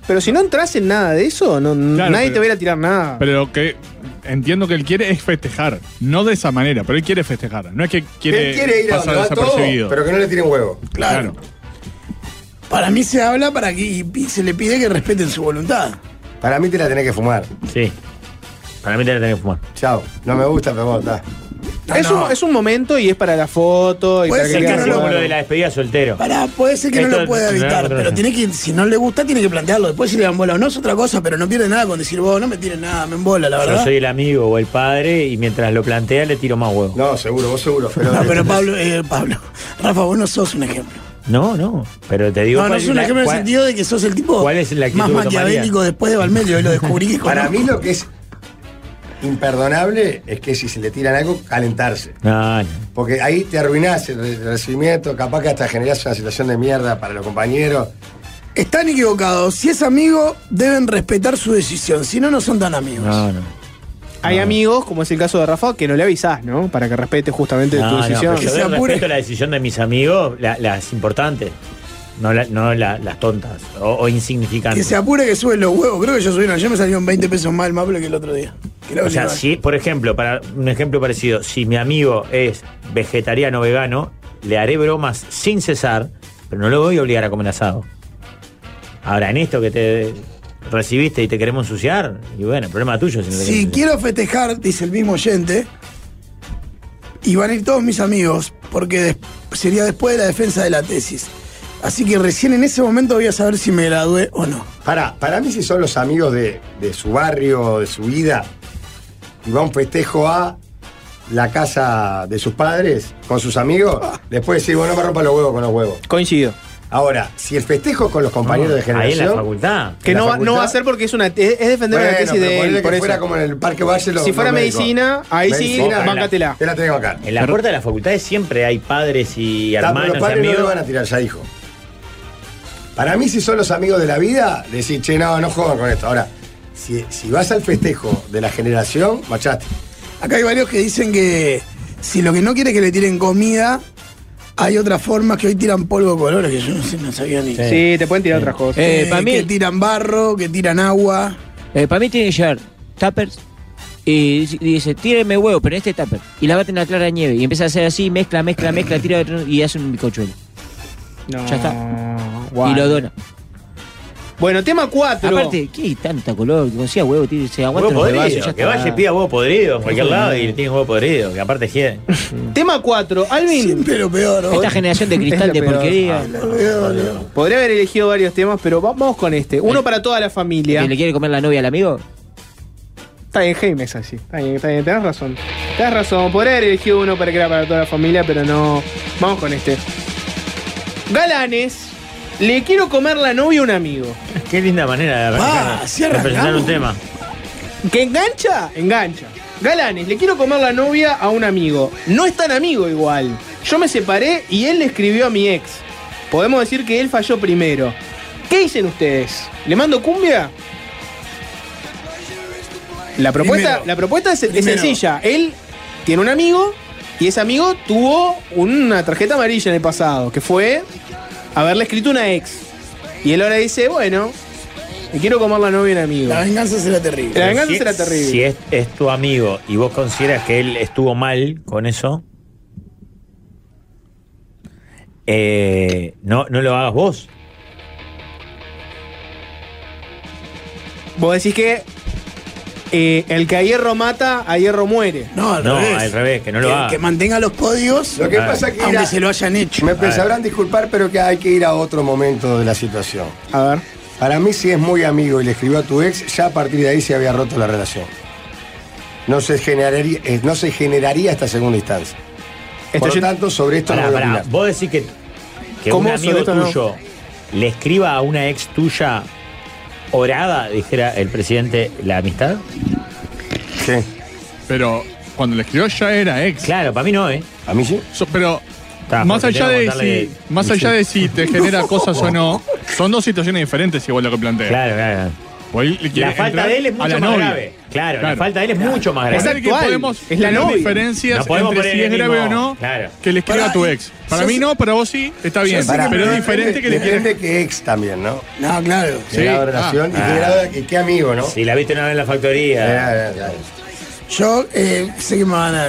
Pero si no entras en nada de eso, no, nadie pero- te va a ir a tirar nada. Pero lo que entiendo que él quiere es festejar. No de esa manera, pero él quiere festejar. No es que quiere, Él quiere ir a pasar donde va todo, desapercibido. pero que no le tiren huevo. Claro. Para mí se habla para que y- y se le pide que respeten su voluntad. Para mí te la tenés que fumar. Sí. Para mí te la tenés que fumar. Chao. No me gusta, pero bueno, está. Ah, es, Un, es un momento y es para la foto y Puede para ser que quede no lo- claro. lo de la despedida soltero. Pará, puede ser que no Esto lo pueda no, evitar, no, no, pero no. tiene que, si no le gusta, tiene que plantearlo. Después si le dan bola o no es otra cosa, pero no pierde nada con decir vos, no me tires nada, me embola, la Yo verdad. soy el amigo o el padre y mientras lo plantea le tiro más huevo. No, seguro, vos seguro. Pero, No, pero Pablo, eh, Pablo, Rafa, vos no sos un ejemplo. No, no. Pero te digo. no, no cuál es un la- ejemplo en el cuál- sentido de que sos Pues el tipo ¿Cuál es la actitud más que tomaría? maquiavélico después de Valmedio, y lo descubrí que Para conozco. mí lo que es imperdonable es que si se le tiran algo, calentarse. No, no. Porque ahí te arruinás el re- recibimiento, capaz que hasta generás una situación de mierda para los compañeros. Están equivocados. Si es amigo, deben respetar su decisión. Si no, no son tan amigos. Hay amigos, como es el caso de Rafa, que no le avisás, ¿no? Para que respete justamente No, tu no, decisión. pero yo veo respeto a la decisión de mis amigos, la- las importantes. No, la- no la- las tontas o, o Que insignificantes. se apure que suben los huevos. Creo que yo subí una. Yo me salieron 20 pesos más el Maple que el otro día. Que la O sea, última vez. si, por ejemplo, para un ejemplo parecido, si mi amigo es vegetariano o vegano, le haré bromas sin cesar, pero no lo voy a obligar a comer asado. Ahora, en esto que te recibiste y te queremos ensuciar, y bueno, el problema tuyo. Si no te querés Si quiero festejar, dice el mismo oyente, y van a ir todos mis amigos, porque des- sería después de la defensa de la tesis. Así que recién en ese momento voy a saber si me gradué o no. Para, Ah, para mí si son los amigos de, de su barrio, de su vida, y va a un festejo a la casa de sus padres, con sus amigos, después decir, bueno, no me rompa los huevos con los huevos. Ah. Coincido. Ah, Ahora, si el festejo es con los compañeros de Ahí generación... en la facultad. Que no, va- no va a ser porque es una es, es defender la Bueno, tesis pero de él. ponele que por eso. fuera como en el Parque Valle, lo- Si fuera lo médico. medicina, ahí sí, Medicina, bancatela. Te la tenés que bancar. En la puerta de la facultad siempre hay padres y Está, pero hermanos los y padres no amigos. le van a tirar, ya dijo. Para mí, si son los amigos de la vida, decís, che, no, no juegan con esto. Ahora, si, si vas al festejo de la generación, machaste. Acá hay varios que dicen que si lo que no quiere es que le tiren comida, hay otras formas que hoy tiran polvo de colores que yo no, sé, no sabía ni. Sí, te pueden tirar otras cosas. Eh, para mí- que tiran barro, que tiran agua. para Eh, mí tiene que llevar tuppers y dice- y dice, tíreme huevo, pero en este tupper. Y la bate en la clara de nieve. Y empieza a hacer así, mezcla, mezcla, mezcla, tira otro y hace un bicochuelo. Ya está. guay. Y lo dona. Bueno, tema 4. Aparte, ¿qué tanta color? Que consiga huevo, tira, se aguanta Huevo los podrido, huevazos, ya que está. vaya y pida huevo podrido en cualquier No, lado no. y tiene huevo podrido, que aparte quiere. Tema 4. Alvin. Siempre lo peor. Esta hoy. generación de cristal de porquería. Ah, Podría haber elegido varios temas, pero va- vamos con este. Uno para toda la familia. ¿Que le quiere comer la novia al amigo? Está bien, Jaime es así. Está bien, está bien, tenés razón. Tenés razón. Podría haber elegido uno para que era para toda la familia, pero no. Vamos con este. Galanes. Le quiero comer la novia a un amigo. Qué linda manera de, Ah, arrancar, Ah, sí de presentar arrancamos. un tema. ¿Que engancha? Engancha. Galanes, le quiero comer la novia a un amigo. No es tan amigo igual. Yo me separé y él le escribió a mi ex. Podemos decir que él falló primero. ¿Qué dicen ustedes? ¿Le mando cumbia? La propuesta, Primero. la propuesta es, es Primero. sencilla. Él tiene un amigo, Y ese amigo tuvo una tarjeta amarilla en el pasado, que fue haberle escrito una ex. Y él ahora dice, bueno, me quiero comer la novia a un amigo. La venganza será terrible. La venganza Si- será terrible. Si es, es tu amigo y vos consideras que él estuvo mal con eso, eh, no, no lo hagas vos. Vos decís que eh, el que a hierro mata, a hierro muere. No, al No, revés. al revés, que no lo que, haga. que mantenga los códigos. Lo que pasa que aunque era- se lo hayan hecho. Me pe- sabrán disculpar, pero que hay que ir a otro momento de la situación. A ver. Para mí, si es muy amigo y le escribió a tu ex, ya a partir de ahí se había roto la relación. No se generaría, eh, no se generaría esta segunda instancia. Por lo tanto, sobre esto Pará, no voy a pará, opinar. Vos decís que, que un ¿Cómo sobre amigo esto no? tuyo le escriba a una ex tuya orada, dijera el presidente, la amistad. Sí. Pero cuando le escribió ya era ex. Claro, para mí no, ¿eh? A mí sí. pero Está, más allá, porque tengo que de contarle si, que- más Sí. allá de si te genera cosas o no, son dos situaciones diferentes igual lo que plantea. Pues Claro, claro. La falta de él es mucho más grave. Claro, la falta de él es mucho más grave. Es que podemos es la diferencias No podemos entre poner si el es grave o mismo- no Claro. que le escriba a tu ex. Para sos- mí no, para vos sí, está bien. Pará, pero es diferente depende- que le quieras Depende que ex también, ¿no? No, claro. Ah. Sí. grado de relación y qué grado de- y qué amigo, ¿no? Si la viste una vez en la factoría. Yo eh, sé que me van a,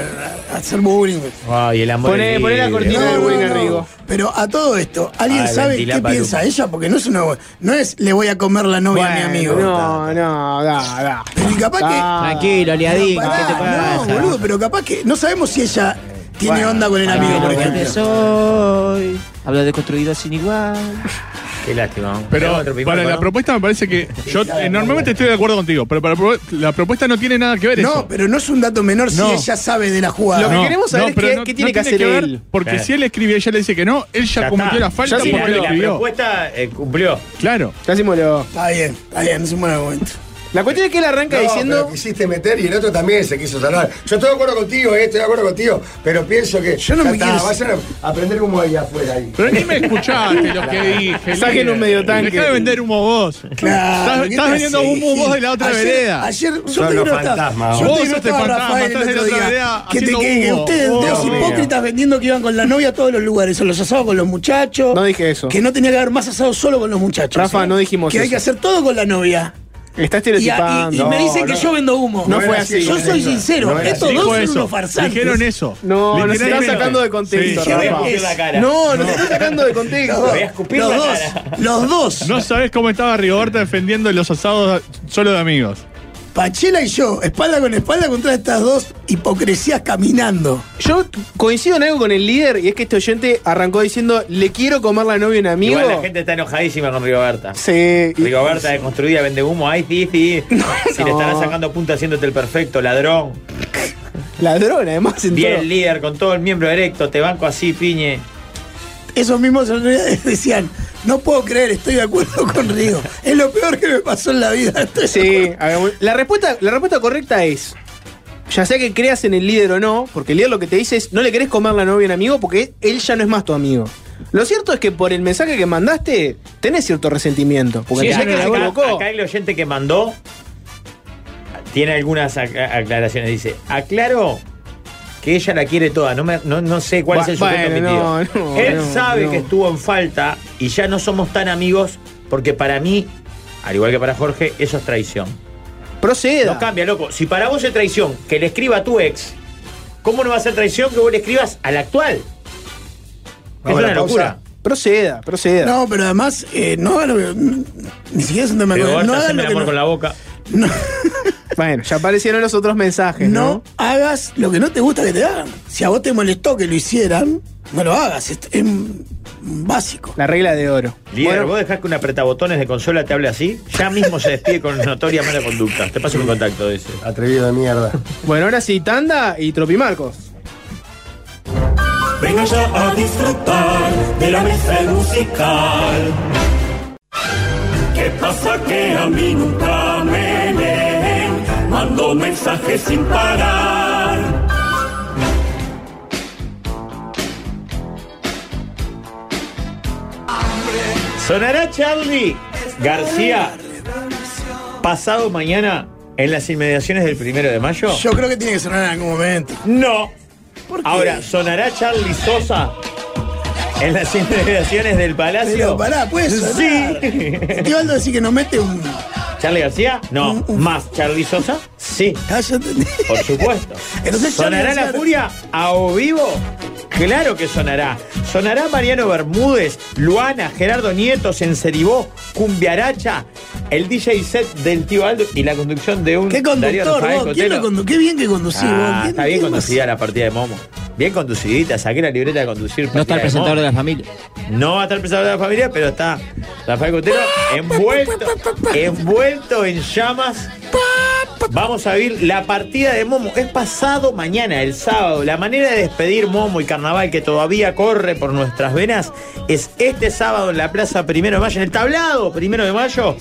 a hacer bullying. Ay, el amor es libre. No, no, no. Pero a todo esto, ¿alguien Ah, sabe ventilá, qué Paloma. piensa ella? Porque no es una no es le voy a comer la novia a mi amigo. No, no, da, da. Ah. Pero y capaz que. Tranquilo, liadín, Pará, ¿qué te pasa? No, boludo, pero capaz que. No sabemos si ella tiene onda con el Ay, amigo, lo por grande ejemplo. soy. Hablo de construido sin igual. Qué lástima. Pero para la propuesta me parece que. Yo eh, normalmente estoy de acuerdo contigo, pero para la pro- la propuesta no tiene nada que ver No, eso. pero no es un dato menor si No. ella sabe de la jugada. No, no, pero no- no ver, Porque Eh. si él escribe y ella le dice que no, él ya, Ya cometió está. la falta Ya sí, porque la- le la escribió. propuesta eh, cumplió. Claro. Ya se murió. Está bien, está bien, es un buen momento. La cuestión es que él arranca No, diciendo. pero quisiste meter y el otro también se quiso salvar. Yo estoy de acuerdo contigo, eh, estoy de acuerdo contigo, pero pienso que. Yo no me quiero- Vayan a aprender humo ahí afuera. Ahí. Pero ni me escuchaste lo que dije. líder. Dejá de vender humo vos. Claro, ¿qué Estás- estás te vendiendo haces? humo vos de la otra Ayer- vereda. Ayer, yo Son te los digo, estaba- fantasmas, yo vos te digo, sos este el estaba fantasma, Rafael estás el de la otro otra día, vereda que te haciendo que- que humo. ustedes Oh, dos Dios hipócritas vendiendo que iban con la novia a todos los lugares, a los asados con los muchachos. No dije eso. Que no tenía que haber más asados solo con los muchachos. Rafa, ¿eh? no dijimos Que hay eso. que hacer todo con la novia. Y, a- Está estereotipando. y- y me dicen que yo vendo humo. No fue así. Yo soy sincero. estos Dijo dos son eso. unos farsantes. Dijeron eso. No, nos está Literalmente. sacando de contexto, Sí. Rafa. No, nos está sacando de contexto. los dos. Los dos. No sabes cómo estaba Rigoberta defendiendo los asados solo de amigos. Pachela y yo, espalda con espalda contra estas dos hipocresías caminando. Yo coincido en algo con el líder y es que este oyente arrancó diciendo le quiero comer la novia a un amigo. Igual la gente está enojadísima con Rigoberta. Sí. Rigoberta deconstruida, vende humo. Ay, sí, sí. Si le estará sacando punta haciéndote el perfecto, ladrón. Ladrón, además. en todo. Bien líder, con todo el miembro erecto. Te banco así, piñe. Esos mismos en realidad decían, no puedo creer, estoy de acuerdo con Rigo. Es lo peor que me pasó en la vida. Estoy de Sí, a ver, la respuesta, la respuesta correcta es, ya sea que creas en el líder o no, porque el líder lo que te dice es, no le querés comer la novia a un amigo porque él ya no es más tu amigo. Lo cierto es que por el mensaje que mandaste, tenés cierto resentimiento. Porque Sí, ya que acá, se acá- equivocó. acá el oyente que mandó tiene algunas ac- aclaraciones. Dice, aclaro que ella la quiere toda. No, me- no, no sé cuál Bu- es el sujeto bueno, omitido. no, no, Él no, sabe no. que estuvo en falta y ya no somos tan amigos porque para mí, al igual que para Jorge, eso es traición. Proceda. No cambia, loco. Si para vos es traición que le escriba a tu ex, ¿cómo no va a ser traición que vos le escribas al actual? Es Vamos a la una pausa. locura. Proceda, proceda. No, pero además, eh, no hagan lo que. Ni siquiera es un tema Pero con- No Gorta hagan haceme lo el que amor con no, la boca. Bueno, ya aparecieron los otros mensajes, ¿no? no hagas lo que no te gusta que te hagan. Si a vos te molestó que lo hicieran, no lo hagas. Es, es básico. La regla de oro. Líder, ¿vos dejás que un apretabotones de consola te hable así? Ya mismo se despide con notoria mala conducta. Te paso mi contacto, dice. Atrevido de mierda. Bueno, ahora sí, Tanda y Tropimarcos. Venga ya a disfrutar de la mesa musical. ¿Qué pasa que a mí nunca me leen? Mando mensajes sin parar. Sonará Charlie García pasado mañana en las inmediaciones del primero de mayo. Yo creo que tiene que sonar en algún momento. No. Ahora, ¿sonará Charlie Sosa en las celebraciones del Palacio? Pero pará, pues. Sí. Te a decir que nos mete un. ¿Charlie García? Mm, No. ¿Más Charlie Sosa? Sí. Por supuesto. Ah, Entonces, ¿Sonará Charlie la García- furia a o vivo? Claro que sonará. Sonará Mariano Bermúdez, Luana, Gerardo Nieto, Senceribó, Cumbiaracha, el DJ set del tío Aldo y la conducción de un. Qué Darío conductor, Rafael vos. ¿Quién Cotelo. lo condu- Qué bien que conducí, vos. Ah, ¿Quién- está bien quién más? conducida la partida de Momo. Bien conducidita, saqué la libreta de conducir. No está el presentador de la familia. No va a estar el presentador de la familia, pero está Rafael Cotero envuelto, envuelto en llamas. Vamos a vivir la partida de Momo. Es pasado mañana, el sábado. La manera de despedir Momo y Carnaval que todavía corre por nuestras venas es este sábado en la Plaza Primero de Mayo, en el tablado Primero de Mayo,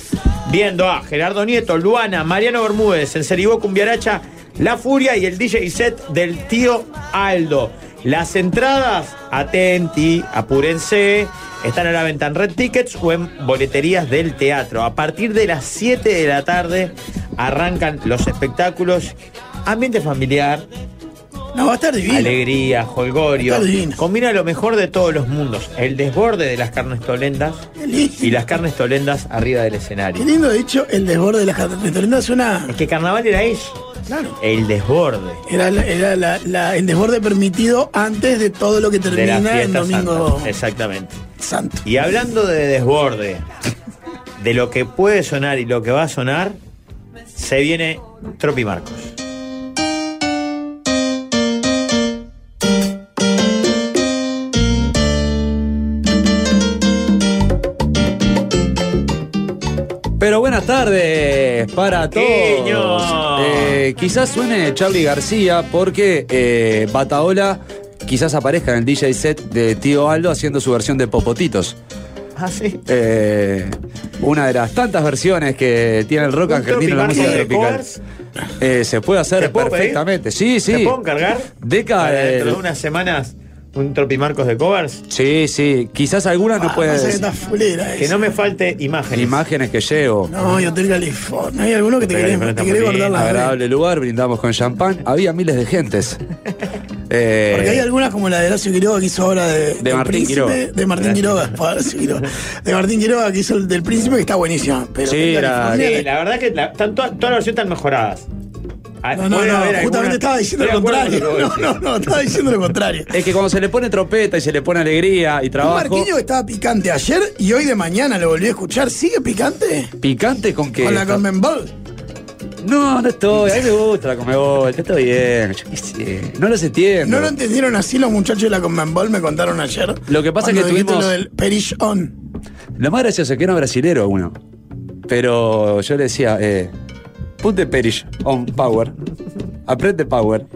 viendo a Gerardo Nieto, Luana, Mariano Bermúdez, Enceribó Cumbiaracha, La Furia y el DJ set del tío Aldo. Las entradas, atenti, apúrense, están a la venta en Red Tickets o en boleterías del teatro. A partir de las 7 de la tarde arrancan los espectáculos. Ambiente familiar. No, va a estar divino. Alegría, holgorio. Va a estar divino. Combina lo mejor de todos los mundos. El desborde de las carnes tolendas y las carnes tolendas arriba del escenario. Qué lindo, de hecho, el desborde de las cartas. suena. Es que carnaval era eso. Claro. El desborde. Era, la- era la- la- el desborde permitido antes de todo lo que de las termina en fiestas domingo. santas. Exactamente. Santo. Y hablando de desborde, de lo que puede sonar y lo que va a sonar, se viene Tropi Marcos. Pero buenas tardes para todos. Eh, quizás suene Charlie García porque eh, Bataola quizás aparezca en el DJ set de Tío Aldo haciendo su versión de Popotitos. Ah, sí. Eh, una de las tantas versiones que tiene el rock ¿Un argentino la música Tropimarco de tropical. Eh, se puede hacer ¿Te puedo pedir? perfectamente. Sí, sí. ¿Te puedo encargar? Deca, Para eh, dentro de unas semanas, un Tropi Marcos de covers. Sí, sí. Quizás algunas no pueden. Pasa que está fulera Ah, Que esa. no me falte imágenes. Imágenes que llevo. No, yo tengo California. Hay alguno que te querés, te querés guardar la Agradable lugar, brindamos con champán. Había miles de gentes. Eh, Porque hay algunas como la de Horacio Quiroga que hizo ahora de, del Martín Príncipe, Quiroga. De Martín Quiroga, pa, Horacio Quiroga. De Martín Quiroga que hizo el del príncipe que está buenísimo. Pero Sí, California la, le- verdad que la- están todas, todas las versiones están mejoradas. Ah, No, no, puede no, haber justamente alguna- estaba diciendo Estoy lo de acuerdo contrario. con lo que vos No, decís. no, no, estaba diciendo lo contrario. Es que cuando se le pone trompeta y se le pone alegría y Un trabajo. Marquinhos que estaba picante ayer y hoy de mañana lo volví a escuchar. ¿Sigue picante? ¿Picante con qué? Con la Conmebol. No, no estoy. A mí me gusta la comebol. Está todo bien. Yo qué sé. No los entiendo. No lo entendieron así los muchachos de la Conmebol, me contaron ayer. Lo que pasa es que Cuando dijiste tuvimos- lo del Perish On. Lo más gracioso es que era brasilero uno. Pero yo le decía, eh, punte Perish on power. Aprende power.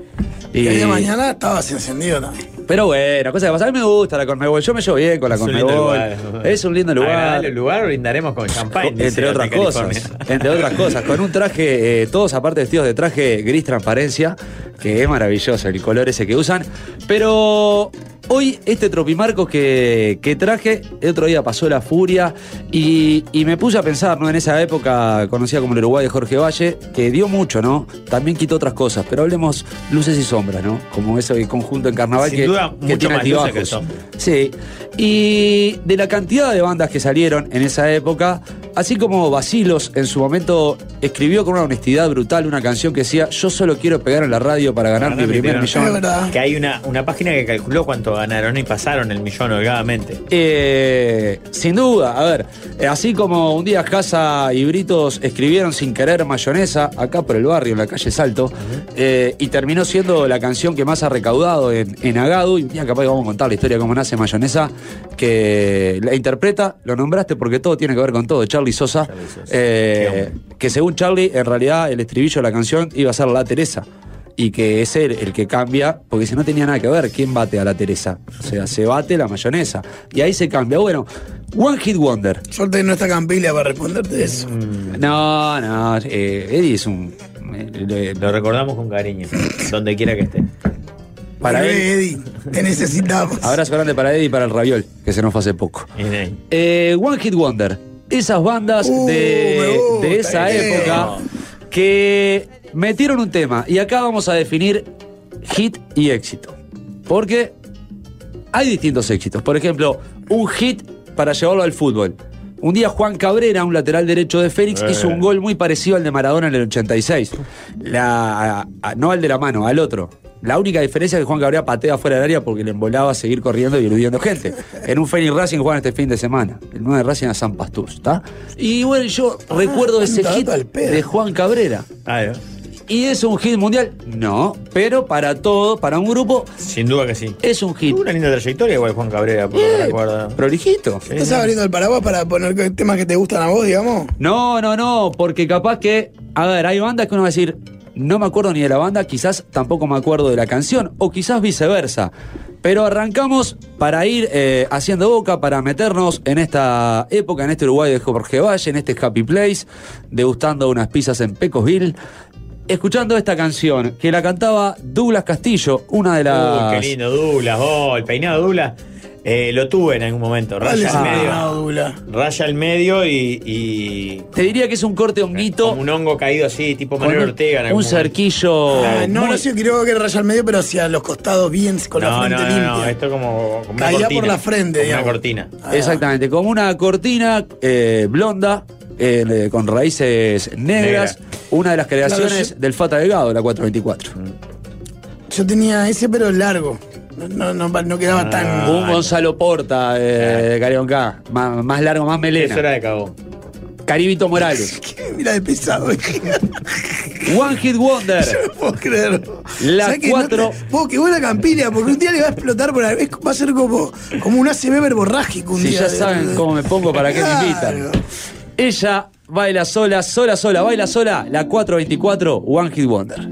Y hoy de Y, mañana estabas encendido también. Pero bueno, cosa que pasa. A mí me gusta la Conmebol. Yo me llevo bien con la Es un lindo Conmebol. lugar. Es un lindo lugar. Agradable lugar, brindaremos con champán. dice Entre otras Hotel California. cosas. Entre otras cosas. Con un traje, eh, todos aparte vestidos de traje gris transparencia, que es maravilloso el color ese que usan. Pero hoy este tropimarco que, que traje, el otro día pasó la furia y, y me puse a pensar, ¿no? En esa época conocida como el Uruguay de Jorge Valle, que dio mucho, ¿no? También quitó otras cosas, pero hablemos luces y sombras, ¿no? Como ese conjunto en carnaval Sin que, duda, que mucho tiene más luces que altibajos. sombras. Sí. Y de la cantidad de bandas que salieron en esa época, así como Basilos en su momento escribió con una honestidad brutal una canción que decía Yo solo quiero pegar en la radio para ganar mi primer millón. Que hay una, una página que calculó cuánto ganaron y pasaron el millón holgadamente. Eh, sin duda, a ver, eh, así como un día Casa y Britos escribieron sin querer mayonesa acá por el barrio, en la calle Salto, eh, y terminó siendo la canción que más ha recaudado en, en Agado, y un día capaz que vamos a contar la historia de cómo nace mayonesa, que la interpreta, lo nombraste porque todo tiene que ver con todo, Charlie Sosa, eh, que según Charlie, en realidad el estribillo de la canción iba a ser La Teresa. Y que es él el que cambia, porque si no tenía nada que ver, ¿quién bate a la Teresa? O sea, se bate la mayonesa. Y ahí se cambia. Bueno, One Hit Wonder. Suerte que no está Campilla para responderte eso. No, no, eh, Eddie es un. eh, Lo recordamos con cariño, donde quiera que esté. Para él. Eddie, te necesitamos. Abrazo grande para Eddie y para el Raviol, que se nos fue hace poco. Eh, One Hit Wonder. Esas bandas de, de esa época que metieron un tema. Y acá vamos a definir hit y éxito. Porque hay distintos éxitos. Por ejemplo, un hit para llevarlo al fútbol. Un día Juan Cabrera, un lateral derecho de Fénix, Eh. hizo un gol muy parecido al de Maradona en el 86. La- a- no al de la mano, al otro. La única diferencia es que Juan Cabrera patea fuera del área porque le embolaba seguir corriendo y eludiendo gente. En un Fénix Racing juegan este fin de semana. El 9 de Racing a San Pastús, ¿está? Y bueno, yo recuerdo ese hit de Juan Cabrera. ¿Y es un hit mundial? No, pero para todo, para un grupo. Sin duda que sí. Es un hit. Eh, Una linda trayectoria igual Juan Cabrera, por lo que recuerdo. Prolijito. ¿Estás abriendo el paraguas para poner que- temas que te gustan a vos, digamos? No, no, no, porque capaz que. A ver, hay bandas que uno va a decir, no me acuerdo ni de la banda, quizás tampoco me acuerdo de la canción, o quizás viceversa. Pero arrancamos para ir eh, haciendo boca, para meternos en esta época, en este Uruguay de Jorge Valle, en este Happy Place, degustando unas pizzas en Pecosville. Escuchando esta canción que la cantaba Douglas Castillo, una de las. Uy, qué lindo, Dula, oh, el peinado de Dula. Eh, lo tuve en algún momento, ¿Cuál raya es al el medio. peinado, Dula? Raya al medio y, y- Te diría que es un corte honguito. un hongo caído así, tipo Con Manuel un- Ortega. En algún un momento. cerquillo. Ah, no, no sé, creo que rayar al medio, pero hacia los costados bien, con la No, frente no, no, limpia. no, esto como, como una Caía por cortina, la frente, como digamos. Ah, Una cortina. Exactamente, como una cortina eh, blonda eh, le- con raíces negras, una de las creaciones Claro, del Fata Delgado, la 424. Ah, Yo tenía ese, pero largo. No, no, no, no Ah. quedaba tan. Un Gonzalo Porta eh, de Carión K, más, más largo, más melena. Eso era de cabo. Caribito Morales. Mira de pesado. One Hit Wonder. Yo no puedo creer. La ¿Sabés que cuatro- no te- vos, que buena campilla, porque un día le va a explotar por ahí. Es- Va a ser como, como un ACB verborrágico un Si día. ya saben cómo me pongo, ¿para qué me invitan? Ella baila sola, sola, sola, baila sola, la 424 One Hit Wonder.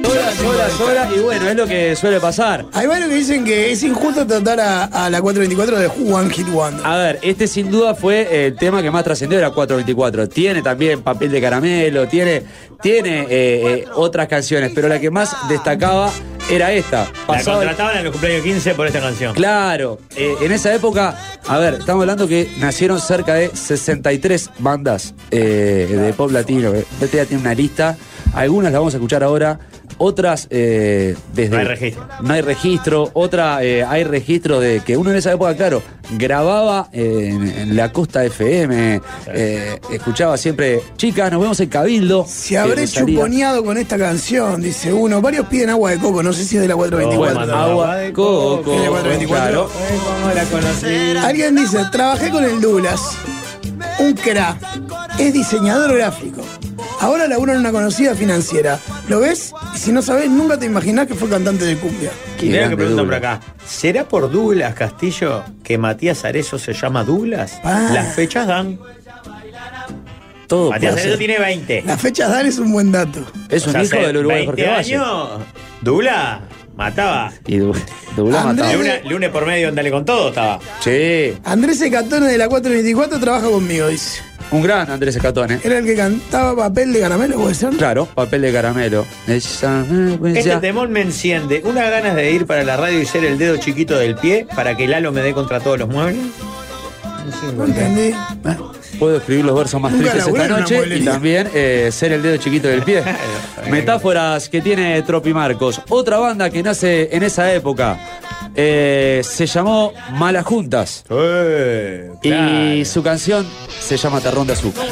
Sola, sola, sola, y bueno, es lo que suele pasar. Hay varios que dicen que es injusto tratar a, a la 424 de One Hit Wonder. A ver, este sin duda fue el tema que más trascendió era 424. Tiene también papel de caramelo, tiene, tiene eh, eh, otras canciones, pero la que más destacaba era esta. La Pasaba el- contrataban en los cumpleaños 15 por esta canción. Claro, eh, en esa época, a ver, estamos hablando que nacieron cerca de 63 bandas eh, de pop latino. eh. Este ya tiene una lista, algunas las vamos a escuchar ahora, otras eh, desde... No hay registro. No hay registro, otra eh, hay registro de que uno en esa época, claro, grababa eh, en, en la Costa FM, eh, escuchaba siempre, chicas, nos vemos en Cabildo. Eh, Se habré chuponeado con esta canción, dice uno. Varios piden agua de coco, no sé si es de la 424. Oh, agua de coco, Es de la 424. claro. Alguien dice, trabajé con el Dulas, un cra, es diseñador gráfico. Ahora labura en una conocida financiera. ¿Lo ves? Y si no sabes, nunca te imaginás que fue cantante de cumbia. Y veo que preguntan por acá. ¿Será por Douglas Castillo que Matías Arezo se llama Douglas? Las fechas dan. Ah. Todo Matías puede ser. Arezo tiene 20. Las fechas dan es un buen dato. Es O un sea, hijo hace del Uruguay 20 Jorge Valle. años, Douglas mataba. Y du- Douglas mataba. Luna- lunes por medio, andale con todo, estaba. Sí. Andrés Ecatone de la 424 trabaja conmigo, dice. Un gran Andrés Escatone. Era el que cantaba papel de caramelo, puede ser. Claro, papel de caramelo. Esa- Este esa- temón me enciende. Unas ganas de ir para la radio y ser el dedo chiquito del pie para que Lalo me dé contra todos los muebles. No entendí. Puedo escribir los versos más Nunca tristes laburé esta en una noche y mueblería. también eh, ser el dedo chiquito del pie. Metáforas que tiene Tropi Marcos. Otra banda que nace en esa época eh, se llamó Malas Juntas. Eh, Y su canción se llama Terrón de Azúcar.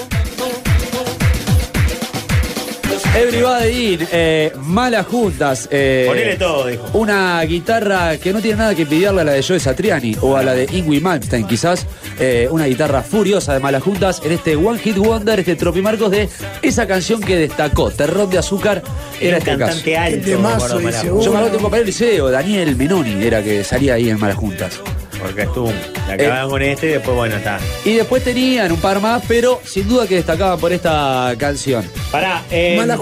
Everybody in, eh, malas juntas. eh, Ponele todo, dijo. Una guitarra que no tiene nada que envidiarle a la de Joe Satriani o a la de Ingui Malmsteen, quizás. eh, una guitarra furiosa de malas juntas en este One Hit Wonder, este Tropimarcos de esa canción que destacó, Terrón de Azúcar, era Era este un caso. cantante alto, Qué temazo, me acuerdo, dice Malas Juntas. Yo me acuerdo de un compañero del liceo, Daniel Menoni, era que salía ahí en malas juntas. Eh, Porque estuvo. La acababan con este y después, bueno, está. Y después tenían un par más, pero sin duda que destacaban por esta canción. Pará, eh, A la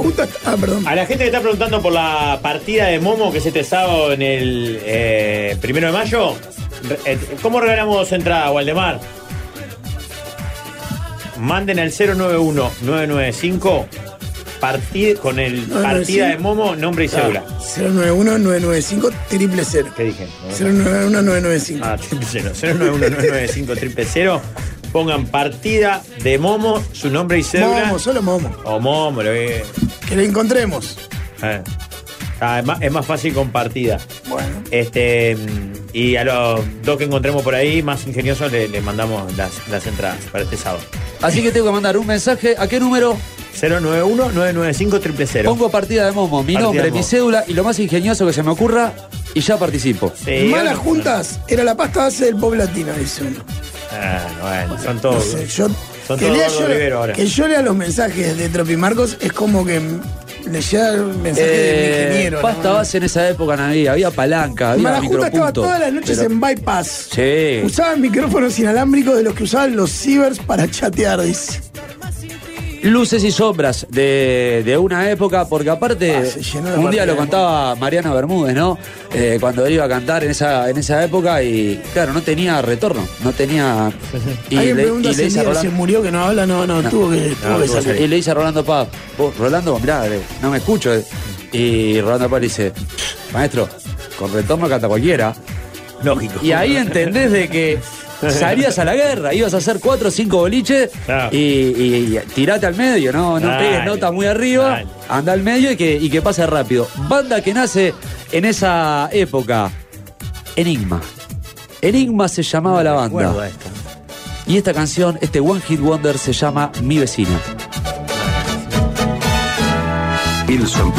gente que está preguntando por la partida de Momo que es este sábado en el eh, primero de mayo, re- eh, ¿cómo regalamos entrada, Waldemar? Manden al 091-995 partid- con el 995. partida de Momo, Ah. nombre y cédula. 091-995 triple cero. ¿Qué dije? 091-995. Ah, 091-995 triple cero. pongan partida de Momo, su nombre y cédula. Momo, solo Momo. O Momo, lo que. Que lo encontremos. Eh. Ah, es, más, es más fácil con partida. Bueno. Este, mm, y a los dos que encontremos por ahí, más ingeniosos, le- les mandamos las, las entradas para este sábado. Así que tengo que mandar un mensaje. ¿A qué número? 091-995-000. Pongo partida de Momo, mi Partida nombre, de mi Momo. cédula y lo más ingenioso que se me ocurra y ya participo. Eh, Malas juntas era la pasta base del pop latino, dice uno. Ah, bueno, son todos. No sé, yo- son que, todos lea Gordo yo, Olivero ahora. que yo lea los mensajes de Tropi Marcos es como que mm, lea el mensaje Eh, del ingeniero. pasta base en esa época no había, había palanca, había Marajuta micropunto. estaba todas las noches en bypass. Pero- Sí. Usaban micrófonos inalámbricos de los que usaban los cibers para chatear, dice. Luces y sombras de, de una época, porque aparte, la un día partida lo Ah, de contaba Mariano Bermúdez, ¿no? Eh, cuando él iba a cantar en esa, en esa época y, claro, no tenía retorno, no tenía. Y Alguien le- pregunta y le si dice a Nier Rolando- se murió, que no habla, no, no, tuvo que, tuvo que tuvo que salir. salir. Y le dice a Rolando Paz, vos, Rolando, mirá, le- no me escucho. eh. Y Rolando Paz le dice, maestro, con retorno canta cualquiera. Lógico. Y ahí entendés de que salías a la guerra, ibas a hacer cuatro o cinco boliches y, y- y tirate al medio, no, no Dale. pegues nota muy arriba, anda al medio y que, y que pase rápido. Banda que nace en esa época, Enigma. Enigma se llamaba la Recuerdo banda. esto. Y esta canción, este One Hit Wonder, se llama Mi Vecina.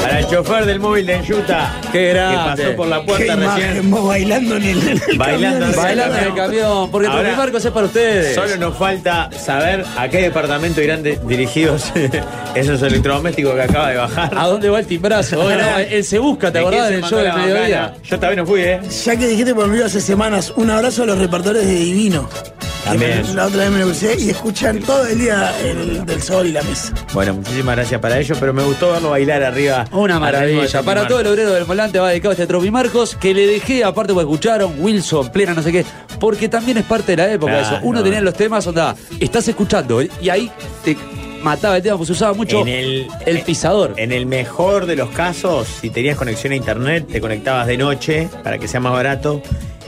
Para el chofer del móvil de Enyuta. Qué Que grande. pasó por la puerta Qué recién. imagen, vos bailando en el, bailando, Bailando en el camión, porque Ahora, Tropi Marcos es para ustedes. Solo nos falta saber a qué departamento irán de- dirigidos esos electrodomésticos que acaba de bajar. ¿A dónde va el timbrazo? Bueno, él se busca, ¿te ¿De quién acordás se del mandó show del la mediodía? bacana? Yo también no fui, ¿eh? Ya que dijiste por mí hace semanas, un abrazo a los repertores de Divino. que También. La otra vez me lo usé y escuchan todo el día el del sol y la mesa. Bueno, muchísimas gracias para ello, pero me gustó verlo bailar arriba. Una al ritmo maravilla. de Para Tony todo el Marcos. obrero del volante va dedicado este Tropi Marcos, que le dejé, aparte porque escucharon, Wilson, plena, no sé qué, porque también es parte de la época Claro. eso. Uno tenía los temas, onda, estás escuchando, ¿eh? y ahí te mataba el tema, porque se usaba mucho. En el, pisador. En el mejor de los casos, si tenías conexión a internet, te conectabas de noche para que sea más barato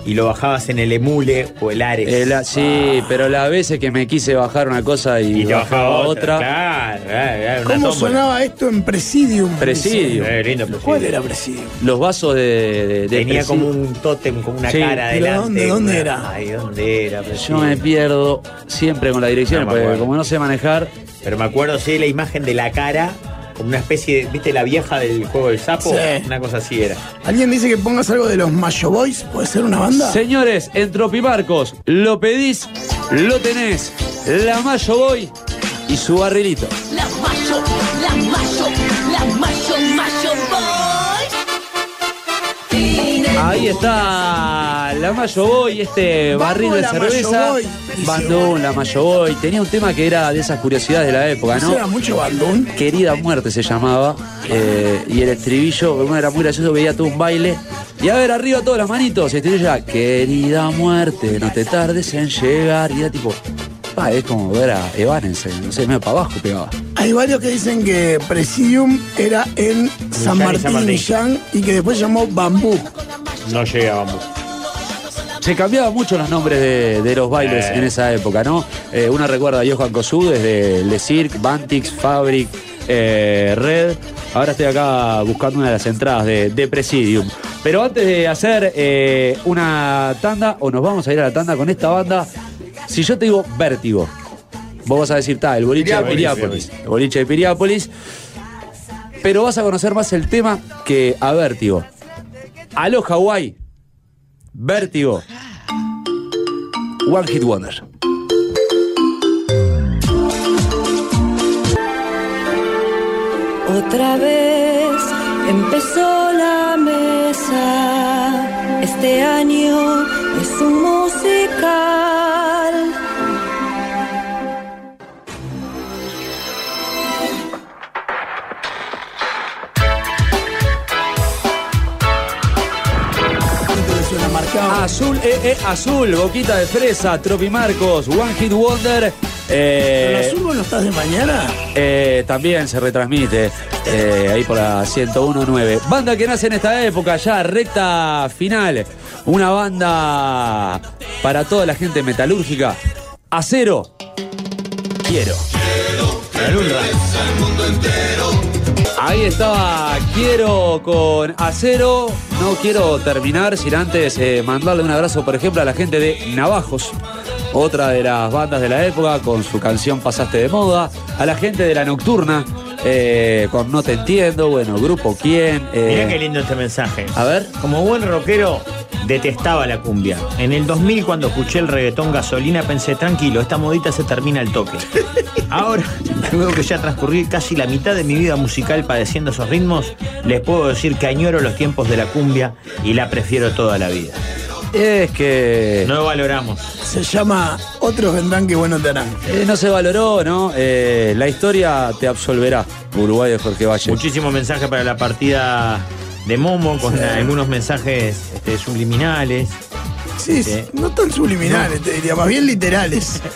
y lo bajabas en el Emule o el Ares. Eh, la- sí, pero las veces que me quise bajar una cosa y, Ah. Y te bajaba, bajaba otra. otra. Claro, claro, claro, una ¿Cómo tómbola. Eh, sonaba esto en Presidium? Presidio. Dice. ¿Cuál era Presidium? Los vasos de. de- de Tenía Presidio. como un tótem, como una Sí. cara ¿Pero adelante. dónde- dónde una- era? Ay, ¿dónde era? Yo me pierdo siempre con las direcciones, No me porque acuerdo. como pues, no sé manejar. Pero me acuerdo, sí, la imagen de la cara, como una especie de. ¿Viste la vieja del juego del sapo? Sí. Una cosa así era. ¿Alguien dice que pongas algo de los Mayo Boys? ¿Puede ser una banda? Señores, en Tropimarcos, lo pedís, lo tenés. La Mayo Boy y su barrilito. La macho, la macho, la macho, macho boy. Ahí está la Mayo Boy, este Vamos, barril de la cerveza. Mayo Boy. Bandón, la Mayo Boy. Tenía un tema que era de esas curiosidades de la época, ¿no? Era mucho bandón. Querida Muerte se llamaba. eh, y el estribillo, uno era muy gracioso, veía todo un baile. Y a ver, arriba todas las manitos. Y estribillo ya, querida muerte, no te tardes en llegar. Y era tipo, "Pa, es como ver a Evanescence, no sé, medio para abajo pegaba. Hay varios que dicen que Presidium era en San y San Martín, Martín. Millán y que después se llamó Bambú. No llegábamos. Se cambiaban mucho los nombres de, de los bailes Eh. en esa época, ¿no? Eh, uno recuerda a Johan Cosú desde Le Cirque, Bantix, Fabric, eh, Red. Ahora estoy acá buscando una de las entradas de, de Presidium. Pero antes de hacer eh, una tanda, o nos vamos a ir a la tanda con esta banda, si yo te digo Vértigo, vos vas a decir, está, el boliche de Piriápolis. Piriápolis. El boliche de Piriápolis. Pero vas a conocer más el tema que a Vértigo. Aló Hawái, Vértigo. One Hit Wonder. Otra vez empezó la mesa. Este año es un musical. Azul, eh, eh, azul, boquita de fresa, Tropi Marcos, One Hit Wonder. ¿Pero eh, los Urban no estás de mañana? eh, también se retransmite eh, ahí por la 1019. Banda que nace en esta época, ya recta final. Una banda para toda la gente metalúrgica. Acero, Quiero. Ahí estaba Quiero con Acero. No quiero terminar sin antes eh, mandarle un abrazo, por ejemplo, a la gente de Navajos. Otra de las bandas de la época con su canción Pasaste de Moda. A la gente de La Nocturna eh, con No Te Entiendo. Bueno, Grupo Quién. eh, Mirá qué lindo este mensaje. A ver. Como buen rockero, detestaba la cumbia. En el 2000, cuando escuché el reggaetón gasolina, pensé, tranquilo, esta modita se termina al toque. Ahora, luego que ya transcurrí casi la mitad de mi vida musical padeciendo esos ritmos, les puedo decir que añoro los tiempos de la cumbia y la prefiero toda la vida. Es que. No valoramos. Se llama Otros vendrán que bueno te harán. Eh, no se valoró, ¿no? Eh, la historia te absolverá. Uruguay de Jorge Valle. Muchísimo mensaje para la partida de Momo con Sí. algunos mensajes este, subliminales. Sí, Este, no tan subliminales, te diría, más bien literales.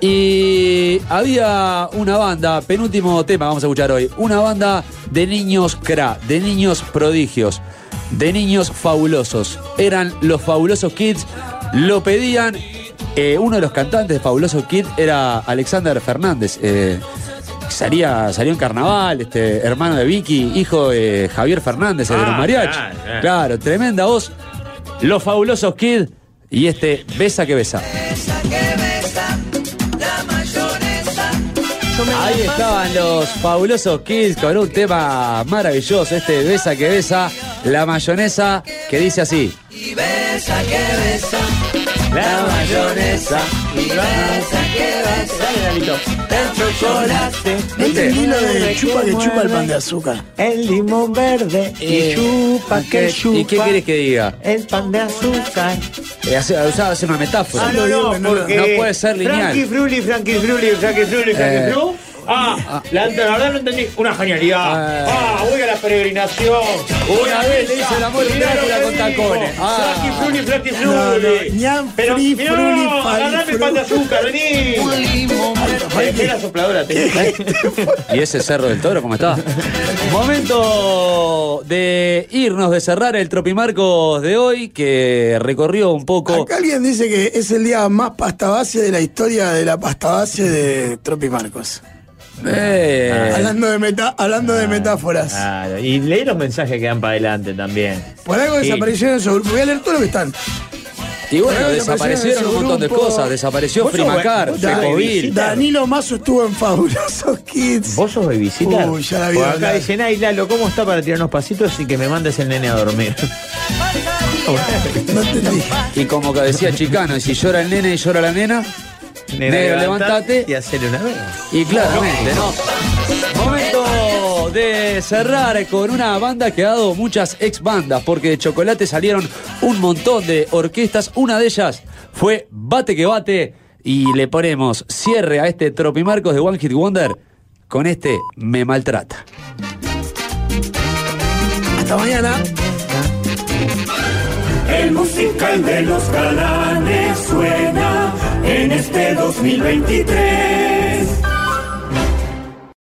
Y había una banda, penúltimo tema vamos a escuchar hoy, una banda de niños cra, de niños prodigios, de niños fabulosos. Eran los fabulosos kids, lo pedían. eh, uno de los cantantes de Fabulosos Kids era Alexander Fernández. eh, salía, salió en carnaval, este, hermano de Vicky, hijo de Javier Fernández, el de los Ah, mariachi. claro, claro. claro, tremenda voz. Los fabulosos kids y este Besa que Besa. Ahí estaban los fabulosos Kids con un tema maravilloso, este Besa que Besa, la mayonesa, que dice así. Y besa que besa, la mayonesa. Y besa que besa, el chocolate. No entendí lo Este de chupa que chupa el pan de azúcar. El limón verde y chupa ¿Qué- Eh, ¿Y qué quieres que diga? El pan de azúcar. Eh, hace, o sea, hace una metáfora. Ah, no, no, porque No puede ser lineal. Frankie Fruli, Frankie Fruli, Frankie Fruli, Frankie Eh. Fru. Ah, la, la verdad no entendí. Una genialidad. Ah, voy a la peregrinación. Eh. Una vez le hice el amor a un Mirá lo Drácula que con dijo. tacones. Ah. Frankie Fruli, Frankie No, no, Fruli. ñan, Pero, fri, mirá, fruli, fali, agarrame fru. pan de azúcar, vení. Ay, qué la sopladora te- ¿Y ese cerro del toro cómo está? Momento de irnos, de cerrar el Tropimarcos de hoy, que recorrió un poco. Acá alguien dice que es el día más pasta base de la historia de la pasta base de Tropi Marcos. Eh, hablando de, meta, hablando de metáforas. Claro, y leí los mensajes que dan para adelante también. Por algo Sí. desaparecieron esos grupos. Voy a leer todo lo que están. Y Por bueno, algo desaparecieron un esos montón de grupos. cosas. Desapareció Vos sos Frimacar, buen- Da- Tecovil. Danilo Mazo estuvo en Fabulosos Kids. ¿Vos sos babysitter? Uy, ya la vi Por acá hablar. dicen, ay Lalo, ¿cómo está para tirarnos pasitos y que me mandes el nene a dormir? Y como que decía Chicano, y si llora el nene y llora la nena, Nena, negro, levantate levantate. Y hacerle una vez. Y claramente, ¿no? Momento de cerrar con una banda que ha dado muchas ex bandas, porque de chocolate salieron un montón de orquestas. Una de ellas fue Bate que Bate. Y le ponemos cierre a este Tropimarcos de One Hit Wonder con este Me Maltrata. Hasta mañana. El musical de los galanes suena en este 2023.